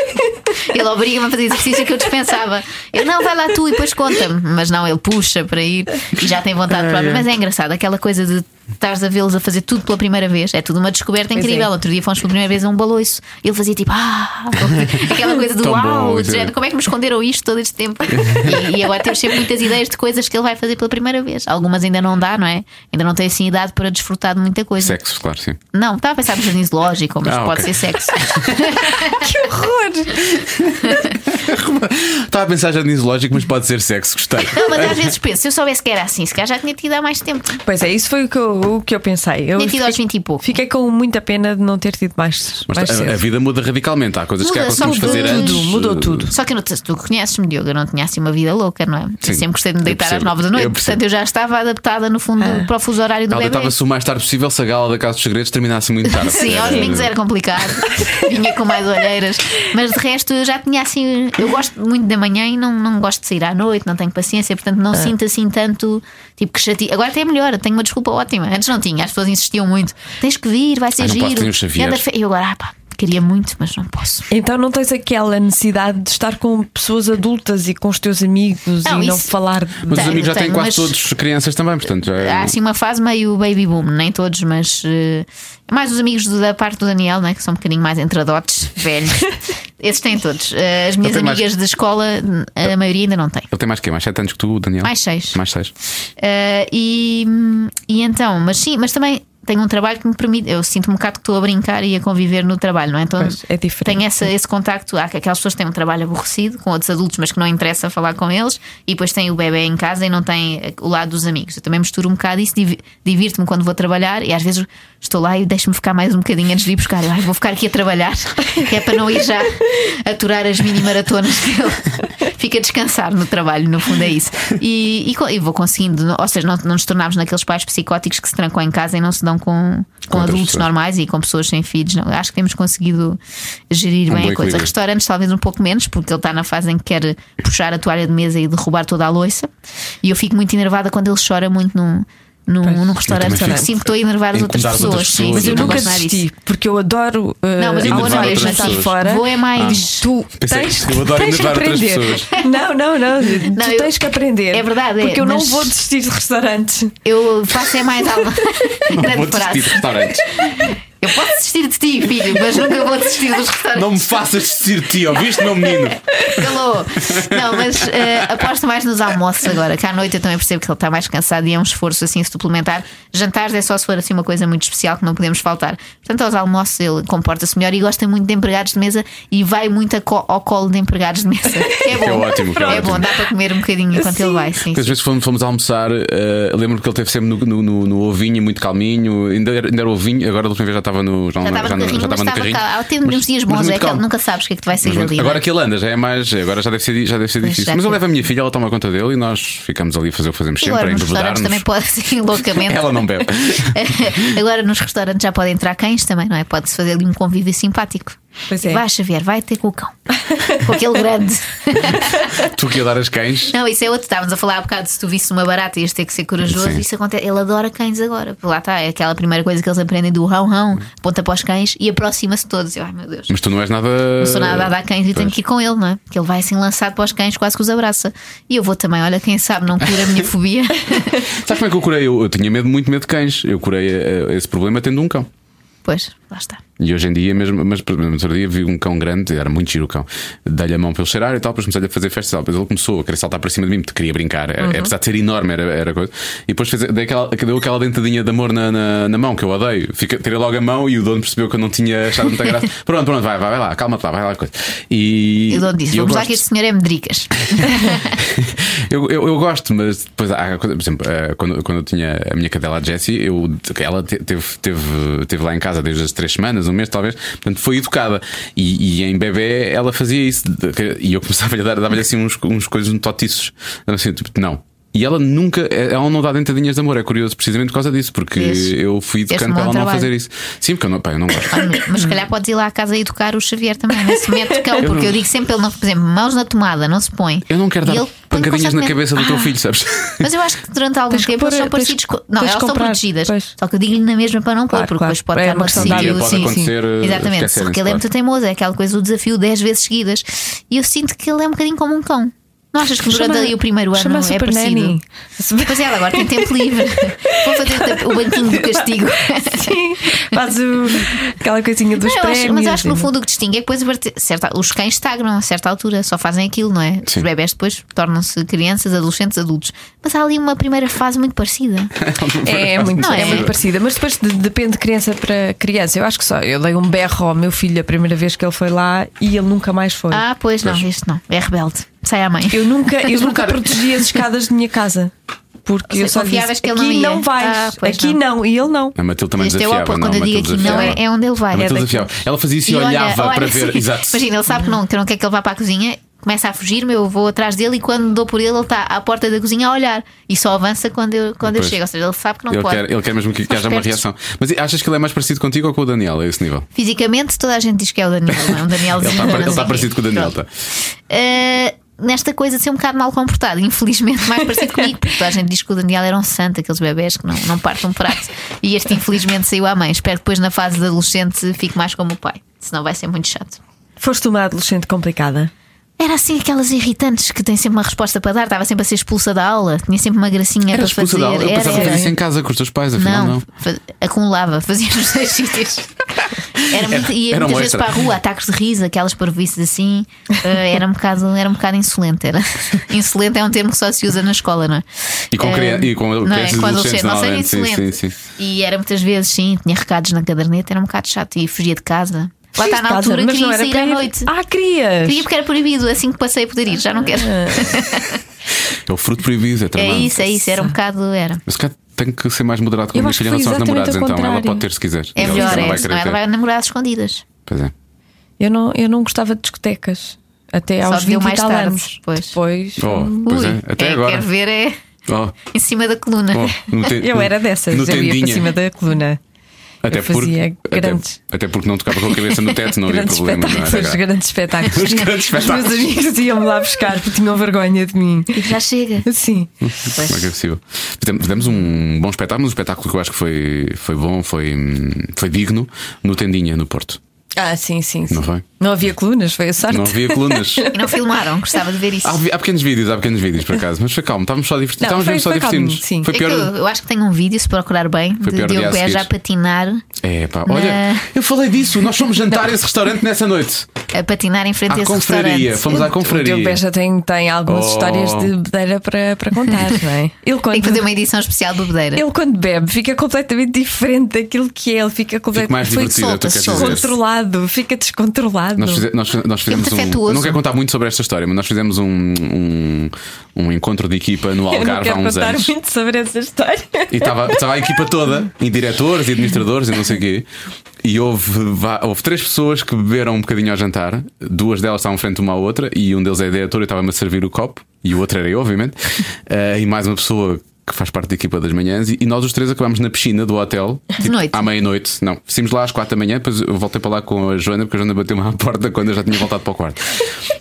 S4: ele obriga-me a fazer exercício que eu dispensava. Eu não, vai lá tu e depois conta-me. Mas não, ele puxa para ir e já tem vontade própria. Mas é engraçado aquela coisa de estares a vê-los a fazer tudo pela primeira vez. É tudo uma descoberta
S3: Pois
S4: incrível.
S3: é.
S4: Outro dia fomos pela primeira vez a um baloiço. Ele fazia tipo, ah, aquela coisa do
S2: Tão
S4: uau,
S2: bom,
S4: de género,
S2: sim.
S4: como é que me esconderam isto todo este tempo? E, e agora temos sempre muitas ideias de coisas que ele vai fazer pela primeira vez. Algumas ainda não dá, não é? Ainda não tem assim idade para desfrutar de muita coisa.
S2: Sexo, claro, sim.
S4: Não, tá, estava a pensar no jardim zoológico, mas
S2: Ah,
S4: pode
S2: ok.
S4: ser sexo.
S3: Horror!
S2: Estava a pensar já nisso lógico, mas pode ser sexo, gostei.
S4: Não, mas às vezes penso, se eu soubesse que era assim, se calhar já tinha tido há mais tempo.
S3: Pois é, isso foi o que eu, o que eu pensei. Eu
S4: Tinha tido aos
S3: fiquei-
S4: 20 e pouco.
S3: Fiquei com muita pena de não ter tido mais, mais
S2: Mas a, a
S3: cedo.
S2: vida muda radicalmente. Há coisas que já
S4: Muda
S2: conseguimos
S4: só
S2: fazer
S4: tudo.
S2: antes.
S3: Mudou tudo.
S4: Só que eu não te- tu conheces-me, Diogo, eu não tinha assim uma vida louca, não é?
S2: Sim,
S4: eu sempre gostei de me
S2: eu
S4: deitar às
S2: percebo,
S4: 9 da noite,
S2: eu percebo.
S4: portanto eu já estava adaptada no fundo para o fuso horário do
S2: Ela
S4: bebê.
S2: deitava-se o mais tarde possível se a gala da Casa dos Segredos terminasse muito tarde.
S4: Sim, aos domingos é era complicado. Vinha com mais olheiras. Mas de resto eu já tinha assim. Eu gosto muito da manhã e não, não gosto de sair à noite, não tenho paciência, portanto não sinto assim tanto. Tipo que chati... Agora até é melhor, tenho uma desculpa ótima. Antes não tinha, as pessoas insistiam muito. Tens que vir, vai ser
S2: Ah, não posso,
S4: giro.
S2: tenho o Xavier.
S4: Anda fe- E eu agora, ah, pá, queria muito, mas não posso.
S3: Então não tens aquela necessidade de estar com pessoas adultas e com os teus amigos
S4: Não,
S3: e não
S4: isso-
S3: falar.
S2: Mas os
S4: Tenho,
S2: amigos já têm
S4: tenho,
S2: quase
S4: então, mas-
S2: todos crianças também, portanto. já é-
S4: Há assim uma fase meio baby boom, nem todos, mas eh, mais os amigos do- da parte do Daniel, né, que são um bocadinho mais entradotes, velhos. Esses têm todos. Eh, as minhas
S2: tenho
S4: amigas
S2: mais-
S4: da escola, a maioria ainda não tem.
S2: Ele tem mais que Mais 7 anos que tu, Daniel?
S4: Mais seis.
S2: Mais seis.
S4: Uh, e, e então, mas sim, mas também tenho um trabalho que me permite. Eu sinto-me um bocado que estou a brincar e a conviver no trabalho, não é? Então
S3: Pois, é diferente.
S4: Tenho essa- esse contacto. Há aquelas pessoas que têm um trabalho aborrecido com outros adultos, mas que não interessa falar com eles, e depois têm o bebê em casa e não têm eh, o lado dos amigos. Eu também misturo um bocado isso, divi- divirto-me quando vou trabalhar e às vezes estou lá e deixo-me ficar mais um bocadinho antes de ir buscar. Eu, "Ai, vou ficar aqui a trabalhar, que é para não ir já aturar as mini maratonas dele. Fica a descansar no trabalho, no fundo é isso. E, e co- e vou conseguindo, ou seja, não, não nos tornámos naqueles pais psicóticos que se trancam em casa e não se dão com,
S2: Com
S4: com
S2: outras
S4: adultos
S2: pessoas.
S4: normais e com pessoas sem filhos. Não, acho que temos conseguido gerir
S2: Um bom
S4: bem a é coisa.
S2: equilíbrio.
S4: Restaurantes, talvez um pouco menos, porque ele está na fase em que quer puxar a toalha de mesa e derrubar toda a louça. E eu fico muito enervada quando ele chora muito num, num, num restaurante.
S2: também fico-
S4: Sinto que estou a enervar as outras
S2: incomodar as
S4: pessoas.
S2: outras pessoas,
S4: Sim,
S3: Mas
S4: sim,
S3: eu
S4: não
S3: nunca
S4: gosto nada disso.
S3: desisti, porque eu adoro. eh,
S4: Não, mas eu
S2: Ainda
S4: vou não
S2: vai
S4: é
S2: outras
S4: mesmo assim.
S2: pessoas.
S3: fora.
S4: Vou é mais.
S3: Tu
S2: Pensei
S3: tens
S2: que eu adoro
S3: tens que
S2: enervar outras
S3: aprender.
S2: pessoas.
S3: Não, não, não. tu
S4: eu-
S3: tens que aprender.
S4: É verdade, é,
S3: Porque eu não
S4: mas-
S3: vou desistir de restaurante.
S4: Eu faço é mais algo.
S2: Não vou
S4: Grande
S2: desistir de
S4: frase.
S2: restaurantes.
S4: Eu posso desistir de ti, filho, mas nunca vou desistir dos restaurantes.
S2: Não me faças desistir de ti, ouviste, meu menino?
S4: Calou. Não, mas eh, aposto mais nos almoços agora, que à noite eu também percebo que ele está mais cansado e é um esforço assim suplementar. Jantares é só se for assim uma coisa muito especial que não podemos faltar. Portanto, aos almoços ele comporta-se melhor e gosta muito de empregados de mesa e vai muito a co- ao colo de empregados de mesa. É bom.
S2: Que é ótimo, que é
S4: é
S2: ótimo.
S4: bom, dá para comer um bocadinho enquanto ele vai, sim.
S2: Porque às vezes fomos, fomos almoçar, eh, lembro que ele esteve sempre no, no- no- no ovinho, muito calminho, ainda era, ainda era ovinho, agora da última vez já estava no.
S4: Já estava no carrinho, mas estava cá. Há tempo- uns dias bons,
S2: muito
S4: é que
S2: calmo.
S4: ele nunca sabes o que é que te vai
S2: Mas
S4: sair
S2: pronto,
S4: ali.
S2: agora que ele anda, já é mais. Agora já deve ser, já deve ser
S4: Pois,
S2: difícil.
S4: já
S2: Mas eu
S4: que-
S2: levo a minha filha, ela toma conta dele e nós ficamos ali a fazer o que fazemos
S4: E
S2: sempre,
S4: Agora
S2: a
S4: nos restaurantes também
S2: embebedar-nos.
S4: pode assim loucamente.
S2: Ela não bebe.
S4: Agora nos restaurantes já podem entrar cães também, não é? Pode-se fazer ali um convívio simpático.
S3: Pois é.
S4: Vai, Xavier, vai ter com o cão. com aquele grande.
S2: tu que adoras cães.
S4: Não, isso é outro. Estávamos a falar há bocado se tu visse uma barata ias ter que ser corajoso.
S2: Sim.
S4: Isso acontece. Ele adora cães agora. Por Lá está, é aquela primeira coisa que eles aprendem do rão-rão, aponta para os cães e aproxima-se todos. Eu, ai meu Deus.
S2: Mas tu não és nada.
S4: Não sou nada a dar cães e tenho
S2: Pois.
S4: que ir com ele, não é? Porque ele vai assim lançado para os cães, quase que os abraça. E eu vou também, olha, quem sabe não cura a minha fobia.
S2: Sabes eh, como é que eu curei? Eu, eu tinha medo, muito medo de cães. Eu curei eh, esse problema tendo um cão.
S4: pois, lá está.
S2: E hoje em dia, mesmo, mas por exemplo, no outro dia vi um cão grande, era muito giro o cão, dei-lhe a mão para ele cheirar e tal, depois comecei a fazer festas e tal. Depois ele começou a querer saltar para cima de mim, porque queria brincar,
S4: Uhum.
S2: era, apesar de ser enorme, era, era coisa. E depois fez, dei aquela, deu aquela dentadinha de amor na, na, na mão, que eu odeio. Fica, tirei logo a mão e o dono percebeu que eu não tinha achado muita graça. Pronto, pronto, vai, vai, vai lá, calma-te lá, vai lá. Coisa. E,
S4: Eu dou-lhe disse,
S2: e eu
S4: vamos lá que
S2: gosto-
S4: este senhor é medricas.
S2: eu, eu, eu gosto, mas depois há, coisa- por exemplo, eh, quando, quando eu tinha a minha cadela a Jessie, eu, ela te- teve, teve, teve lá em casa desde as três semanas, um mês talvez, portanto foi educada. E, e em bebê ela fazia isso. E eu começava a dar, dava-lhe assim uns, uns coisas totiços. Assim, tipo, não. E ela nunca, eh, ela não dá dentadinhas de amor, é curioso precisamente por causa disso, porque
S4: Vês?
S2: eu fui
S4: Esse
S2: educando para
S4: não é
S2: ela não
S4: trabalho.
S2: fazer isso. Sim, porque eu não, pá, eu não gosto.
S4: Olha, mas- mas se calhar podes ir lá à casa e educar o Xavier também nesse método cão,
S2: não-
S4: porque eu digo sempre ele não, por exemplo, mãos na tomada, não se põe.
S2: Eu não quero
S4: E
S2: dar
S4: ele põe
S2: pancadinhas na
S4: constantemente-
S2: cabeça do teu
S4: Ah,
S2: filho, sabes?
S4: Mas eu acho que durante algum
S3: Tens que
S4: tempo eles
S3: pôr-
S4: são
S3: tens-
S4: parecidos com. Não,
S3: tens
S4: elas
S3: que
S4: são
S3: comprar,
S4: protegidas.
S3: pois.
S4: Só que eu digo-lhe na mesma para não pôr,
S3: Claro,
S4: porque
S3: claro.
S4: depois pode
S3: É
S4: estar
S3: uma
S4: no
S3: questão
S4: sítio.
S3: de hábito.
S2: Pode
S4: sim, sim.
S2: acontecer, eh,
S4: Exatamente.
S2: esquecerem-se,
S4: Só que ele é
S2: claro.
S4: muito teimoso, é aquela coisa do desafio 10 vezes seguidas. E eu sinto que ele é um bocadinho como um cão. Não achas que durante
S3: Chama-
S4: ali o primeiro ano
S3: chama a
S4: é
S3: Super
S4: parecido?
S3: Nanny.
S4: Pois ela agora tem tempo livre. Vou fazer o tempo- o banquinho do castigo.
S3: Sim, faz o, aquela coisinha dos
S4: Não, eu
S3: prémios.
S4: acho- mas eu acho que no
S3: e-
S4: fundo o que distingue é que depois a partir- certa, os cães estagnam a certa altura, só fazem aquilo, não é?
S2: Sim.
S4: Os bebés depois tornam-se crianças, adolescentes, adultos. Mas há ali uma primeira fase muito parecida.
S3: É muito,
S4: Não
S3: é?
S4: é?
S3: muito parecida, mas depois de- depende de criança para criança. Eu acho que só, eu dei um berro ao meu filho a primeira vez que ele foi lá e ele nunca mais foi.
S4: Ah, pois não, isto não. É rebelde. Sai à mãe.
S3: Eu nunca, eu nunca protegi as escadas de minha casa. Porque
S4: Ou
S3: eu
S4: seja,
S3: só lhe
S4: confiavas
S3: disse,
S4: que ele não
S3: aqui
S4: ia."
S3: não, vais,
S4: Ah, pois
S3: aqui
S4: não.
S3: não. e ele não.
S2: A Matilde também
S4: Este é o
S2: desafiava.
S4: oposto,
S2: não,
S4: quando eu
S2: a
S4: digo
S2: Matilde
S4: aqui não, é,
S2: desafiava.
S4: é onde ele vai.
S2: A Matilde
S3: daqui.
S2: desafiava. Ela fazia isso e,
S4: E olha,
S2: olhava
S4: olha,
S2: para ver.
S4: sim.
S2: Exato.
S4: Imagina, ele sabe que não, que não quer que ele vá para a cozinha, começa a fugir, meu eu vou atrás dele e quando dou por ele, ele está à porta da cozinha a olhar e só avança quando eu, quando eu
S2: Pois.
S4: chego. Ou seja, ele sabe que não
S2: Ele
S4: pode.
S2: quer, ele quer mesmo que, que
S4: São
S2: haja uma
S4: espertos.
S2: reação. Mas achas que ele é mais parecido contigo ou com o Daniel a esse nível?
S4: Fisicamente, toda a gente diz que é o Daniel, não é? Um Daniel
S2: Ele está,
S4: não
S2: ele
S4: sei
S2: está
S4: quê.
S2: parecido com o Daniel.
S4: Pronto.
S2: Tá.
S4: Uh, nesta coisa de ser um bocado mal comportado, infelizmente mais parecido comigo, porque toda a gente diz que o Daniel era um santo, aqueles bebés que não, não partam prato. E este infelizmente saiu à mãe. Espero que depois na fase de adolescente fique mais como o pai, senão vai ser muito chato.
S3: Foste uma adolescente complicada.
S4: Era assim aquelas irritantes que têm sempre uma resposta para dar, estava sempre a ser expulsa da aula, tinha sempre uma gracinha
S2: Era
S4: para
S2: expulsa
S4: fazer.
S2: da aula. Eu
S4: Era,
S2: pensava que
S4: era.
S2: era isso em casa com os teus pais, afinal
S4: Não,
S2: não.
S4: fa- acumulava, fazia nos dois sítios. Era muito, ia
S2: era um
S4: muitas vezes
S2: extra.
S4: para a rua, ataques de riso, aquelas parvoices assim. eh, era, um bocado, era um bocado insolente. Era. Insolente é um termo que só se usa na escola, não é?
S2: E com
S4: Eh,
S2: crian- e com
S4: não é?
S2: crianças e
S4: Com
S2: adolescentes,
S4: adolescentes, não seja
S2: normalmente, sim,
S4: insolente.
S2: sim, sim.
S4: E era muitas vezes, sim, tinha recados na caderneta, era um bocado chato e fugia de casa. Lá
S3: Sim,
S4: está na
S3: de casa,
S4: altura,
S3: mas
S4: queria
S3: não era
S4: sair
S3: para
S4: à
S3: ir.
S4: noite.
S3: Ah, querias!
S4: Queria porque era proibido, assim que passei a poder ir, já não quero.
S3: Ah,
S2: É o fruto proibido, é
S4: É
S2: tramado.
S4: isso, é isso, era um bocado. Era.
S2: Mas cá tenho que ser mais moderado com a
S3: Eu
S2: minha
S3: acho que
S2: filha em
S3: foi
S2: relação aos
S3: exatamente
S2: namorados,
S3: o
S2: então. Ela
S3: contrário.
S2: pode ter se quiser.
S4: É
S2: Ela
S4: melhor,
S2: não vai
S4: é, senão
S2: querer
S4: ela
S2: ter.
S4: vai namorar escondidas.
S2: Pois é.
S3: Eu não, eu não gostava de discotecas. Até
S4: Só
S3: aos
S4: deu
S3: 20
S4: mais
S3: e tal
S4: tarde,
S3: anos.
S4: pois.
S3: Depois.
S2: Oh, pois é, até
S4: é,
S2: agora.
S4: Quer ver é
S2: Oh,
S4: em cima da coluna.
S2: oh, no te-
S3: Eu era dessas,
S2: no
S3: eu ia para
S2: tendinha.
S3: cima da coluna.
S2: Até
S3: eu fazia
S2: porque, até-
S3: grandes-
S2: até, porque não tocava com a cabeça no teto, não havia
S3: grandes
S2: problema. Não é? era
S3: espetáculos,
S2: grave.
S3: grandes espetáculos.
S2: Os grandes espetáculos.
S3: Os meus amigos iam-me lá buscar porque tinham vergonha de mim.
S4: E já chega.
S3: Sim.
S4: Pois.
S2: Como é que é possível? Fizemos, fizemos um bom espetáculo, um espetáculo que eu acho que foi, foi bom, foi, hum, foi digno, no Tendinha, no Porto.
S3: Ah, sim, sim. sim.
S2: Não foi?
S3: Não havia colunas, foi a sorte.
S2: Não havia colunas.
S4: E não filmaram, gostava de ver isso.
S2: Há, vi- há pequenos vídeos, há pequenos vídeos por acaso, mas foi calmo, estávamos só divertidos.
S3: Não,
S2: Estávamos
S3: foi-
S2: mesmo só
S3: foi calmo,
S2: divertindo.
S3: sim.
S2: Foi
S4: É que eu,
S2: pior.
S4: eu acho que tenho um vídeo, se procurar bem,
S2: Foi
S4: de
S2: pior o dia
S4: Diogo
S2: a seguir.
S4: Beja a patinar,
S2: É pá, olha, eu falei disso, nós fomos jantar a esse restaurante nessa noite.
S4: a patinar em frente a
S2: À
S4: esse
S2: Ah, confraria,
S4: restaurante.
S2: fomos à
S3: O Diogo
S2: confraria.
S3: Beja tem, tem algumas
S2: Um Oh.
S3: histórias de bedeira para, para contar, não é? Ele
S4: Tem
S3: quando,
S4: que fazer uma edição especial do Bedeira.
S3: ele quando bebe fica completamente diferente daquilo que é, ele fica
S2: Fico mais
S3: completamente foi
S2: divertido, é o que eu
S4: solta,
S2: quero
S4: solta.
S2: dizer.
S3: descontrolado, fica descontrolado.
S2: Nós, fize- nós- nós fizemos
S4: muito
S2: um.
S4: afetuoso.
S2: eu Não quero contar muito sobre esta história, mas nós fizemos um, um, um encontro de equipa no
S3: Eu não
S2: Algarve há
S3: quero
S2: uns
S3: contar
S2: anos.
S3: muito sobre essa história.
S2: E estava estava a equipa toda, e diretores, e administradores, e não sei o quê. E houve, va- houve três pessoas que beberam um bocadinho ao jantar, duas delas estavam frente uma à outra, e um deles é diretor e estava-me a servir o copo, e o outro era eu, obviamente, Eh, e mais uma pessoa que faz parte da equipa das manhãs, e, e nós os três acabámos na piscina do hotel tipo,
S4: noite.
S2: à meia-noite. Não, fomos lá às quatro da manhã, depois eu voltei para lá com a Joana, porque a Joana bateu-me à porta quando eu já tinha voltado para o quarto.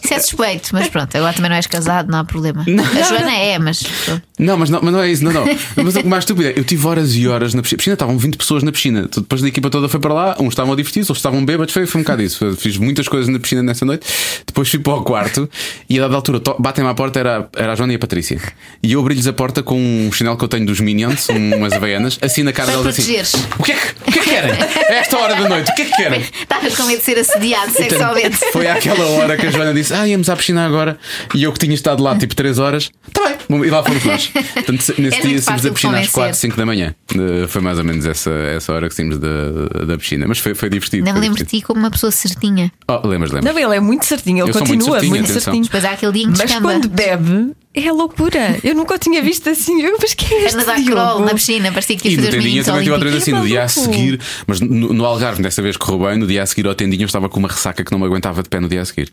S4: Isso é suspeito, mas pronto, agora também não és casado, não há problema. a Joana é, mas. pronto.
S2: Não, mas não, mas não é isso, não, não. Mas o mais estúpido é, eu tive horas e horas na piscina. piscina estavam 20 pessoas na piscina. Depois da equipa toda foi para lá, uns estavam divertidos, outros estavam bêbados. Foi, foi um bocado isso. Eu Fiz muitas coisas na piscina nessa noite. Depois fui para o quarto e a dada altura to- batem-me à porta, era, era a Joana e a Patrícia. E eu abri-lhes a porta com um chinelo que eu tenho dos Minions, um- umas havaianas, assim na cara
S4: Para
S2: delas assim.
S4: protegeres.
S2: O que, é que, o que é que querem? A esta hora da noite, o que é que querem?
S4: Estavas com medo de ser assediado sexualmente.
S2: Então, Foi àquela hora que a Joana disse: Ah, íamos à piscina agora. E eu que tinha estado lá tipo 3 horas, está bem, bom, e lá fomos nós. Portanto, se- nesse dia
S4: É muito
S2: saímos
S4: fácil
S2: da piscina às
S4: convencer.
S2: 4, 5 da manhã. Eh, foi mais ou menos essa, essa hora que saímos da, da piscina. Mas foi, foi divertido.
S4: Ainda me
S2: foi
S4: lembro de
S2: divertido.
S4: ti como uma pessoa certinha.
S2: Oh, lembras, lembras.
S3: Não, ele é muito certinho, ele
S2: Eu sou muito
S3: continua
S2: certinho,
S3: muito
S2: atenção.
S3: certinho.
S4: Depois há aquele dia em que
S3: Mas
S4: descamba.
S3: quando bebe, é loucura. Eu nunca o tinha visto assim. Eu, mas que é este?
S4: Andas à
S3: Diogo?
S4: crawl na piscina, parecia que
S2: E
S4: ias
S2: no
S4: fazer os
S2: Tendinha
S4: meninos
S2: também tive outra vez assim.
S4: olímpicos.
S2: No dia a
S3: maluco.
S2: seguir, mas no, no Algarve, dessa vez correu bem. No dia a seguir, ao Tendinha, eu estava com uma ressaca que não me aguentava de pé no dia a seguir.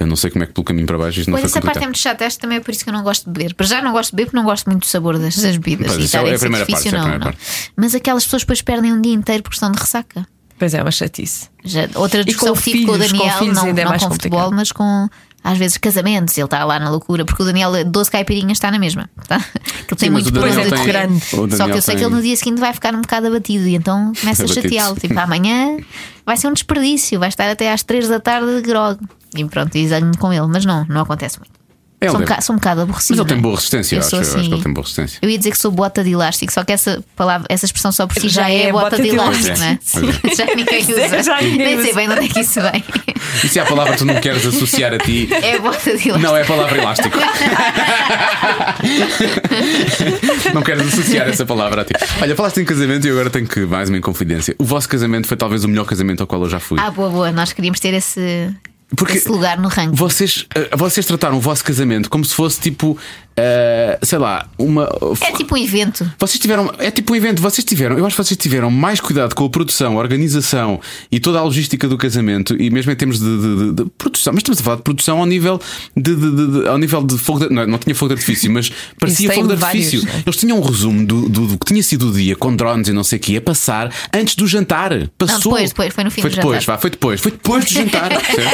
S2: Eu não sei como é que pelo caminho para baixo isto não
S4: Ah. Pois
S2: foi
S4: essa parte é
S2: complicado.
S4: muito chata, esta também é por isso que eu não gosto de beber. Para já não gosto de beber porque não gosto muito do sabor das, das bebidas.
S2: Pois,
S4: e
S2: isso é-
S4: estar em
S2: é a primeira parte,
S4: sacrifício,
S2: isso é a
S4: não,
S2: primeira
S4: não. Mas aquelas pessoas depois perdem um dia inteiro porque estão de ressaca.
S3: Pois é, uma chatice.
S4: Já- outra discussão
S3: com
S4: que tive com o
S3: filhos, com
S4: Daniel,
S3: filhos
S4: não,
S3: ainda é
S4: não
S3: mais
S4: com futebol,
S3: complicado.
S4: mas com às vezes casamentos. Ele está lá na loucura, porque o Daniel, 12 caipirinhas, está na mesma. Tá? Que ele tem
S2: Sim, mas
S4: muito
S2: o
S4: por
S3: Daniel
S4: onde
S3: tem-
S4: correr.
S3: o
S4: Só que
S2: Daniel
S4: eu sei
S2: tem-
S4: que ele no dia seguinte vai ficar um bocado abatido e então começa a
S2: Abatido.
S4: chateá-lo. Tipo, amanhã vai ser um desperdício, vai estar até às 3 da tarde de grog. E pronto, desanho com ele, mas não, não acontece muito.
S2: Ele
S4: sou, um
S2: deve-
S4: boca- sou um bocado aborrecido.
S2: É Mas ele tem
S4: não é?
S2: boa resistência, eu acho.
S4: sou
S2: Eu acho
S4: assim.
S2: que ele tem boa resistência.
S4: Eu ia dizer que sou bota de elástico, só que essa palavra, essa expressão só por si já, é bota, de elástico, não é?
S2: Pois é.
S4: Já ninguém
S3: Pois é,
S4: usa.
S3: já ninguém
S4: Nem sei
S3: usa.
S4: bem de onde é que isso vem.
S2: E se há a palavra que tu não queres associar a ti,
S4: É bota de elástico.
S2: não é a palavra elástico. não queres associar essa palavra a ti. Olha, falaste em casamento e eu agora tenho que mais uma confidência. O vosso casamento foi talvez o melhor casamento ao qual eu já fui.
S4: Ah, boa, boa, nós queríamos ter esse, esse lugar no ranking.
S2: Vocês, eh, vocês trataram o vosso casamento como se fosse tipo, eh, sei lá, uma.
S4: É tipo um evento.
S2: Vocês tiveram, é tipo um evento, vocês tiveram, eu acho que vocês tiveram mais cuidado com a produção, a organização e toda a logística do casamento, e mesmo em termos de, de- de- de produção, mas estamos a falar de produção ao nível de, de- de- de- ao nível de fogo de, não, não tinha fogo de artifício, mas parecia
S3: tem
S2: fogo de
S3: vários,
S2: artifício.
S4: né?
S3: não é?
S2: Eles tinham um resumo do, do- do que tinha sido o dia com drones e não sei o que a passar antes do jantar. Passou.
S4: depois, depois, foi no fim
S2: foi
S4: do
S2: depois,
S4: jantar.
S2: Vá, foi depois, foi depois do jantar.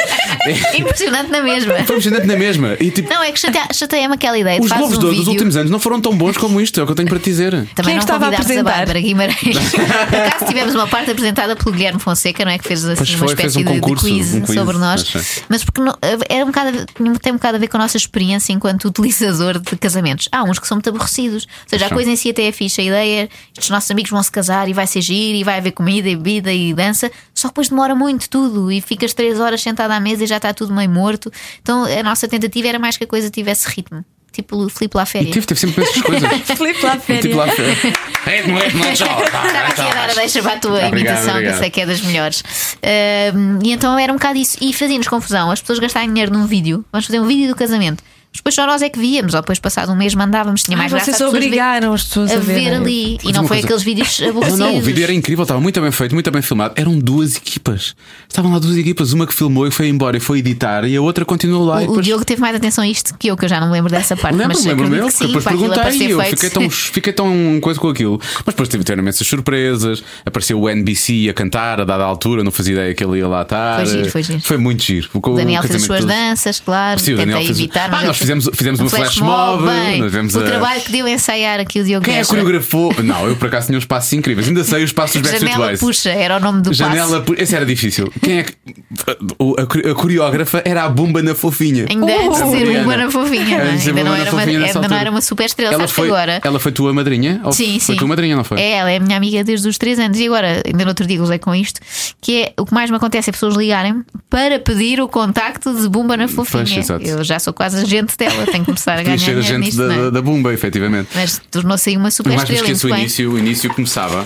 S2: percebes?
S4: Impressionante na mesma.
S2: foi impressionante na mesma. E tipo,
S4: Não, é que chateia- chateia-me aquela ideia. de
S2: os
S4: fazes
S2: Globos
S4: um
S2: de Ouro
S4: vídeo.
S2: dos últimos anos não foram tão bons como isto, é o que eu tenho para te dizer.
S4: Também
S3: Quem é
S4: não
S3: estava a
S4: convidámos
S3: apresentar?
S4: Bárbara Guimarães. Por acaso tivemos uma parte apresentada pelo Guilherme Fonseca, não é? Que fez assim
S2: Pois
S4: uma
S2: foi,
S4: espécie
S2: fez um
S4: de-
S2: concurso,
S4: de quiz,
S2: um quiz,
S4: sobre nós.
S2: achei.
S4: Mas porque não- era um bocado, a ver- tem um bocado a ver com a nossa experiência enquanto utilizador de casamentos. Há uns que são muito aborrecidos. Ou seja, a
S2: Sim.
S4: coisa em si até é fixa. A ideia é estes nossos amigos vão se casar e vai ser giro e vai haver comida e bebida e dança. Só que depois demora muito tudo e ficas três horas sentada à mesa e já está tudo meio morto. Então a nossa tentativa era mais que a coisa tivesse ritmo. Tipo o Filipe lá à
S2: E
S4: férias.
S2: teve, teve sempre essas coisas.
S3: Felipe lá de
S2: É tipo lá.
S3: férias.
S2: Ritmo, ritmo, é só.
S4: Estava aqui a dar a deixa para a tua
S2: Obrigado,
S4: imitação, que
S2: obrigado.
S4: eu sei que é das melhores. Ahm, e então era um bocado isso. E fazia-nos confusão as pessoas gastarem dinheiro num vídeo. Vamos fazer um vídeo do casamento. Mas Depois só nós é que víamos, ou depois passado um mês mandávamos, tinha mais
S3: Ai,
S4: graça
S3: Ah, vocês
S4: as pessoas
S3: obrigaram as pessoas
S4: ver,
S3: a,
S4: a ver
S3: verem.
S4: ali. E
S2: Mas
S4: não
S2: uma
S4: foi
S2: coisa-
S4: aqueles vídeos
S2: Não,
S4: aborrecidos.
S2: não, o vídeo era incrível, estava muito bem feito, muito bem filmado. Eram duas equipas. Estavam lá duas equipas, uma que filmou e foi embora e foi editar, e a outra continuou lá. e
S4: O, o
S2: depois...
S4: Diogo teve mais atenção a isto que eu, que eu já não me lembro dessa parte.
S2: Lembro,
S4: mas
S2: lembro
S4: acredito
S2: eu,
S4: que
S2: que
S4: sim,
S2: depois
S4: para aquilo
S2: perguntei
S4: aparecer
S2: e eu
S4: feito.
S2: fiquei tão, fiquei tão coisa com aquilo. Mas depois tive- tiveram imensas surpresas, apareceu o NBC a cantar a dada altura, não fazia ideia que ele ia lá estar.
S4: Foi giro, foi giro.
S2: muito giro. O,
S4: O Daniel fez as
S2: casamento
S4: suas
S2: deles-
S4: danças, claro,
S2: Sim, o
S4: tenta
S2: Daniel fez-
S4: evitar.
S2: Ah,
S4: mas
S2: nós
S4: eu-
S2: fizemos- fizemos um flash mob,
S4: bem.
S2: nós vemos
S4: o
S2: a-
S4: trabalho que deu a ensaiar aqui o Diogo
S2: Quem é que
S4: Beja.
S2: coreografou? Não, eu por acaso tinha um uns passos incríveis. Ainda sei os passos dos Backstreet
S4: Janela
S2: Boys.
S4: Puxa, era o nome do
S2: Janela,
S4: passo.
S2: pu- esse era difícil. Quem é que. o- A, core- a coreógrafa era a Bumba na Fofinha.
S4: Ainda
S3: Uh!
S4: antes de ser
S2: Adriana.
S4: uma na fofinha, não é?
S2: Antes de ser
S4: ainda,
S2: uma
S4: não
S2: Ana
S4: era uma,
S2: Fofinha nessa
S4: ainda não
S2: altura.
S4: era uma super estrela,
S2: Ela
S4: sabes que
S2: foi,
S4: agora.
S2: ela foi tua madrinha? Ou
S4: Sim,
S2: foi
S4: sim.
S2: tua madrinha, não foi?
S4: É, ela é minha amiga desde os 3 anos. E agora, ainda no outro dia usei com isto, que é o que mais me acontece é pessoas ligarem para pedir o contacto de Bumba na Fofinha.
S2: exato.
S4: eu já sou quase agente dela, tenho que começar a ganhar
S2: Tinha cheiro a
S4: dinheiro
S2: gente
S4: nisto,
S2: da,
S4: não é?
S2: da, da Bumba, efetivamente.
S4: Mas tornou-se aí uma super
S2: Mas me
S4: estrela.
S2: esqueço o
S4: muito bem.
S2: início. O início começava.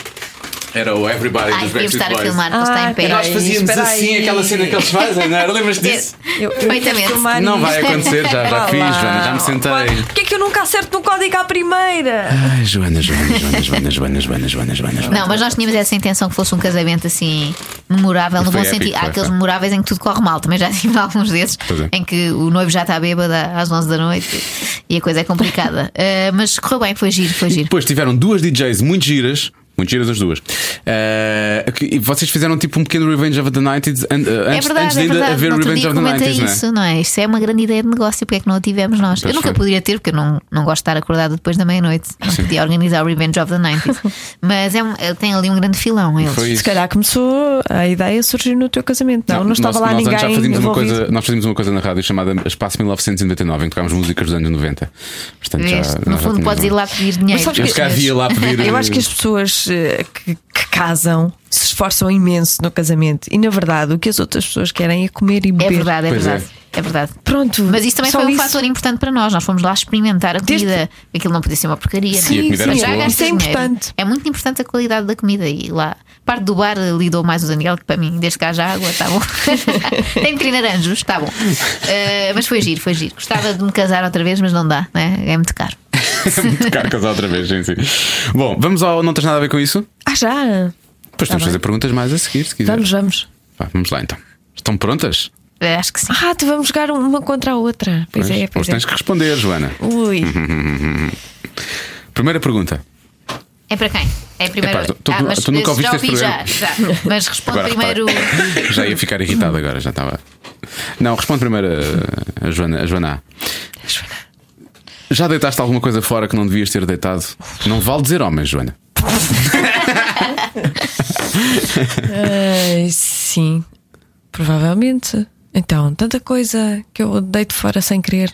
S2: Era o Everybody
S4: Ai,
S2: dos
S4: devíamos
S2: Backstreet
S4: estar a
S2: Boys.
S4: filmar, É, porque está
S3: Ah,
S4: em pé.
S2: E nós fazíamos
S3: Espera
S2: assim
S3: aí.
S2: aquela cena que eles fazem, não era?
S4: É.
S2: Lembras disso?
S3: Eu- eu quero
S4: Perfeitamente.
S3: filmar
S2: Não vai
S3: isto.
S2: acontecer, já- já
S3: Ah
S2: fiz,
S3: lá.
S2: Joana, já me sentei.
S3: Porquê que eu nunca acerto no código à primeira?
S2: Ai, Joana, Joana, Joana, Joana, Joana, Joana, Joana, Joana. Joana.
S4: Não, mas nós tínhamos essa intenção que fosse um casamento assim memorável, no
S2: Foi
S4: bom
S2: épico,
S4: sentido. Há
S2: foi,
S4: aqueles
S2: foi.
S4: memoráveis em que tudo corre mal, também já tive alguns desses,
S2: Pois é.
S4: em que o noivo já está bêbado às 11 da noite e a coisa é complicada. Ah, mas correu bem, foi giro, foi
S2: E
S4: giro.
S2: depois tiveram duas DJs muito giras. muito Muito giras as duas. Eh, que- e vocês fizeram tipo um pequeno Revenge of the 90s an- eh,
S4: É
S2: antes, antes
S4: verdade, é
S2: de ainda
S4: verdade.
S2: haver
S4: No
S2: o
S4: outro
S2: Revenge
S4: dia
S2: of the
S4: comentei
S2: 90s, né?
S4: isso, não é? Isto é uma grande ideia de negócio, porque é que não a tivemos nós?
S2: Pois
S4: eu nunca
S2: foi.
S4: poderia ter, porque eu não, não gosto de estar acordada depois da meia-noite. Não podia organizar o Revenge of the 90s. Mas é um- é- tem ali um grande filão, eles.
S2: Foi
S3: Se calhar começou a ideia a surgir no teu casamento. Não, não,
S2: nós,
S3: estava lá
S2: nós antes
S3: ninguém.
S2: já fazíamos uma
S3: envolvido.
S2: coisa, Nós fazíamos uma coisa na rádio chamada Espaço 1999, em que tocámos músicas dos anos 90. Portanto, já,
S4: Veste,
S2: nós
S4: no
S2: já
S4: fundo,
S2: tínhamos
S4: podes
S2: um-
S4: ir lá pedir dinheiro.
S3: sabes
S2: Eu
S3: que-
S2: se calhar via lá pedir.
S3: Eu acho que as pessoas eh, que, que casam se esforçam imenso no casamento e, na verdade, o que as outras pessoas querem é comer e
S4: É
S3: beber.
S4: verdade, é
S2: Pois é.
S4: verdade. É. verdade.
S3: Pronto.
S4: Mas isso também
S3: só
S4: foi um
S3: isso.
S4: fator importante para nós. Nós fomos lá experimentar a
S3: Desde-
S4: comida. Aquilo não podia ser uma porcaria.
S2: E a
S3: Sim,
S2: comida era
S3: sim,
S2: boa.
S4: gastas
S3: isso é
S4: dinheiro.
S3: importante.
S4: É muito importante a qualidade da comida e lá. Parte do bar lidou mais o Daniel que para mim, desde que haja água, está bom. Tem que naranjos, está bom. Eh, mas foi giro, foi giro. Gostava de me casar outra vez, mas não dá, né? é muito caro.
S2: muito caro casar outra vez, sim, sim. Bom, vamos ao. Não tens nada a ver com isso?
S3: Ah, já?
S2: Depois temos de fazer perguntas mais a seguir, se quiseres.
S3: Vamos, Tá vamos.
S2: Vá, vamos lá então. Estão prontas?
S4: Eh, acho que sim.
S3: Ah, tu vamos jogar uma contra a outra. Pois, é,
S2: Pois
S3: pois é.
S2: tens que Uhum. responder, Joana.
S3: Ui,
S2: Primeira pergunta.
S4: É para quem? É primeiro.
S2: Epá, tu- tu-
S4: mas
S2: tu nunca
S4: já
S2: ouviste este
S4: ouvi, já,
S2: programa.
S4: já. Mas responde
S2: Agora
S4: primeiro.
S2: reparei. Já ia ficar irritado agora, já estava. Não, responde primeiro a, a Joana, a Joana A. Já deitaste alguma coisa fora que não devias ter deitado? Não vale dizer homens, Joana.
S3: Ah, sim, provavelmente. Então, tanta coisa que eu deito fora sem querer.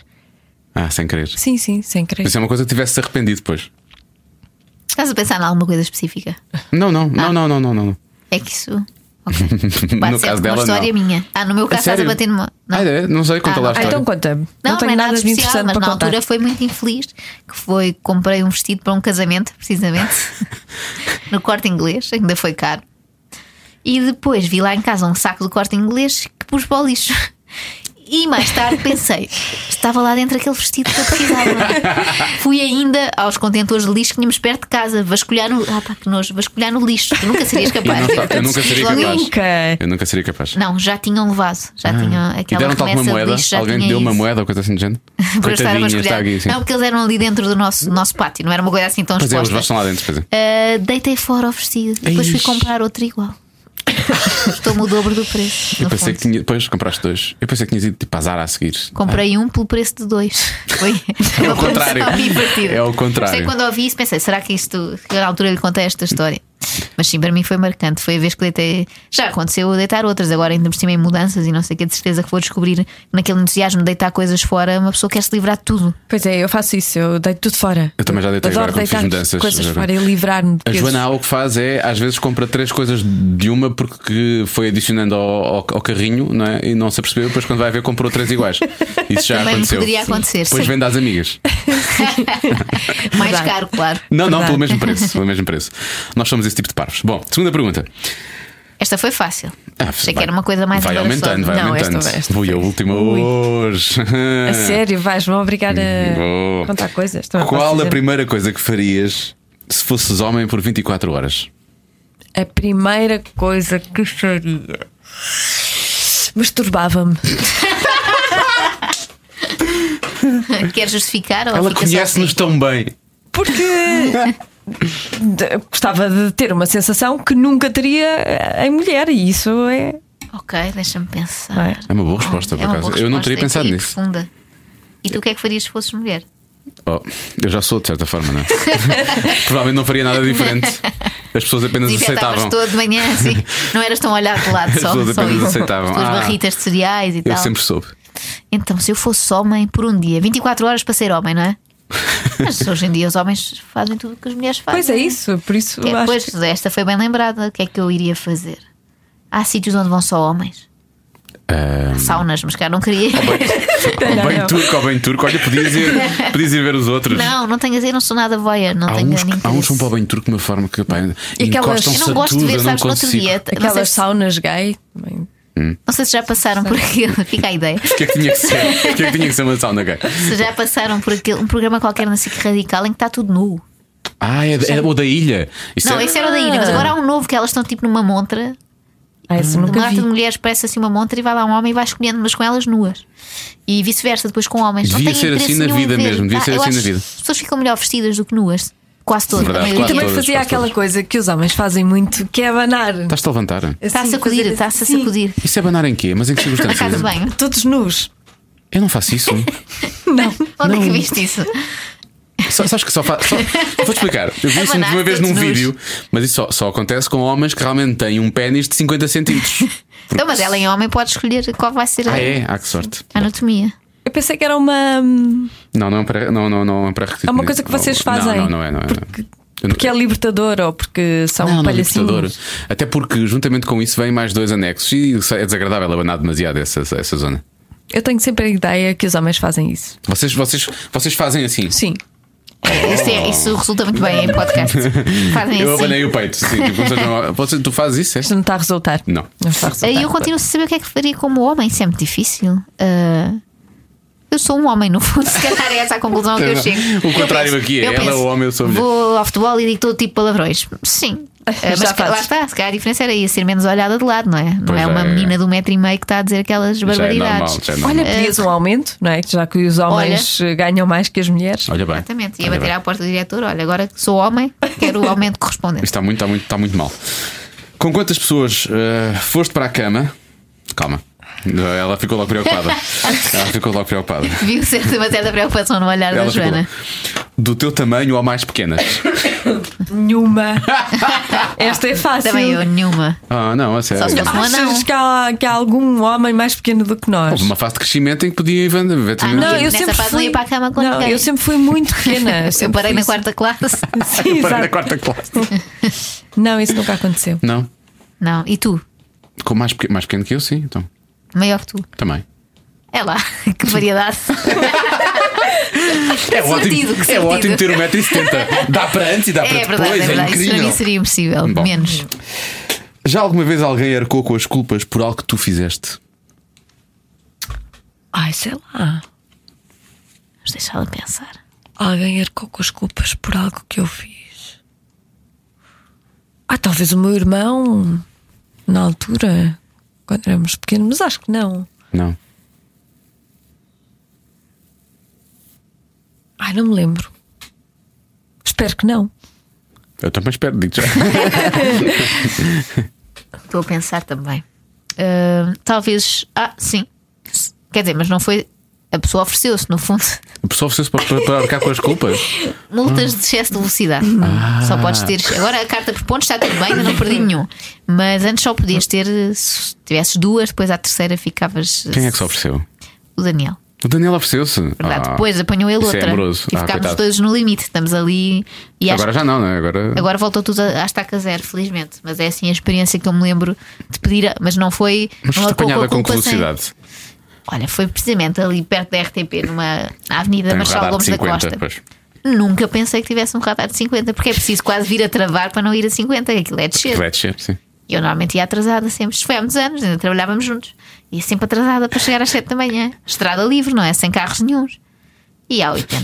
S2: Ah, sem querer.
S3: Sim, sim, sem querer.
S2: Isso é uma coisa que tivesse arrependido depois.
S4: Estás a pensar em alguma coisa específica?
S2: Não, não,
S4: Ah.
S2: não, não, não, não, não.
S4: É que isso. ok. Pode
S2: no
S4: ser
S2: caso
S4: uma
S2: dela,
S4: história
S2: não.
S4: minha. Ah, no meu
S2: A
S4: caso estás a
S2: sério?
S4: bater numa. Não.
S2: Ah, é? Não sei, conta
S4: Ah,
S2: lá a
S4: não.
S3: Ah,
S2: história.
S3: então conta-me. Não,
S4: Não,
S3: tenho
S4: é
S3: nada de
S4: especial,
S3: interessante
S4: mas
S3: para
S4: na
S3: contar.
S4: altura foi muito infeliz que foi comprei um vestido para um casamento, precisamente, no corte inglês, ainda foi caro. E depois vi lá em casa um saco do corte inglês que pus para o lixo. E mais tarde pensei, estava lá dentro aquele vestido que eu precisava. Fui ainda aos contentores de lixo que tínhamos perto de casa, vasculhar no. Ah, pá, que nojo, vasculhar no lixo. Tu nunca serias
S2: Eu, não
S4: capaz. um
S2: sa- eu nunca seria
S4: Logo
S2: capaz.
S3: Nunca.
S2: Eu nunca seria capaz.
S4: não, já tinham um vaso, já tinham
S2: Ah. E
S4: aquela
S2: deram-te alguma
S4: remessa de
S2: moeda?
S4: lixo, já
S2: Alguém te
S4: tinha
S2: deu uma
S4: isso.
S2: moeda ou coisa assim do género?
S4: Por estar a
S2: Coitadinha, está
S4: vasculhar.
S2: aqui, sim.
S4: Não, porque eles eram ali dentro do nosso, nosso pátio, não era uma coisa assim tão
S2: Pois é, os É
S4: exposta.
S2: vossos estão lá dentro, pois é.
S4: Ah, deitei fora o vestido e depois fui
S2: Ixi.
S4: comprar outro igual. Custou-me o dobro do preço.
S2: Eu
S4: no
S2: pensei
S4: fundo.
S2: que tinha. Depois compraste dois. Eu pensei que tinhas ido tipo à Zara a seguir.
S4: Comprei um pelo preço de dois. Foi
S2: Ah. É
S4: uma
S2: o contrário.
S4: promoção divertida.
S2: É o
S4: Sei
S2: contrário.
S4: quando ouvi isso, pensei, será que isto. que Eu na altura lhe contei esta história. Mas sim, para mim foi marcante. Foi a vez que deitei. Já aconteceu eu deitar outras, agora ainda por cima em mudanças e não sei o que, de certeza que vou descobrir naquele entusiasmo de deitar coisas fora, uma pessoa quer se livrar de tudo.
S3: Pois é, eu faço isso, eu deito tudo fora.
S2: Eu também já deitei
S3: Adoro
S2: agora quando fiz
S3: deitar
S2: mudanças.
S3: coisas
S2: Agora-
S3: fora e livrar-me de
S2: A
S3: pesos.
S2: Joana A, o que faz é, às vezes, compra três coisas de uma porque foi adicionando ao, ao- ao carrinho não é? e não se apercebeu. Depois, quando vai ver, comprou três iguais. Isso já
S4: Também
S2: aconteceu.
S4: poderia acontecer,
S2: Depois
S4: sim.
S2: vende às amigas.
S4: Mais
S3: Verdade.
S4: caro, claro.
S2: Não, não,
S3: Verdade.
S2: pelo mesmo preço. Pelo mesmo preço. Nós somos esse tipo de parvos. Bom, segunda pergunta.
S4: Esta foi fácil.
S2: Ah,
S4: Achei
S2: vai-
S4: que era uma coisa mais
S2: Vai
S4: embaraçosa.
S2: aumentando, vai
S3: Não, esta-
S2: aumentando.
S3: esta
S2: Vou e a
S3: foi-
S2: última
S3: Ui.
S2: hoje.
S3: A sério, vais-me obrigar a
S2: Vou.
S3: contar coisas. Também posso
S2: Qual a
S3: dizer.
S2: primeira coisa que farias se fosses homem por 24 horas?
S3: A primeira coisa que faria. Masturbava-me.
S4: Quer justificar ou
S2: Ela
S4: fica só
S2: conhece-nos
S4: assim?
S2: tão bem.
S3: Porque de- gostava de ter uma sensação que nunca teria eh, em mulher, e isso é.
S4: Ok, deixa-me pensar.
S3: Não é?
S2: É uma boa resposta, por
S4: É uma
S2: acaso.
S4: boa
S2: Eu não
S4: resposta,
S2: teria
S4: é
S2: pensado
S4: que é
S2: nisso.
S4: Profunda. E tu o que é que farias se fosses mulher?
S2: Oh, eu já sou, de certa forma, não é? Provavelmente não faria nada diferente. As pessoas apenas
S4: Desinfetavas
S2: aceitavam.
S4: todo de manhã, assim. Não eras tão olhado de lado
S2: As
S4: só.
S2: pessoas
S4: só
S2: apenas
S4: isso.
S2: aceitavam.
S4: As tuas
S2: Ah.
S4: barritas de cereais e
S2: Eu
S4: tal.
S2: sempre soube.
S4: Então, se eu fosse homem por um dia, 24 horas para ser homem, não é? Mas hoje em dia os homens fazem tudo o que as mulheres fazem.
S3: Pois é, isso, por isso
S4: O que é-
S3: acho
S4: pois,
S3: que-
S4: esta foi bem lembrada. O que é que eu iria fazer? Há sítios onde vão só homens.
S2: Ah,
S4: Saunas, mas cá não queria.
S2: Oh, ao bem
S3: não.
S2: turco, ao bem turco, olha, podias ir, podias ir ver os outros.
S4: Não, não tenho a dizer, não sou nada voyeur, não
S2: Há
S4: tenho
S2: uns,
S4: nenhum
S2: há uns que vão para o
S4: interesse.
S2: bem turco de uma forma que pá,
S3: aquelas-
S2: encostam-se
S4: Eu não
S2: a
S4: gosto
S2: tudo,
S4: de ver,
S2: eu não
S4: sabes, no outro
S2: consigo.
S4: dia. não sei
S3: Aquelas
S4: se-
S3: saunas gay. também.
S4: Não sei se já passaram por aquilo, fica a ideia.
S2: O que é que tinha que ser? O que é que tinha que ser uma sauna gay?
S4: Se já passaram por aquele, um programa qualquer na SIC Radical em que está tudo nu.
S2: Ah, é, é o da ilha. Isso
S4: Não,
S2: é-
S4: esse era o da Ilha, mas agora há um novo que elas estão tipo numa montra.
S3: Ah, isso
S4: Uma
S3: nunca
S4: data de
S3: vi.
S4: mulheres parece assim uma montra e vai lá um homem e vai escolhendo, mas com elas nuas. E vice-versa, depois com homens.
S2: Devia
S4: não tem
S2: ser
S4: interesse
S2: assim na
S4: nenhum em
S2: vida
S4: ver.
S2: mesmo, devia
S4: Ah,
S2: ser
S4: eu
S2: assim
S4: acho
S2: na vida.
S4: que As pessoas ficam melhor vestidas do que nuas. Quase todos.
S2: Verdade,
S4: a maioria.
S3: E
S2: quase
S3: também
S2: todas, Tá.
S3: fazia
S2: quase
S3: aquela
S2: todas.
S3: coisa que os homens fazem muito, que é abanar.
S2: Estás-te a levantar?
S4: Está a tá?
S3: Assim,
S4: sacudir,
S3: fazer
S4: está-se a
S3: assim.
S4: sacudir.
S2: Isso é banar em quê? Mas em que
S4: Na
S2: circunstâncias?
S4: casa de banho.
S3: Todos nus.
S2: Eu não faço isso.
S3: Não.
S4: Onde é que
S2: Não.
S4: viste isso?
S2: Só, sabes que só faço. Vou explicar. Eu
S3: É
S2: vi isso
S4: Abanar
S2: uma vez num
S4: todos nus.
S2: vídeo, mas isso só, só acontece com homens que realmente têm um pênis de 50 centímetros.
S4: Então, mas ela em homem pode escolher qual vai ser a
S2: Ah, é? Ah, que sorte.
S4: a anatomia.
S3: Eu pensei que era uma. hum,
S2: Não, não é para não, não, não é para
S3: É uma coisa que vocês fazem.
S2: Não, não, não é, não é.
S3: Porque-
S2: Eu não-
S3: Porque é um libertador ou porque são
S2: Não, é não, libertador.
S3: palhacinhos.
S2: Até porque, juntamente com isso, vêm mais dois anexos e isso é desagradável abanar demasiado essa, essa zona.
S3: Eu tenho sempre a ideia que os homens fazem isso.
S2: Vocês, vocês, vocês fazem assim.
S3: Sim.
S4: Isso, é- isso resulta muito bem em podcast. Fazem
S2: Eu
S4: assim.
S2: abanei o peito. Sim, tipo, vocês não- vocês- tu fazes isso, é?
S3: Isto não está a resultar.
S2: Não.
S3: Não está a resultar.
S2: tá
S4: Aí eu continuo sem saber o que é que faria como homem, isso é muito difícil. Ah, eu sou um homem, no fundo, se calhar é essa a conclusão que eu
S2: Não,
S4: chego.
S2: o
S4: Eu
S2: contrário aqui é,
S4: eu
S2: ela é o homem, eu sou a mulher.
S4: Vou ao futebol e digo todo tipo de palavrões. Sim. Ah, mas
S3: Já
S4: se calhar- lá
S3: fazes.
S4: está, se calhar a diferença era ia ser menos olhada de lado, não é? Não
S2: Pois
S4: é uma
S2: é.
S4: menina de um metro e meio que está a dizer aquelas
S2: Já é normal,
S4: barbaridades. Ah,
S2: já é normal.
S3: Olha,
S4: eh,
S3: pedias um aumento, não é? Já que os homens eh, ganham mais que as mulheres.
S2: Olha bem.
S4: Exatamente, ia
S2: Olha
S4: bater
S2: bem.
S4: à porta do diretor: olha, agora que sou homem, quero o aumento correspondente.
S2: Isto está muito, está muito, está muito mal. Com quantas pessoas eh, foste para a cama? Calma. Ela ficou logo preocupada. Ela ficou logo preocupada.
S4: Viu certa, uma certa preocupação no olhar
S2: Ela
S4: da
S2: ficou
S4: é Joana.
S2: logo. Do teu tamanho ou mais pequenas?
S3: Nenhuma. Esta é fácil.
S4: Também eu, nenhuma.
S2: Ah, não, a sério.
S4: Só se fosse um anão.
S3: Achas que há, que há algum homem mais pequeno do que nós?
S2: Houve uma fase de crescimento em que podia ir vendo- eventualmente.
S4: Ah, Não, nessa fase não ia para a cama com
S3: não,
S4: ninguém.
S3: eu sempre fui muito pequena.
S4: Eu
S3: sempre
S4: parei
S3: fui
S4: na
S3: isso.
S4: quarta classe.
S3: Sim,
S2: Para
S3: exato.
S2: na quarta classe.
S3: Não, isso nunca aconteceu.
S2: Não.
S4: Não, e tu?
S2: Com mais, pequ- mais pequeno que eu, sim, então.
S4: Maior que tu.
S2: Também.
S4: É lá, que variedade.
S2: É
S4: sentido,
S2: ótimo,
S4: que
S2: é
S4: sentido.
S2: ótimo ter 1,70m. Dá para antes e dá para
S4: É verdade,
S2: depois.
S4: é
S2: é
S4: verdade. Isso para
S2: incrível.
S4: mim seria impossível.
S2: Bom.
S4: Menos.
S2: Já alguma vez alguém arcou com as culpas por algo que tu fizeste?
S3: Ai, sei lá.
S4: Vamos deixá-la pensar.
S3: Alguém arcou com as culpas por algo que eu fiz. Ah, talvez o meu irmão, na altura, quando éramos pequenos, mas acho que não.
S2: Não.
S3: Ai, não me lembro. Espero que não.
S2: Eu também espero, digo já.
S4: Estou a pensar também. Ah, talvez. Ah, sim. Quer dizer, mas não foi. A pessoa ofereceu-se, no fundo,
S2: A pessoa ofereceu-se para, para, para arcar com as culpas.
S4: multas de excesso de velocidade.
S2: Ah.
S4: Só podes ter. Agora a carta por pontos está tudo bem, ainda não perdi nenhum. Mas antes só podias ter. eh, Se tivesses duas, depois à terceira ficavas. eh,
S2: Quem é que se ofereceu?
S4: O Daniel.
S2: O Daniel ofereceu-se.
S4: Verdade.
S2: Ah,
S4: depois apanhou ele
S2: isso
S4: outra.
S2: É amoroso.
S4: E
S2: Ah,
S4: ficámos
S2: coitado.
S4: todos no limite. Estamos ali. E acho
S2: Agora já não, não é? Agora.
S4: Agora voltou tudo a- à estaca zero, felizmente. Mas é assim a experiência que eu me lembro de pedir, a- mas não foi.
S2: Mas
S4: não
S2: foste
S4: arcou
S2: apanhada com que
S4: culpa sem-
S2: velocidade?
S4: Olha, foi precisamente ali perto da RTP, numa na Avenida
S2: Tem um
S4: Marchal
S2: radar de
S4: Gomes da
S2: 50.
S4: Costa.
S2: Pois.
S4: Nunca pensei que tivesse um radar de 50, porque é preciso quase vir a travar para não ir a 50, que aquilo é descer.
S2: Vai descer, sim.
S4: E Eu normalmente ia atrasada sempre. Isto Foi há muitos anos, ainda trabalhávamos juntos. Ia sempre atrasada para chegar às 7 da manhã. Estrada livre, não é? Sem carros nenhuns. E há 80.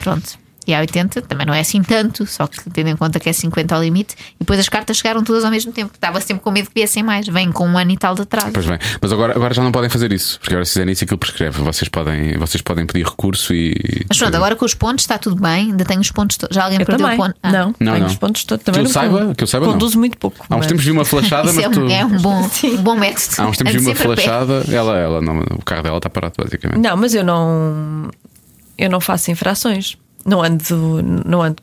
S4: Pronto. E há 80 também não é assim tanto, só que tendo em conta que é 50 ao limite. E depois as cartas chegaram todas ao mesmo tempo. Estava sempre com medo que viessem mais. Vêm com um ano e tal de atraso.
S2: Pois bem, mas agora, agora já não podem fazer isso, porque agora se fizerem isso aquilo prescreve. Vocês podem, vocês podem pedir recurso e.
S4: Mas pronto, agora com os pontos está tudo bem. Ainda tenho os pontos todos. Já alguém
S3: Eu
S4: perdeu
S3: também.
S4: o ponto? Ah,
S3: Não,
S2: Não,
S3: tenho
S2: não.
S3: os pontos todos.
S2: Que
S3: Também
S2: eu
S3: não
S2: saiba-
S3: con-
S2: que eu saiba, não.
S3: Conduzo muito pouco.
S2: Há uns
S3: mas-
S2: tempos vi uma flashada,
S4: Isso
S2: mas
S4: é
S2: tu.
S4: um, é um bom, um bom método.
S2: Há uns tempos vi
S4: Ando
S2: uma
S4: sempre a pé.
S2: flashada. Ela, ela não, o carro dela está parado, basicamente.
S3: Não, mas eu não. Eu não faço infrações. Não ando, não ando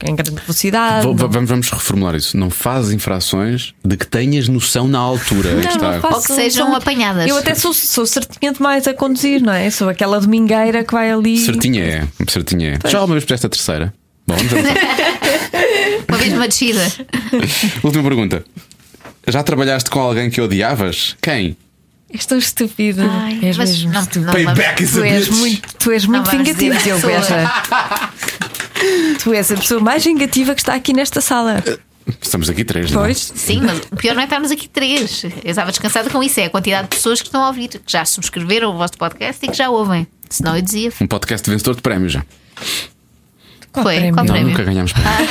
S3: em grande velocidade.
S2: Vou-
S3: não-
S2: vamos, vamos reformular isso. Não fazes infrações de que tenhas noção na altura. É que
S3: Não,
S2: está.
S3: não faço,
S4: Ou que sejam
S3: sou-
S4: apanhadas.
S3: Eu até sou, sou certinha demais a conduzir, não é? Sou aquela domingueira que vai ali.
S2: Certinha é, certinha é. Já alguma vez fizeste a terceira? Bom, vamos avançar.
S4: Uma vez uma descida.
S2: Última pergunta. Já trabalhaste com alguém que odiavas? Quem?
S3: Estou estúpida.
S4: Ai,
S3: és
S4: mas
S3: mesmo.
S4: não, não,
S2: Payback is
S3: Tu
S2: a
S3: és
S2: bitch.
S3: muito, tu és
S4: Não
S3: muito
S4: vamos
S3: vingativa,
S4: dizer
S3: Diogo
S4: pessoas.
S3: Beja. Tu és a pessoa mais vingativa que está aqui nesta sala.
S2: Eh, Estamos aqui três, não é?
S3: Pois.
S4: Sim, mas o pior não é estarmos aqui três. Eu estava descansada com isso. É a quantidade de pessoas que estão a ouvir, que já subscreveram o vosso podcast e que já ouvem. Senão eu dizia.
S2: Um podcast de vencedor de prémios já.
S3: Qual
S4: Foi,
S3: prémio?
S4: qual
S2: Não,
S4: prémio?
S2: nunca ganhámos prémios.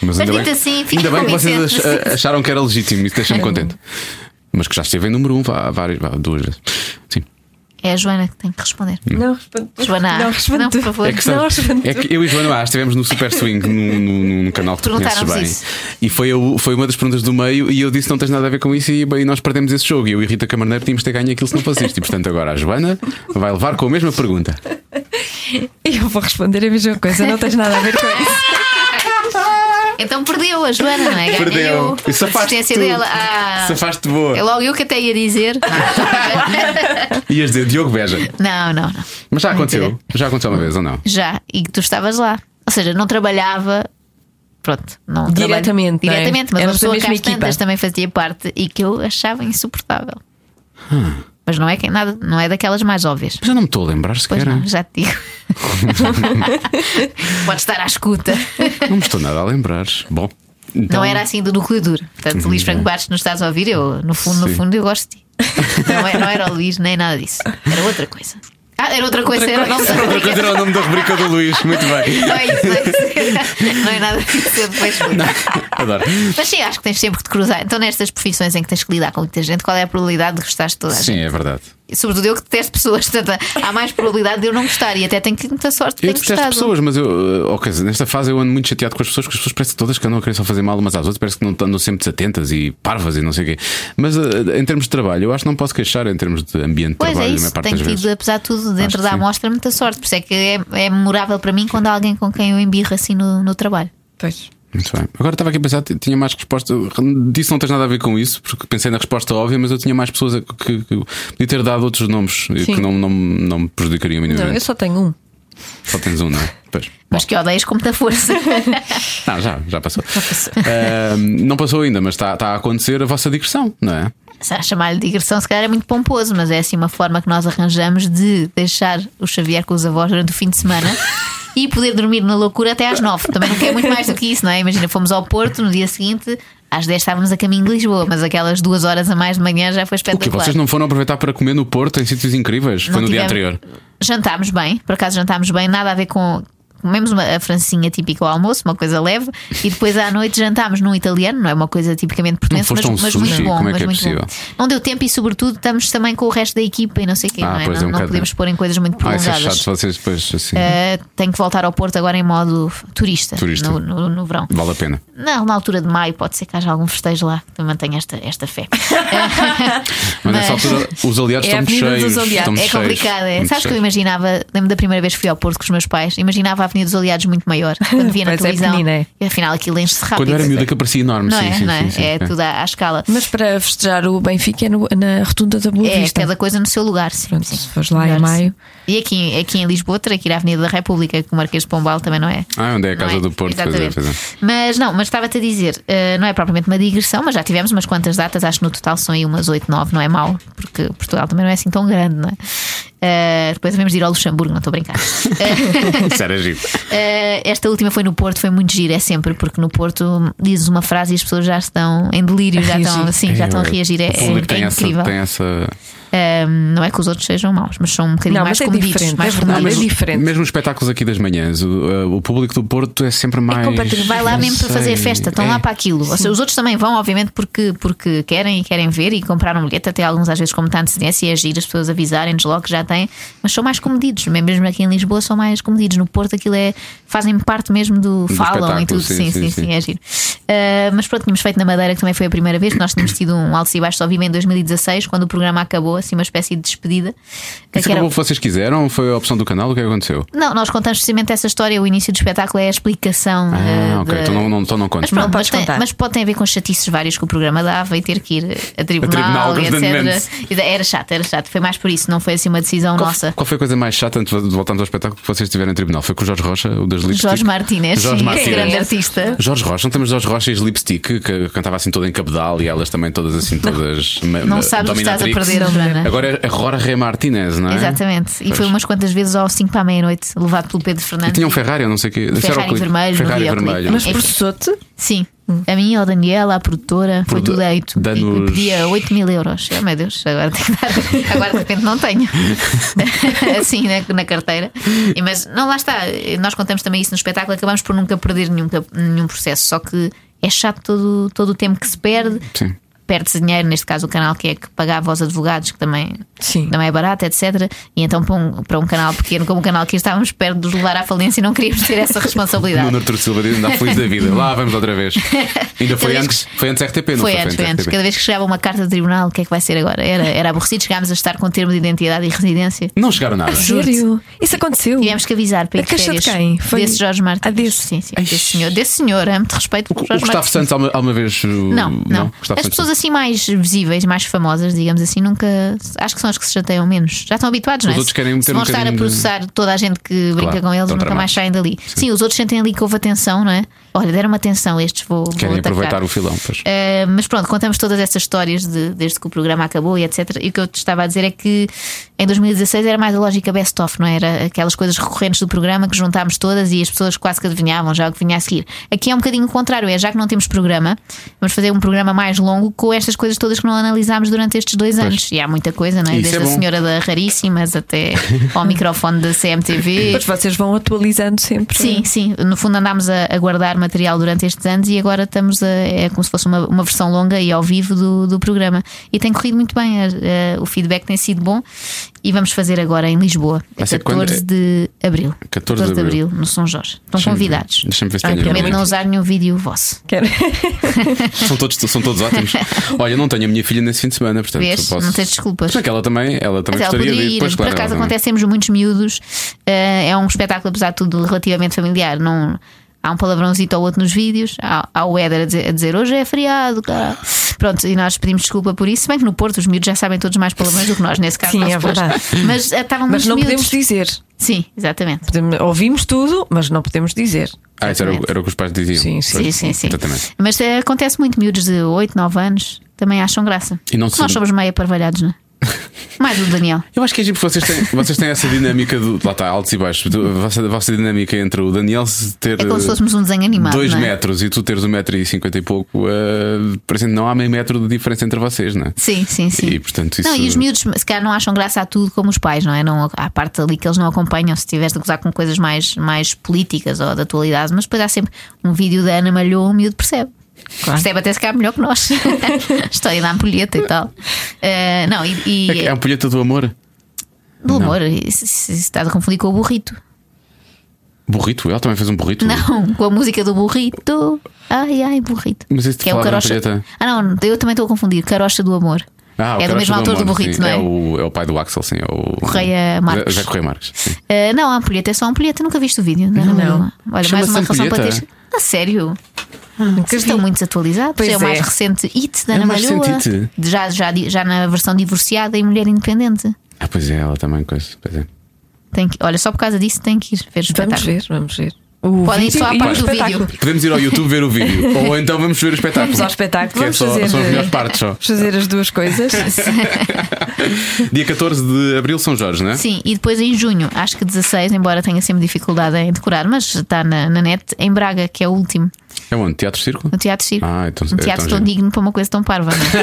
S2: Mas
S4: dito assim, fica
S2: ainda bem que vocês
S4: convincente.
S2: ach- acharam que era legítimo, isso deixa-me contente. Mas que já esteve em número um vá- várias, vá, duas vezes. Sim.
S4: É a Joana que tem que responder.
S3: Não respondo. tu.
S4: Joana,
S3: Não respondo.
S4: não, por
S3: tu.
S4: favor.
S2: É que, sabe,
S3: Não, respondo.
S2: é que eu e Joana Vaz estivemos no Super Swing, num, num- num canal que tu conheces
S4: Perguntaram-vos
S2: bem.
S4: isso.
S2: E foi, eu- foi uma das perguntas do meio. E eu disse: Não tens nada a ver com isso. E, bem, nós perdemos esse jogo. E eu e Rita Camarneiro tínhamos de ter ganho aquilo se não fosse isto. E portanto, agora a Joana vai levar com a mesma pergunta.
S3: Eu vou responder a mesma coisa, não tens nada a ver com isso.
S4: Então perdeu a Joana, não é? Ganhei
S2: Perdeu.
S4: eu.
S2: E
S4: A
S2: safaste
S4: assistência
S2: tudo.
S4: dela. Ah,
S2: Safaste boa.
S4: é logo eu que até ia dizer.
S2: Ias dizer Diogo Beja.
S4: Não, não, não.
S2: Mas já aconteceu.
S4: Mentira.
S2: Já aconteceu uma vez ou não?
S4: Já. E que tu estavas lá. Ou seja, não trabalhava. Pronto, não trabalho-
S3: Diretamente, não é?
S4: Diretamente, mas uma
S3: Éramos da
S4: pessoa que
S3: mesma
S4: às
S3: equipa.
S4: tantas também fazia parte e que eu achava insuportável. Mas não é, que, nada, não é daquelas mais óbvias.
S2: Mas eu não me estou a lembrar
S4: Pois
S2: sequer.
S4: não,
S2: Não.
S4: já te digo. Pode estar à escuta.
S2: não me estou nada a lembrar. Bom. Então,
S4: Não era assim do núcleo duro. Portanto, Luís Franco Bastos, nos estás a ouvir, eu, no fundo,
S2: Sim.
S4: no fundo, eu gosto de ti. Não é- não era, o Luís, nem nada disso. Era outra coisa. Ah, era outra coisa, era o nome da
S2: Outra
S4: rubrica.
S2: coisa era o nome da rubrica do Luís. Muito bem.
S4: Não é isso, não é isso. Não é nada disso, eu depois explico.
S2: Adoro.
S4: Mas sim, acho que tens sempre que te cruzar. Então, nestas profissões em que tens que lidar com muita gente, qual é a probabilidade de gostares de toda a gente?
S2: Sim, é verdade.
S4: E, Sobretudo eu que detesto pessoas, portanto, há mais probabilidade de eu não gostar e até tenho que muita sorte de
S2: Eu
S4: ter
S2: detesto
S4: gostado.
S2: pessoas, mas eu, eh, ou quer dizer, nesta fase eu ando muito chateado com as pessoas, porque as pessoas parecem todas que andam a querer só fazer mal umas às outras, parece que não andam sempre desatentas e parvas e não sei o quê. Mas eh, em termos de trabalho, eu acho que não posso queixar em termos de ambiente de
S4: Pois é
S2: trabalho, na
S4: isso,
S2: maior parte
S4: tenho
S2: das vezes.
S4: tido, apesar de tudo,
S2: Acho
S4: dentro
S2: que
S4: da
S2: sim.
S4: amostra, muita sorte. Por isso é que é, é memorável para mim quando há alguém com quem eu embirro assim no, no trabalho.
S3: Pois.
S2: Muito bem. Agora estava aqui a pensar, t- tinha mais resposta. Disse não tens nada a ver com isso, porque pensei na resposta óbvia, mas eu tinha mais pessoas a- que, que- podia ter dado outros nomes eh,
S3: Sim.
S2: que não, não, não me prejudicariam
S3: Não, eu
S2: minimamente.
S3: só tenho um.
S2: Só tens um, não é? Pois.
S4: Mas que odeias com muita força.
S2: Não, já, já passou. Ah, não passou ainda, mas está está a acontecer a vossa digressão, não é?
S4: Se a Chamar-lhe digressão, se calhar é muito pomposo, mas é assim uma forma que nós arranjamos de deixar o Xavier com os avós durante o fim de semana. E poder dormir na loucura até às nove. Também não quer muito mais do que isso, não é? Imagina, fomos ao Porto no dia seguinte, às dez estávamos a caminho de Lisboa, mas aquelas duas horas a mais de manhã já foi
S2: O que
S4: espetacular.
S2: vocês não foram aproveitar para comer no Porto em sítios incríveis? Foi
S4: Não
S2: no dia
S4: tivemos-
S2: anterior.
S4: Jantámos bem, por acaso jantámos bem, nada a ver com. Comemos uma a francinha típica ao almoço, uma coisa leve, e depois à noite jantámos num italiano, não é uma coisa tipicamente portuguesa,
S2: foste a
S4: mas,
S2: um
S4: mas
S2: sushi,
S4: muito bom.
S2: como é que
S4: mas
S2: é
S4: muito
S2: possível?
S4: bom. Não deu tempo e, sobretudo, estamos também com o resto da equipa e não sei o quê,
S2: Ah,
S4: não, é?
S2: pois é,
S4: não,
S2: um
S4: não
S2: bocado.
S4: podemos pôr em coisas muito
S2: Ah, isso é
S4: prolongadas.
S2: chato se vocês depois assim.
S4: Eh, tenho que voltar ao Porto agora em modo turista,
S2: Turista.
S4: No, no- no verão.
S2: Vale a pena.
S4: Não, na altura de maio pode ser que haja algum festejo lá, que também tenho esta, esta fé.
S2: Mas, nessa
S4: Mas-
S2: altura os aliados
S3: É a
S2: estão muito
S3: Avenida dos
S2: cheios.
S3: Aliados.
S2: estão muito
S4: É complicado,
S2: cheios,
S4: é.
S2: muito
S4: Sabes que eu
S2: cheios.
S4: imaginava, lembro da primeira vez que fui ao Porto com os meus pais, imaginava a Avenida dos Aliados muito maior, quando via na
S3: Pois é,
S4: televisão.
S3: pequenina, é.
S4: E afinal aquilo enche-se rápido.
S2: Quando eu era miúda que parecia enorme,
S4: não
S2: sim,
S4: é,
S2: sim,
S4: não é?
S2: sim, sim,
S4: é
S2: sim.
S4: tudo à, à escala.
S3: Mas para festejar o Benfica é no- na Rotunda da Boa
S4: É,
S3: Vista.
S4: cada coisa no seu lugar, sim.
S3: Pronto,
S4: sim.
S3: se fores lá em
S4: Melhor, sim.
S3: maio.
S4: E aqui, aqui em Lisboa, terá que ir à Avenida da República, que o Marquês de Pombal também não é.
S2: Ah, onde é a
S4: Não
S2: Casa do Porto? pois é,
S4: Exatamente.
S2: pois é.
S4: Mas não, mas estava-te a dizer, eh, não é propriamente uma digressão, mas já tivemos umas quantas datas, acho que no total são aí umas 8, 9, não é mau, porque Portugal também não é assim tão grande, não é? Eh, depois devemos de ir ao Luxemburgo, não estou a brincar.
S2: Isso era é giro.
S4: Eh, esta última foi no Porto, foi muito giro, é sempre, porque no Porto dizes uma frase e as pessoas já estão em delírio,
S3: A
S4: já estão
S3: reagir.
S4: assim, já estão a reagir, é,
S2: o público
S4: é-
S2: tem
S4: é
S2: essa,
S4: incrível.
S2: Tem essa...
S4: Eh, não é que os outros sejam maus, mas são um bocadinho
S3: Não,
S4: mais
S3: mas é
S4: comedidos,
S3: diferente,
S4: mais
S3: é verdade,
S4: comedidos.
S3: é diferente.
S2: Mesmo os espetáculos aqui das manhãs, o, uh, o público do Porto é sempre mais.
S3: completamente-
S4: Vai lá
S2: não
S4: mesmo para fazer
S2: sei,
S4: festa, estão
S2: é.
S4: lá para aquilo. Ou seja, os outros também vão, obviamente, porque, porque querem e querem ver e compraram um bilhete, até alguns às vezes com muita antecedência e agir, as pessoas avisarem-nos logo que já têm, mas são mais comedidos, mesmo aqui em Lisboa são mais comedidos. No Porto aquilo é, fazem parte mesmo do falam e
S2: espetáculo,
S4: tudo.
S2: sim,
S4: Sim,
S2: sim,
S4: sim, sim,
S2: sim.
S4: é giro. Ah, mas pronto, tínhamos feito na Madeira, que também foi a primeira vez, que nós tínhamos tido um alto e baixo só vivo em 2016, quando o programa acabou, assim, uma espécie de despedida.
S2: Isso
S4: Que era-
S2: acabou o que vocês quiseram? Foi a opção do canal? O que é que aconteceu?
S4: Não, nós contamos precisamente essa história, o início do espetáculo é a explicação.
S2: Ah,
S4: ah,
S2: ok.
S4: da-
S2: Então não, não, então não
S4: mas
S2: contes.
S4: pronto, mas,
S3: podes
S4: tem,
S3: contar.
S4: mas pode ter a ver com chatices várias que o programa dava e ter que ir a tribunal,
S2: tribunal,
S4: e
S2: constantemente.
S4: etc. E da- Era chato, era chato. Foi mais por isso, não foi assim uma decisão
S2: Qual,
S4: nossa.
S2: qual foi a coisa mais chata antes de voltarmos ao espetáculo que vocês tiveram em tribunal? Foi com o Jorge Rocha, o das lipstick?
S4: Jorge Martínez,
S2: Jorge
S4: sim,
S2: Martínez.
S4: grande artista.
S2: Jorge Rocha, não temos Jorge Rocha e os lipstick que cantava assim toda em cabedal e elas também todas assim todas.
S4: Não sabes o que estás a perder, Joana.
S2: Agora é Rora Ré Martínez, não é?
S4: Exatamente. E
S2: Pois.
S4: foi umas quantas vezes ao 5 para a meia-noite, levado pelo Pedro
S2: E
S4: Fernandes.
S2: tinha um Ferrari, eu não sei o quê. Isso era o
S4: Ferrari
S2: clipe.
S4: vermelho no
S2: Ferrari
S4: videoclipe.
S2: vermelho.
S3: Mas
S4: Enfim.
S3: processou-te?
S4: Sim. A minha, a Daniela, a produtora, foi
S2: Produ-
S4: tudo eito.
S2: dá-nos-
S4: E pedia 8 mil euros. Oh, meu Deus, agora tenho que dar. Agora de repente não tenho. assim na, na carteira. E, mas não, lá está. Nós contamos também isso no espetáculo. Acabamos por nunca perder nenhum, cap- nenhum processo. Só que é chato todo, todo o tempo que se perde.
S2: Sim.
S4: perde-se dinheiro, neste caso o canal que é que pagava aos advogados, que também,
S3: Sim.
S4: também é barato, etc. E então para um, para um canal pequeno como o canal que estávamos perto de nos levar à falência e não queríamos ter essa
S2: No
S4: responsabilidade.
S2: Arturo Silva diz ainda feliz da vida. Lá vamos outra vez. Ainda foi
S4: Cada vez
S2: antes, foi antes RTP, não
S4: Foi antes, foi antes.
S2: RTP.
S4: Cada vez que chegava uma carta do tribunal, o que é que vai ser agora? Era, era aborrecido, chegámos a estar com termo de identidade e residência.
S2: Não chegaram nada.
S3: Sério? Isso aconteceu?
S4: Tivemos que avisar para ir
S3: A queixa de
S4: férias.
S3: quem? Foi-
S4: Desse Jorge Martins.
S3: Ah, desse.
S4: Sim, sim, desse
S2: Ai.
S4: senhor. Desse senhor, há muito respeito por
S2: O
S4: Jorge
S2: Gustavo
S4: Martins.
S2: Santos alguma, alguma vez. uh,
S4: Não, não.
S2: Gustavo
S4: As
S2: Santos
S4: pessoas
S2: não.
S4: assim mais visíveis, mais famosas, digamos assim, nunca. Acho que são as que se chateiam menos. Já estão habituados, não é?
S2: outros querem
S4: Se
S2: meter um
S4: vão estar a
S2: bocadinho de-
S4: processar toda a gente que brinca
S2: Claro, é
S4: com eles,
S2: estão
S4: nunca mais
S2: tramados.
S4: saem dali. Sim. os outros sentem ali que houve atenção, não é? Olha, deram-me atenção, estes vou. vou
S2: Querem
S4: atacar.
S2: aproveitar o filão, pois.
S4: Uh, mas pronto, contamos todas estas histórias de- desde que o programa acabou e etc. E o que eu te estava a dizer é que em 2016 era mais a lógica best-of, não é? era? Aquelas coisas recorrentes do programa que juntámos todas e as pessoas quase que adivinhavam já o que vinha a seguir. Aqui é um bocadinho o contrário, é já que não temos programa, vamos fazer um programa mais longo com estas coisas todas que não analisámos durante estes dois anos. E há muita coisa, não é?
S2: Isso
S4: Desde
S2: é
S4: a
S2: bom.
S4: senhora da Raríssimas até ao microfone da CMTV.
S3: Mas vocês vão atualizando sempre.
S4: Sim, sim. No fundo andámos a, a guardar material durante estes anos e agora estamos a. É como se fosse uma, uma versão longa e ao vivo do, do programa. E tem corrido muito bem, eh, eh, o feedback tem sido bom e vamos fazer agora em Lisboa, a
S2: Vai ser
S4: 14
S2: quando?
S4: de abril.
S2: 14 de abril.
S4: no São Jorge. Estão
S2: Deixa-me ver.
S4: convidados.
S2: Deixa-me ver se
S3: Ai,
S2: tenho.
S3: quero
S4: Prometo
S2: algum
S4: não
S2: link.
S4: usar nenhum vídeo vosso.
S3: Quero-
S2: São todos, são todos ótimos. Olha, não tenho a minha filha nesse fim de semana, portanto
S4: Vês?
S2: posso.
S4: Não tens desculpas.
S2: Mas é que ela também, ela também
S4: Mas
S2: gostaria
S4: ela poderia
S2: de
S4: ir.
S2: ir. Pois,
S4: Por
S2: claro,
S4: acaso
S2: ela não-
S4: acontecemos muitos miúdos. eh, é um espetáculo, apesar de tudo, relativamente familiar. Não, há um palavrãozito ou outro nos vídeos. Há, há o Éder a dizer, a dizer, hoje é feriado, cara. Pronto, e nós pedimos desculpa por isso. Se bem que no Porto os miúdos já sabem todos mais palavrões do que nós, nesse caso.
S3: Sim,
S4: nós
S3: é
S4: depois.
S3: verdade.
S4: Mas eh, estavam
S3: Mas
S4: muitos
S3: não
S4: miúdos.
S3: podemos dizer.
S4: Sim, exatamente.
S3: Podemos- Ouvimos tudo, mas não podemos dizer.
S2: Ah, isso era, o- era o que os pais diziam.
S3: Sim, sim.
S2: Pois,
S4: Sim, sim, sim.
S2: Exatamente.
S4: Mas eh, acontece muito, miúdos de 8, 9 anos também acham graça.
S2: E não
S4: Porque
S2: se-
S4: nós somos meio aparvalhados, não é? Mais o Daniel.
S2: Eu acho que é giro porque vocês têm, vocês têm essa dinâmica do. Lá está, altos e baixos. Do- A vossa, a vossa dinâmica entre o Daniel se ter.
S4: É como se fôssemos um desenho animado.
S2: 2
S4: não é?
S2: metros e tu teres 1 um metro e cinquenta e pouco, eh, parece que não há meio metro de diferença entre vocês, não é?
S4: Sim, sim, sim.
S2: E, portanto, isso-
S4: Não, e os miúdos se calhar não acham graça a tudo como os pais, não é? Não, há parte ali que eles não acompanham se tiveres de gozar com coisas mais, mais políticas ou da atualidade, mas depois há sempre um vídeo da Ana Malhou, o miúdo percebe. Percebe até se calhar melhor que nós. História da ampulheta e tal. Eh, não, e, e-
S2: É, um- que é a ampulheta do amor.
S4: do amor, isso- isso- isso estás a confundir com o burrito.
S2: Burrito, ela também fez um burrito.
S4: Não, com a música do burrito. Ai, ai, burrito.
S2: Mas isso de
S4: que é o
S2: falar da
S4: carocha.
S2: ampulheta.
S4: Ah, não, eu também estou a confundir. Carocha do amor.
S2: Ah, o
S4: é do
S2: Carocha
S4: mesmo autor do
S2: Amor,
S4: burrito,
S2: sim.
S4: não é?
S2: o, é o pai do Axel, sim. É o
S4: Correia Marques.
S2: Zé Correia Marques. sim.
S4: Uh, não, a ampulheta é só a ampulheta, nunca viste o vídeo. Não, é,
S3: Não.
S4: Olha, mais
S2: Chama-se
S4: uma razão para
S2: ampulheta?
S4: teres. A sério,
S3: Nunca
S4: estão
S3: vi.
S4: muito desatualizados.
S3: Pois
S4: é o mais
S3: é.
S4: recente It da
S2: É o
S4: Ana
S2: mais
S4: Malhoa,
S2: recente It.
S4: já, já, di- já na versão divorciada e mulher independente.
S2: Ah, pois é, ela também, coisa. Pois é.
S4: Tem que, olha, só por causa disso tem que ir ver o
S3: Vamos
S4: espetáculo.
S3: ver, vamos ver. O
S4: Podem
S3: vídeo
S4: só à
S3: e o
S4: parte do
S3: espetáculo.
S4: vídeo.
S2: Podemos ir ao YouTube ver o vídeo. Ou então vamos ver o espetáculo.
S3: Vamos ao espetáculo,
S2: Que
S3: vamos
S2: é só,
S3: fazer-
S2: São
S4: eh,
S2: as melhores partes só.
S3: Vamos fazer as duas coisas.
S2: Dia 14 de abril, São Jorge, não é?
S4: Sim, e depois em junho, acho que 16, embora tenha sempre dificuldade em decorar, mas está na, na net, em Braga, que é o último,
S2: É onde? Teatro Circo?
S4: no Teatro Circo.
S2: Ah, então-
S4: um teatro
S2: então
S4: tão
S2: giro.
S4: digno para uma coisa tão parva, não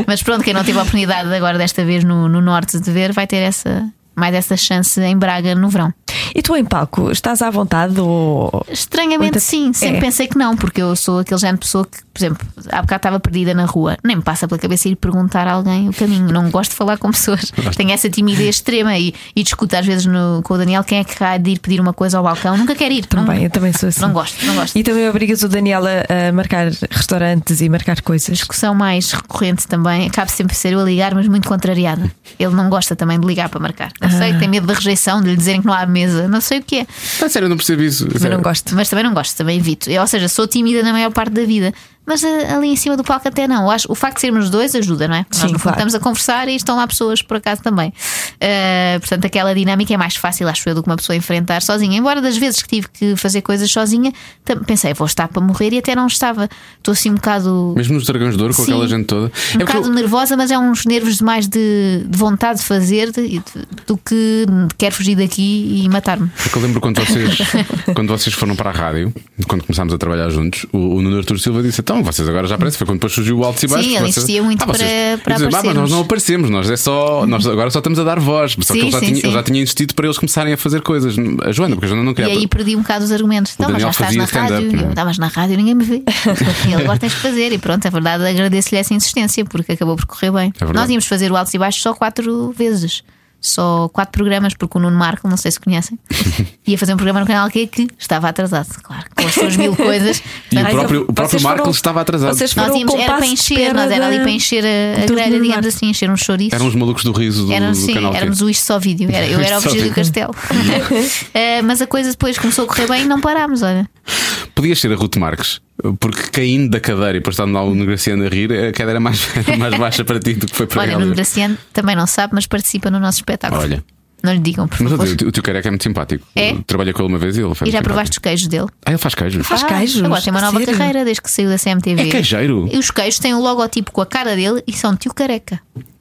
S4: é? Mas pronto, quem não teve a oportunidade agora desta vez no, no norte de ver, vai ter essa, mais essa chance em Braga no verão.
S3: E tu em palco, estás à vontade ou.
S4: Estranhamente
S3: Muita-
S4: sim, sempre
S3: É.
S4: pensei que não, porque eu sou aquele género de pessoa que, por exemplo, há bocado estava perdida na rua, nem me passa pela cabeça ir perguntar a alguém o caminho, não gosto de falar com pessoas, tenho essa timidez extrema e, e discuto às vezes no- com o Daniel quem é que vai de ir pedir uma coisa ao balcão, nunca quer ir.
S3: Também,
S4: não,
S3: eu também sou assim.
S4: não gosto, não gosto.
S3: E também obrigas o Daniel a, a marcar restaurantes e marcar coisas.
S4: discussão mais recorrente também acaba sempre por ser eu a ligar, mas muito contrariada. Ele não gosta também de ligar para marcar. Não sei,
S3: Ah.
S4: tem medo da rejeição, de lhe dizerem que não há mesa, não sei o que é.
S2: Ah, sério, eu não percebo isso.
S3: Também não gosto.
S4: Mas também não gosto, também evito. Eu, ou seja, sou tímida na maior parte da vida. Mas eh, ali em cima do palco até não. Eu acho, o facto de sermos dois ajuda, não é? Porque
S3: Sim,
S4: Nós no fundo,
S3: claro.
S4: estamos a conversar e estão lá pessoas por acaso também. Eh, portanto, aquela dinâmica é mais fácil, acho eu, do que uma pessoa enfrentar sozinha. Embora das vezes que tive que fazer coisas sozinha, tam- pensei, vou estar para morrer e até não estava. Estou assim um bocado.
S2: Mesmo nos Dragões de Ouro, com
S4: Sim.
S2: aquela gente toda.
S4: Um
S2: é porque
S4: bocado
S2: eu-
S4: nervosa, mas é uns nervos de mais de, de vontade de fazer de- de- do que de quero fugir daqui e matar-me.
S2: é que eu lembro quando vocês, quando vocês foram para a rádio, quando começámos a trabalhar juntos, o, o Nuno Artur Silva disse: Então, Então, vocês agora já aparecem. Foi quando depois surgiu o alto e baixo.
S4: Sim,
S2: porque
S4: ele
S2: vocês-
S4: insistia muito para-
S2: e
S4: para
S2: dizem, ah, mas nós
S4: aparecermos." Uhum.
S2: não aparecemos, nós, é só, nós agora só estamos a dar voz. Só
S4: Sim,
S2: que ele já,
S4: sim,
S2: tinha, ele
S4: sim.
S2: já tinha insistido para eles começarem a fazer coisas. A Joana, porque a Joana não
S4: E
S2: queria.
S4: aí perdi um bocado os argumentos. Então, mas
S2: Daniel
S4: já estás
S2: fazia
S4: na
S2: stand-up,
S4: rádio.
S2: não é?
S4: Eu estavas na rádio e ninguém me vê. e ele agora tens de fazer. E pronto, é verdade, agradeço-lhe essa insistência porque acabou por correr bem.
S2: verdade.
S4: Nós íamos fazer o Altos e Baixos só quatro vezes. Só quatro programas, porque o Nuno Marco, não sei se conhecem, ia fazer um programa no canal Q que estava atrasado, claro, com as suas mil coisas.
S2: E o
S4: Portanto,
S2: próprio, o
S3: vocês
S2: próprio
S3: foram-
S2: Marco estava atrasado.
S3: vocês
S4: nós
S3: foram o
S4: íamos, era
S3: compasso
S4: para
S3: de
S4: encher,
S3: espera
S4: nós era ali
S3: da-
S4: para encher a, a
S3: do
S4: grelha,
S3: Nuno
S4: digamos
S3: Marco.
S4: assim, encher um chouriço.
S2: Eram os malucos do riso do,
S4: Eram,
S2: do
S4: um sim,
S2: canal. Q.
S4: éramos o Isto Só Vídeo. Era- eu era o
S2: Isto Só
S4: Virgílio
S2: Vídeo.
S4: Castelo. Eh, mas a coisa depois começou a correr bem e não parámos, olha.
S2: Podias ser a Ruth Marques, porque caindo da cadeira e depois estando lá o Nuno Graciano a rir, a cadeira era mais, era mais baixa para ti do que foi para
S4: olha, o
S2: ela.
S4: Nuno Graciano também não sabe, mas participa no nosso espetáculo.
S2: Olha.
S4: Não lhe digam, por
S2: Mas eu
S4: favor.
S2: digo, o teu careca é muito simpático.
S4: É?
S2: Eu Trabalhei com ele uma vez e ele foi
S4: E
S2: muito
S4: já
S2: simpático.
S4: provaste os queijos dele?
S2: Ah, ele faz queijo.
S3: Faz
S4: Ah,
S3: queijos?
S4: Agora tem uma
S3: A
S4: nova
S3: sério?
S4: carreira desde que saiu da CMTV.
S2: É queijeiro?
S4: E os queijos têm o logotipo com a cara dele e são tio careca.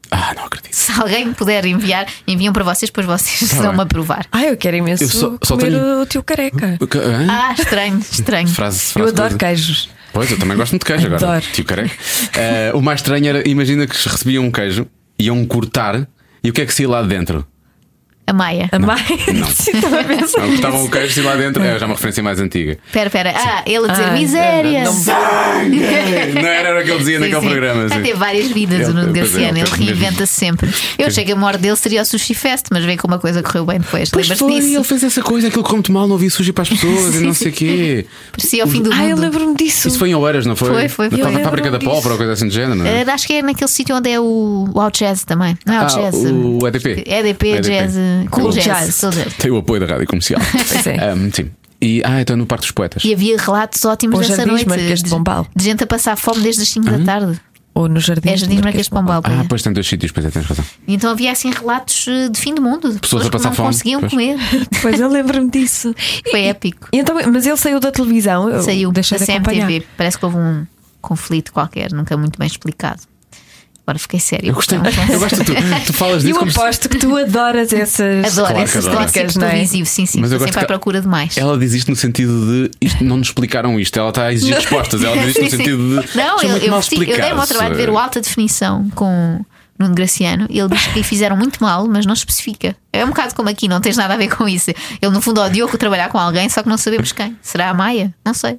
S2: Ah, não acredito.
S4: Se alguém puder enviar, enviam para vocês, depois vocês
S2: Tá
S4: vão
S2: bem.
S4: aprovar.
S3: Ai, eu quero imenso
S2: Eu só- só
S3: comer
S2: tenho-
S3: o teu careca.
S2: O que- hã?
S4: Ah, estranho, estranho.
S2: Frase, frase
S3: Eu
S2: coisa.
S3: adoro queijos.
S2: Pois, eu também gosto muito de queijo agora.
S3: Adoro.
S2: Tio careca. Eh, o mais estranho era, imagina que recebiam um queijo, iam cortar e o que é que se ia lá de dentro?
S4: A Maia.
S3: A mais.
S2: Não.
S3: Estava a pensar
S2: Não, cortavam o queijo e lá dentro. É já uma referência mais antiga.
S4: Espera, espera. Ah, ele a dizer
S3: Ah,
S4: miséria.
S3: não- não-
S2: Não era o que ele dizia
S4: Sim,
S2: naquele
S4: sim.
S2: programa.
S4: Vai
S2: sim.
S4: ter várias vidas
S2: Ele-
S4: o Nuno
S2: pois é,
S4: Graciano,
S2: ele
S4: ele
S2: teve mesmo.
S4: reinventa-se sempre. Eu achei que a morte dele seria o Sushi Fest, mas vem com uma coisa que correu bem depois.
S2: Pois
S4: Lembras-te
S2: foi, ele
S4: disso?
S2: fez essa coisa, aquilo correu muito mal, não havia sujo para as pessoas e não
S4: Sim.
S2: sei o quê.
S4: Parecia o fim do
S3: Ai, eu
S4: mundo.
S3: lembro-me disso.
S2: Isso foi em Oeiras, não foi?
S4: Foi, foi,
S2: Na
S4: foi.
S2: tal-
S4: Eu
S2: Na fábrica da
S3: lembro-me
S2: pólvora ou
S3: disso.
S2: coisa assim do género, não é?
S4: Ah, acho que é naquele sítio onde é o, o Out Jazz também. Não é Out
S2: Ah,
S4: Jazz? É
S2: o EDP.
S4: EDP,
S2: EDP.
S4: Jazz. eh, Cool
S3: Cool
S4: Jazz.
S3: Jazz.
S4: Soul Jazz.
S2: Tem o apoio da rádio comercial.
S3: Pois é.
S2: Ahm, sim. E, ah, então é no Parque dos Poetas.
S4: E havia relatos ótimos
S3: Ou
S4: dessa
S3: Jardins
S4: noite.
S3: Marquês de Pombal.
S4: de gente a passar fome desde as 5 da tarde.
S3: Ou no jardim.
S4: É Jardins Marquês de Pombal. pois é.
S2: Ah, pois tem dois sítios, pois é, tens razão.
S4: E Então havia assim relatos eh, de fim do mundo. de
S2: Pessoas a passar
S4: que não
S2: fome,
S4: conseguiam
S2: pois.
S4: comer.
S3: Pois eu lembro-me disso. E-
S4: Foi épico.
S3: e Então, mas ele saiu da televisão. eu
S4: saiu da
S3: deixei Então, de acompanhar.
S4: CMTV. Parece que houve um conflito qualquer, nunca muito bem explicado. Agora fiquei séria.
S2: Eu gostei.
S4: Então,
S2: Eu gosto de tu, tu falas
S3: E
S2: disso
S3: eu
S2: como se-
S3: aposto que tu adoras essas.
S4: Adoro
S2: Claro que
S4: esses
S2: adoro.
S4: clássicos
S3: Não é?
S4: televisivos, tipo sim, sim.
S2: Mas eu
S4: Estou
S2: gosto
S4: sempre à
S2: que-
S4: procura de mais.
S2: Ela diz isto no sentido de isto, não nos explicaram isto. Ela está a exigir respostas. Ela diz isto no
S4: Sim, sim.
S2: sentido de.
S4: Não,
S2: "Isto é
S4: eu,
S2: muito
S4: eu,
S2: mal
S4: vesti- eu dei-me ao
S2: explicado,
S4: trabalho de ver
S2: eh."
S4: o Alta Definição com Nuno Graciano e ele diz que lhe fizeram muito mal, mas não especifica. É um bocado como aqui, não tens nada a ver com isso. Ele, no fundo, odiou que trabalhar com alguém, só que não sabemos quem. Será a Maia? Não sei.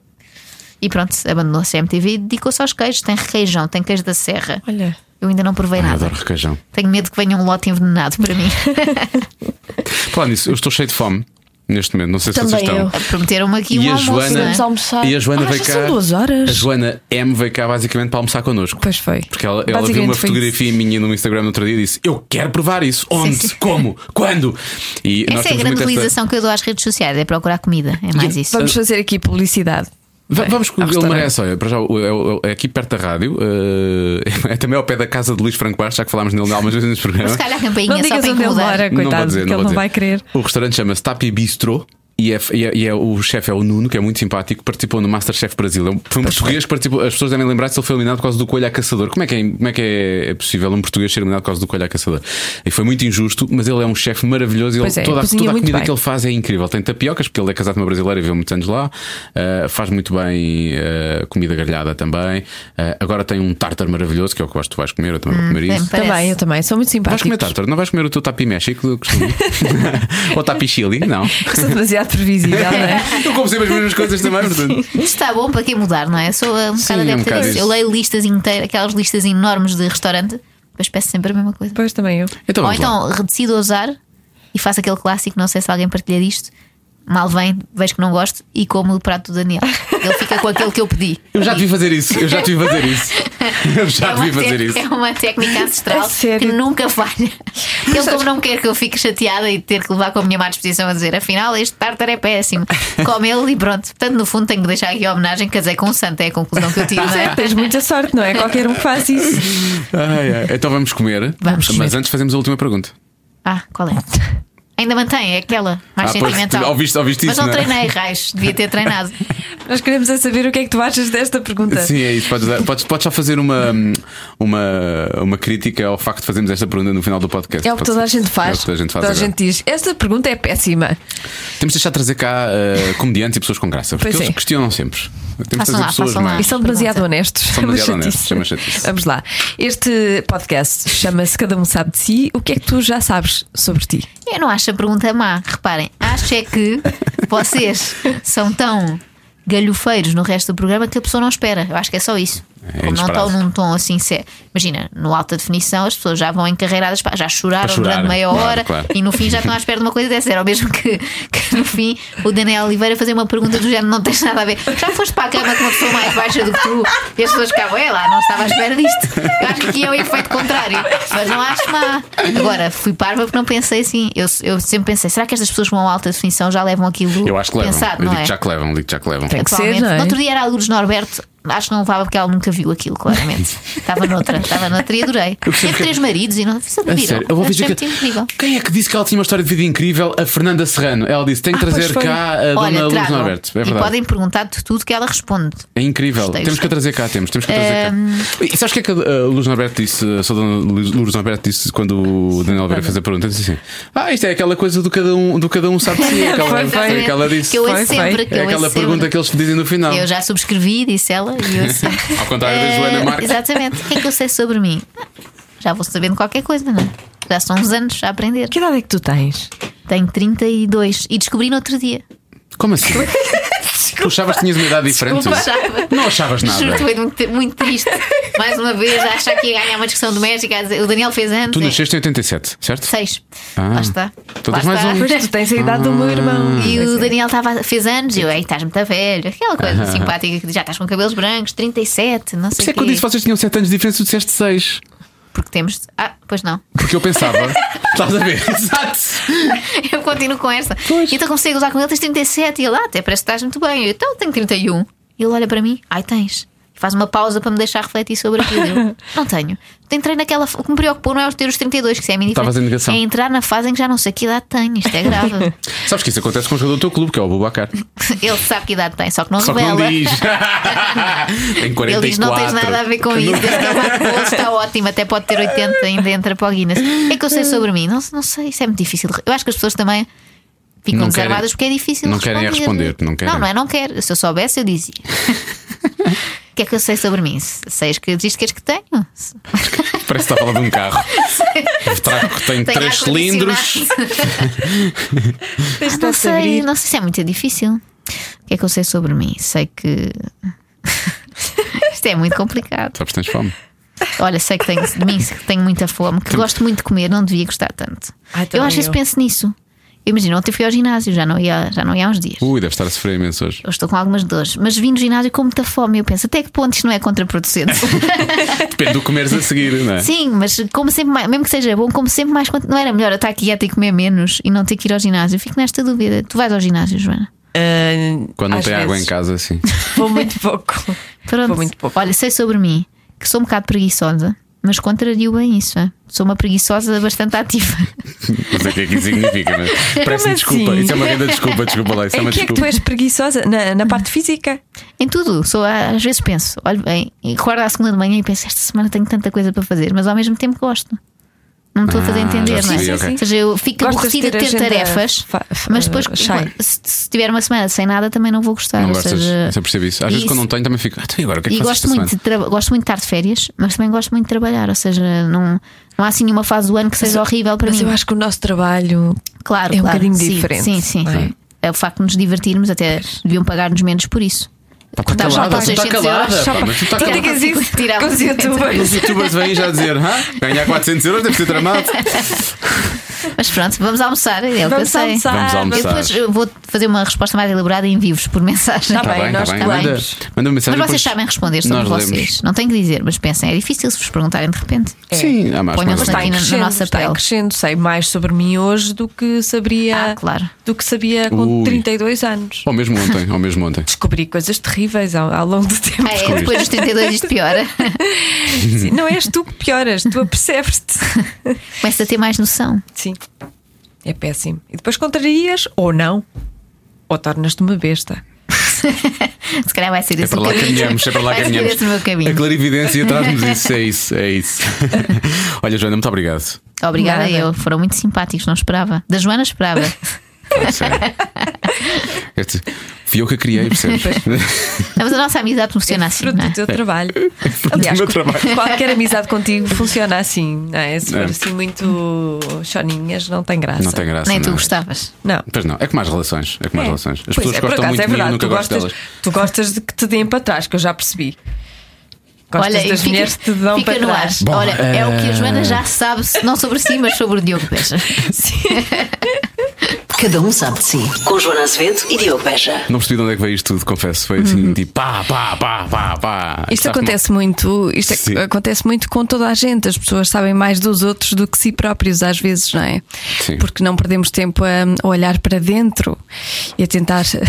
S4: E pronto, abandonou a CMTV e dedicou-se aos queijos. Tem requeijão, tem queijo da Serra.
S3: Olha.
S4: Eu ainda não provei
S2: Ah,
S4: nada.
S2: adoro requeijão.
S4: Tenho medo que venha um lote envenenado para mim.
S2: Falando nisso, eu estou cheio de fome neste momento. Não sei se vocês
S3: Também
S2: estão.
S3: eu.
S4: Prometeram-me aqui
S2: E
S4: um
S2: a
S4: almoço.
S2: Joana,
S4: não é?
S3: almoçar.
S2: e a Joana
S3: Ah,
S2: veio
S3: já
S2: cá.
S3: são duas horas.
S2: A Joana M veio cá basicamente para almoçar connosco.
S3: Pois foi.
S2: Porque ela, ela viu
S3: Basicamente
S2: uma
S3: foi
S2: fotografia minha no Instagram no outro dia e disse: Eu quero provar isso. Onde?
S4: sim.
S2: Como? Quando? E nós
S4: Essa é a
S2: temos
S4: grande
S2: muito esta-
S4: realização que eu dou às redes sociais, é procurar comida. É mais isso.
S3: Vamos fazer aqui publicidade.
S2: Va-
S3: Bem,
S2: Vamos com
S3: ao
S2: ele
S3: restaurante.
S2: merece, olha, para já, o- é- é é aqui perto da rádio, eh, é também ao pé da casa de Luís Franco Bastos, já que falámos nele algumas vezes neste programa.
S4: Se calhar a campainha
S3: Não
S4: só
S3: digas
S4: para
S3: onde ele
S4: incomodar.
S3: mora, coitado,
S2: vou dizer,
S3: que ele
S2: vou
S3: não
S2: dizer.
S3: vai querer.
S2: O restaurante chama-se Tapia Bistro. E, é, e, é, e é- o chefe é o Nuno, que é muito simpático, participou no Masterchef Brasil. É um- Foi um português que participou. As pessoas devem lembrar se ele foi eliminado por causa do coelho a caçador. Como é que é, como é, que é possível um português ser eliminado por causa do coelho a caçador? E foi muito injusto, mas ele é um chefe maravilhoso. e Ele,
S3: Pois é,
S2: toda, a-
S3: cozinha
S2: toda a
S3: muito
S2: comida
S3: bem.
S2: que ele faz é incrível. Tem tapiocas, porque ele é casado com uma brasileira e viveu muitos anos lá. Ah, faz muito bem ah, comida grelhada também. Ah, agora tem um tartar maravilhoso, que é o que eu acho que tu vais comer. Eu
S3: Hum,
S2: também vou comer
S4: bem,
S2: isso.
S4: Parece.
S3: Também, eu também. São muito
S2: Vais
S3: simpáticos.
S2: comer tártaro? Não vais comer o teu tapi México? eu costumo. Ou tapi Chile? Não.
S3: Eu Sou demasiado previsível, não é?
S2: Eu como sempre as mesmas coisas também, portanto.
S4: Isto está bom para quem mudar, não é? Eu Sou uh, um
S2: Sim,
S4: bocado
S2: é um
S4: adepta
S2: bocado
S4: disso.
S2: isso.
S4: Eu leio listas inteiras, aquelas listas enormes de restaurante, depois peço sempre a mesma coisa.
S3: Pois também eu.
S2: Então
S4: Ou
S2: vamos lá.
S4: então redecido a usar e faço aquele clássico, não sei se alguém partilha disto. Mal vem, vejo que não gosto e como o prato do Daniel. Ele fica com aquele que eu pedi.
S2: Eu já te vi fazer isso, eu já te vi fazer isso. Eu já
S4: é
S2: te
S4: uma
S2: vi fazer
S4: tec-
S2: isso.
S4: é uma técnica ancestral
S3: A sério?
S4: que nunca falha. Ele, como não quer que eu fique chateada e ter que levar com a minha má disposição a dizer, afinal, este tártaro é péssimo. Come ele e pronto. Portanto, no fundo, tenho que deixar aqui a homenagem, quer dizer, com um santo é a conclusão que eu tiro. não
S2: Ah,
S3: Pois
S4: é?
S3: é, tens muita sorte, não é? Qualquer um que faz isso.
S2: Ai, ai. Então vamos comer.
S4: Vamos
S2: Mas
S4: comer.
S2: antes fazemos a última pergunta.
S4: Ah, qual é? Ainda mantém, é aquela mais
S2: Ah, pois,
S4: sentimental.
S2: tu ouviste- ouviste
S4: Mas
S2: isso,
S4: não
S2: não é?
S4: treinei, raios, devia ter treinado.
S3: Nós queremos é saber o que é que tu achas desta pergunta.
S2: Sim, é isso. Podes, dar- podes, podes só fazer uma, uma, uma crítica ao facto de fazermos esta pergunta no final do podcast.
S3: É o que
S2: Pode
S3: toda a
S2: ser.
S3: gente faz.
S2: É o que toda a gente faz. agora.
S3: gente diz. Esta pergunta é péssima.
S2: Temos de deixar de trazer cá eh, comediantes e pessoas com graça, porque
S3: Pois
S2: eles
S3: é.
S2: questionam sempre. Temos de
S4: Façam
S2: trazer
S4: lá,
S2: pessoas é?
S4: façam lá.
S3: E
S2: mais.
S4: Isto
S3: são demasiado honestos.
S2: Ah, São demasiado
S3: É uma
S2: honestos,
S3: chatice.
S2: é uma chatice.
S3: Vamos lá. Este podcast chama-se Cada Um Sabe de Si. O que é que tu já sabes sobre ti?
S4: Eu não acho a pergunta má. Reparem, acho é que vocês são tão galhofeiros no resto do programa que a pessoa não espera. Eu acho que é só isso.
S2: É
S4: Como não
S2: inesperado.
S4: estão num tom assim. sé- Imagina, no alta definição as pessoas já vão encarreiradas, pá, já choraram
S2: chorar,
S4: durante meia
S2: claro,
S4: hora
S2: claro.
S4: e no fim já estão à espera de uma coisa dessa. Era o mesmo que, que no fim o Daniel Oliveira fazer uma pergunta do género: não tens nada a ver. Já foste para a cama com uma pessoa mais baixa do que tu e as pessoas ficavam, é lá, não estava à espera disto. Eu acho que aqui é o efeito contrário, mas não acho má. Agora, fui parva porque não pensei assim. Eu, eu sempre pensei: será que estas pessoas com alta definição já levam aquilo
S2: Eu acho que levam.
S4: pensado?
S2: eu
S4: não
S2: digo
S4: é?
S2: que já que levam, digo que já que levam.
S3: Tem que ser,
S4: Atualmente.
S3: não é?
S4: No outro dia era a Lourdes Norberto, acho que não levava porque ela nunca viu aquilo, claramente. estava noutra, estava noutra e adorei. Teve três maridos e não é fiz
S2: é A
S4: admirável.
S2: É sério, eu vou
S4: Acho
S2: dizer
S4: sempre incrível.
S2: que... Quem é que disse que ela tinha uma história de vida incrível? A Fernanda Serrano. Ela disse: tem que
S3: Ah,
S2: trazer
S3: pois foi.
S2: cá a Dona
S4: Olha,
S2: Luz
S4: tragam.
S2: Norberto. É
S4: e
S2: verdade.
S4: podem perguntar de tudo que ela responde.
S2: É incrível.
S4: Gostei, Ehm,
S2: temos que a trazer cá, temos, temos que a trazer cá. E sabes o que é que a Luz Norberto disse, a sua dona Luz Luz Norberto disse quando o Daniel Oliveira fez a pergunta? Disse assim: Ah, isto é aquela coisa do cada um, do cada um sabe de si. é Aquela,
S3: Foi, foi.
S2: é aquela disse.
S4: Que eu ouço
S3: Foi, foi.
S4: sempre. Que
S2: é
S4: eu
S2: aquela
S4: ouço sempre.
S2: pergunta que eles dizem no final.
S4: Eu já subscrevi, disse ela, e eu sempre.
S2: Ao contrário da
S4: Eh,
S2: Joana Marques.
S4: Exatamente. O que é que eu sei sobre mim? Já vou sabendo qualquer coisa, não é? Já são uns anos a aprender.
S3: Que idade é que tu tens?
S4: Tenho 32 e descobri no outro dia.
S2: Como assim? tu achavas que tinhas uma idade diferente?
S4: Achava-
S2: Não achavas
S4: Juro-te,
S2: nada.
S4: foi muito, muito triste. Mais uma vez, a achar que ia ganhar uma discussão doméstica. a dizer, O Daniel fez antes.
S2: Tu nasceste em 87, certo?
S4: Seis.
S2: Ah.
S4: Lá está.
S2: Então
S4: Lá
S2: tens mais
S4: está.
S2: um.
S3: Pois tu tens a idade do meu irmão.
S2: Hum,
S4: E
S3: Pois
S4: o
S3: é.
S4: Daniel tava, fez anos, e eu, ei, estás muito velho, aquela coisa simpática que diz, já estás com cabelos brancos, 37, não
S2: Por
S4: sei
S2: isso é
S4: o
S2: que eu
S4: quê.
S2: disse que vocês tinham 7 anos de diferença, tu disseste 6.
S4: Porque temos. Ah, pois não.
S2: Porque eu pensava. Estás a ver? Exato.
S4: Eu continuo com esta. Então comecei a gozar com ele, tens 37, e ele, ah, até parece que estás muito bem. Eu, então tenho 31. E ele olha para mim, ai, tens. E Faz uma pausa para me deixar refletir sobre aquilo. Eu, não tenho. Entrei naquela. O que me preocupou não é os ter os 32, que isso é a minha
S2: Estavas
S4: diferença.
S2: em negação.
S4: É entrar na fase em que já não sei que idade tenho. Isto é grave.
S2: Sabes que isso acontece com o jogador do teu clube, que é o Bubacar.
S4: ele sabe que idade tem, só que não
S2: Só que
S4: revela.
S2: não diz. Tem 44.
S4: Ele diz: não tens nada a ver com isso, desde que ele bate golos está ótimo, até pode ter 80 ainda entra para o Guinness. O que é que eu sei sobre mim? Não, não sei, isso é muito difícil. Eu acho que as pessoas também ficam
S2: Não querem-
S4: desarmadas porque é difícil.
S2: não querem responder, não querem.
S4: Não, não é, não quero. Se eu soubesse, eu dizia. O que é que eu sei sobre mim? Sei as características que tenho.
S2: Parece que está a falar de um carro. O traco tem
S4: Tenho
S2: 3
S4: ar-condicionado.
S2: cilindros. Ah,
S3: Tens de
S4: Não
S3: te abrir.
S4: sei, não sei se é muito difícil. O que é que eu sei sobre mim? Sei que. Isto é muito complicado.
S2: Sabes, tens fome.
S4: Olha, sei que tenho, de mim sei que tenho muita fome, que gosto muito de comer, não devia gostar tanto.
S3: Ai,
S4: eu
S3: também
S4: às vezes
S3: eu.
S4: penso nisso. Eu Imagino, ontem fui ao ginásio, já não ia, já não ia há uns dias.
S2: Ui, deve estar a sofrer imenso hoje.
S4: Eu estou com algumas dores, mas vim do ginásio com muita fome. Eu penso, até que ponto isto não é contraproducente?
S2: Depende do que comeres a seguir, não é?
S4: Sim, mas como sempre mais, mesmo que seja bom, como sempre mais, quanto- não era melhor eu estar quieta e comer menos e não ter que ir ao ginásio? Eu Fico nesta dúvida. Tu vais ao ginásio, Joana?
S3: Ah,
S2: Quando não
S3: às
S2: tem água em
S3: vezes.
S2: casa, sim.
S3: Vou muito pouco.
S4: Pronto.
S3: Vou muito pouco.
S4: Olha, sei sobre mim que sou um bocado preguiçosa, mas contrario bem isso. é? Sou uma preguiçosa bastante ativa.
S2: Não sei o que é que isso significa, mas parece-me
S3: assim?
S2: desculpa. Isso é uma grande desculpa, desculpa lá. Isso é
S3: Em
S2: uma
S3: que é que
S2: desculpa.
S3: tu és preguiçosa? Na, na parte física?
S4: Em tudo, sou, às vezes penso, olho bem, e recordo à segunda de manhã e penso, esta semana tenho tanta coisa para fazer, mas ao mesmo tempo gosto. Não me estou a fazer
S2: Ah,
S4: entender,
S2: já
S4: não é?
S2: percebi, ok.
S4: Ou seja, eu fico
S3: Gostas de
S4: aborrecida de
S3: ter
S4: ter,
S3: agenda
S4: tarefas,
S3: fa- fa- eh,
S4: mas depois,
S3: cheia.
S4: se, se tiver uma semana sem nada, também não vou gostar.
S2: Não
S4: ou
S2: gostas?
S4: seja,
S2: Isso eu percebo isso. Às vezes
S4: isso-
S2: quando não tenho também fico. "Ah, então E agora o é que é que
S4: E
S2: faço
S4: gosto
S2: esta
S4: muito, de
S2: semana?
S4: traba- gosto muito de estar de férias, mas também gosto muito de trabalhar, ou seja, não, não há assim nenhuma fase do ano que seja horrível para
S3: Mas
S4: mim.
S3: eu acho que o nosso trabalho
S4: Claro,
S3: é um
S4: claro.
S3: bocadinho
S4: Sim,
S3: diferente.
S4: Sim, sim.
S3: não é?
S4: É o facto de nos divertirmos, até deviam pagar-nos menos por isso.
S2: Pá, tá
S4: Cortar
S2: calada,
S4: só para
S2: tu tá
S4: 600
S2: calada,
S4: euros.
S2: pá, mas tu tá
S4: Tirar-
S2: calada.
S3: Digas isso
S4: Tirar-
S3: com os
S2: Os
S3: youtubers.
S2: youtubers vêm já dizer: "Hã? ganhar 400 euros deve ser tramado.
S3: Tá
S4: Mas pronto, vamos almoçar. É o que eu
S3: Vamos
S4: sei.
S3: almoçar.
S2: Vamos almoçar.
S4: Eu depois eu vou fazer uma resposta mais elaborada em vivos por mensagem.
S3: Tá
S2: Tá
S3: bem,
S2: bem, tá
S3: nós
S2: bem.
S3: também.
S2: Manda, manda uma
S4: Mas
S2: mensagem.
S4: vocês
S2: depois
S4: sabem responder sobre
S2: nós
S4: vocês.
S2: lemos.
S4: Não tenho que dizer, mas pensem, é difícil se vos perguntarem de repente.
S2: Sim, há mais.
S4: Ponham-se
S2: mais ou
S3: Está é.
S4: Mas aqui
S3: em
S2: menos.
S4: na-
S3: crescendo,
S4: na nossa
S3: está em
S4: pele.
S3: crescendo. Sei mais sobre mim hoje do que sabia
S4: Ah, claro.
S3: do que sabia com
S2: Ui.
S3: 32 anos.
S2: Ou mesmo ontem, ou mesmo ontem.
S3: Descobri coisas terríveis ao, ao longo do tempo.
S4: Ah, é, depois dos 32 isto piora.
S3: Sim, Não és tu que pioras, tu apercebes-te.
S4: Começa a ter mais noção.
S3: Sim. É péssimo. E depois contrarias ou não. Ou tornas-te uma besta.
S4: Se calhar vai ser
S2: É
S4: esse
S2: para
S4: o
S2: lá que
S4: caminho.
S2: caminhamos, é para lá
S4: vai
S2: que
S4: ser
S2: caminhamos. É
S4: esse o meu
S2: A
S4: caminho.
S2: clarividência traz-nos isso, é isso, é isso. Olha, Joana, muito obrigado.
S4: Obrigada
S3: Nada.
S4: eu. Foram muito simpáticos, não esperava. Da Joana esperava.
S2: Pá, sério. Tá Este, fui eu que a criei, percebes?
S4: Mas a nossa amizade funciona assim,
S3: Fruto
S4: não é?
S3: do teu trabalho.
S2: do
S3: Aliás,
S2: meu trabalho.
S3: qualquer amizade contigo funciona assim, não é? Se for
S2: É.
S3: assim muito choninhas, não tem graça.
S2: Não tem graça.
S4: Nem tu
S2: não. é?
S4: gostavas.
S3: Não.
S2: Pois não, é que mais relações. É que mais
S3: É.
S2: relações. As
S3: Pois
S2: pessoas
S3: é, por
S2: gostam
S3: acaso,
S2: muito
S3: é
S2: de mim, eu
S3: verdade,
S2: nunca
S3: tu
S2: gosto
S3: gostas,
S2: delas.
S3: Tu gostas de que te deem para trás, que eu já percebi. Gostas
S4: Olha, e
S3: das
S4: fica,
S3: mulheres que te dão
S4: fica
S3: para
S4: no ar.
S3: trás.
S2: Bom,
S4: Olha, é... o que a
S2: eh,
S4: Joana já sabe, se- não sobre si, mas sobre o Diogo Beja.
S1: Cada um sabe de si. Com Joana Azevedo e Diogo Beja.
S2: Não percebi de onde é que veio isto tudo, confesso. Foi assim, tipo pá, pá, pá, pá, pá.
S3: Isto
S2: Sabe como-
S3: acontece muito, isto é-
S2: Sim.
S3: acontece muito com toda a gente. As pessoas sabem mais dos outros do que si próprios, às vezes, não é?
S2: Sim.
S3: Porque não perdemos tempo a, a olhar para dentro e a tentar, a
S2: Sim.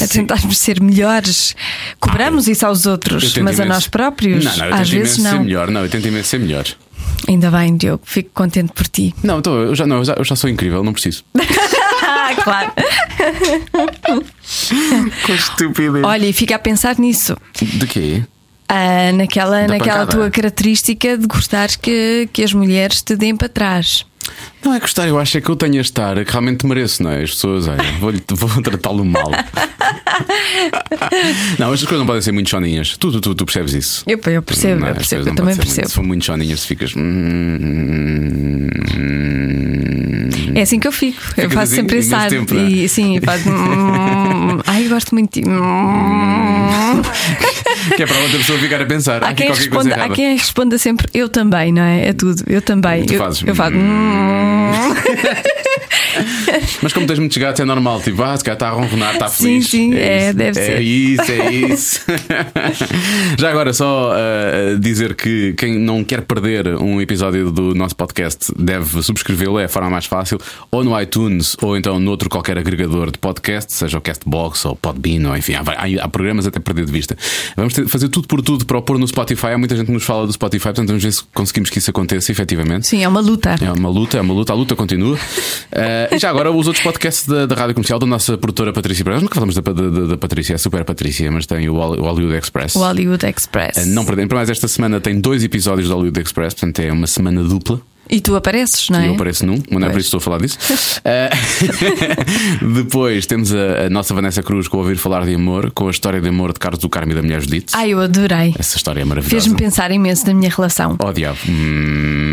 S2: Ah,
S3: tentarmos ser melhores. Cobramos isso aos
S2: Eu
S3: outros,
S2: tento
S3: mas a
S2: imenso-
S3: nós próprios,
S2: Não, não, eu
S3: às
S2: tento
S3: vezes
S2: imenso
S3: não.
S2: ser melhor. Não, eu tento imenso ser melhor.
S3: Ainda bem, Diogo, fico contente por ti.
S2: Não, então, eu, já, não eu, já, eu já sou incrível, não preciso.
S3: Ah, claro.
S2: Que estúpido.
S3: Olha, e fica a pensar nisso.
S2: De quê?
S3: Ah, naquela
S2: Da
S3: naquela
S2: pancada.
S3: tua característica de gostares que, que as mulheres te deem para trás.
S2: Não é gostar, eu acho é que eu tenho a estar, que realmente mereço, não é? As pessoas, olha, vou, vou tratá-lo mal. não, estas coisas não podem ser muito choninhas. Tu, tu, tu, tu percebes isso.
S3: Eu, eu percebo,
S2: Não,
S3: eu
S2: as coisas
S3: percebo,
S2: não
S3: eu
S2: podem
S3: também
S2: ser muito-
S3: percebo.
S2: se for muito choninhas, tu ficas. "Hum,
S3: É assim que eu fico. Eu
S2: Ficas
S3: faço
S2: assim
S3: sempre
S2: imenso
S3: esse ar.
S2: tempo, não é?
S3: E sim, faço. "Hum, Ai, eu gosto muito de ti. Hum."
S2: Que é para outra pessoa ficar a pensar.
S3: Há
S2: aqui
S3: quem,
S2: qualquer
S3: responda,
S2: coisa
S3: há
S2: errada.
S3: quem responda sempre eu também, não é? É tudo, eu também.
S2: Tu
S3: eu,
S2: fazes,
S3: eu faço. "Hum."
S2: Mas como tens muitos gatos, é normal. Tipo, ah, se calhar está a ronronar, está
S3: Sim,
S2: feliz.
S3: sim, é,
S2: isso.
S3: deve ser.
S2: É isso, é isso. Já agora, só ah, dizer que quem não quer perder um episódio do nosso podcast deve subscrevê-lo, é a forma mais fácil, ou no iTunes, ou então noutro qualquer agregador de podcast, seja o Castbox ou Podbean, ou enfim, há, há- há programas até perder de vista. Vamos ter- fazer tudo por tudo para o pôr no Spotify. Há muita gente que nos fala do Spotify, portanto, vamos ver se conseguimos que isso aconteça, efetivamente.
S3: Sim, é uma luta.
S2: É uma luta, é uma luta, a luta continua. Eh, e já agora os outros podcasts da, da Rádio Comercial, da nossa produtora Patrícia Pereira. Nós nunca falamos da, pa- da- da- da Patrícia, é a super Patrícia, mas tem o, Hol- o Hollywood Express.
S3: O Hollywood Express.
S2: Eh, Não perdem, para mais esta semana tem dois episódios do Hollywood Express, portanto é uma semana dupla.
S3: E tu apareces, não
S2: E
S3: é?
S2: eu apareço num, mas não é por isso que estou a falar disso. Eh, depois temos a, a nossa Vanessa Cruz com Ouvir Falar de Amor, com a história de amor de Carlos do Carmo e da Mulher Judite.
S3: Ai, eu adorei.
S2: Essa história é maravilhosa.
S3: Fez-me pensar imenso na minha relação.
S2: Oh diabo. Hum.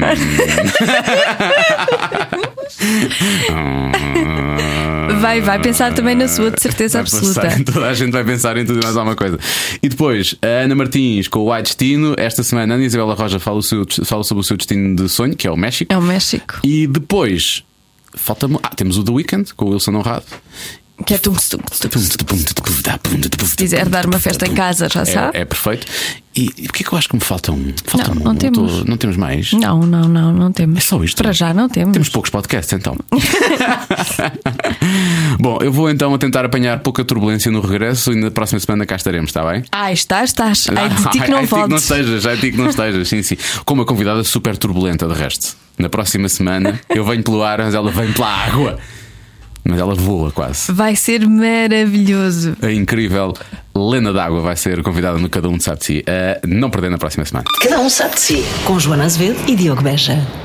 S3: Vai, vai pensar também na sua, de certeza
S2: Vai
S3: absoluta.
S2: pensar em toda a gente vai pensar em tudo e mais alguma coisa. E depois, a Ana Martins com o Ai Destino. Esta semana, a Ana Isabela Roja fala, o seu- fala sobre o seu destino de sonho, que é o México.
S3: É o México.
S2: E depois, falta ah, temos o The Weekend com o Wilson Honrado.
S3: Que é tum, tum, tum, tum.
S2: Se
S3: quiser é dar uma festa em casa, já sabe.
S2: É, perfeito. E, e porquê que eu acho que me falta um? Falta
S3: Não,
S2: um.
S3: não
S2: Eu
S3: temos.
S2: tô- não temos mais.
S3: Não, não, não, não temos.
S2: É só isto?
S3: Para já não temos.
S2: Temos poucos podcasts, então. Bom, eu vou então tentar apanhar pouca turbulência no regresso e na próxima semana cá estaremos, está bem?
S3: Ai, Ah, estás, estás. Ai, de ti
S2: Ah,
S3: que
S2: Ai,
S3: não
S2: ai, ti que não
S3: voltes.
S2: estejas, ai, ti que não estejas, sim, sim. Com uma convidada super turbulenta, de resto. Na próxima semana eu venho pelo ar, mas ela vem pela água. Mas ela voa quase.
S3: Vai ser maravilhoso.
S2: A incrível Lena d'Água vai ser convidada no Cada Um de Sabe de Si. Eh, não perder na próxima semana.
S1: Cada um sabe de si. Com Joana Azevedo e Diogo Beja.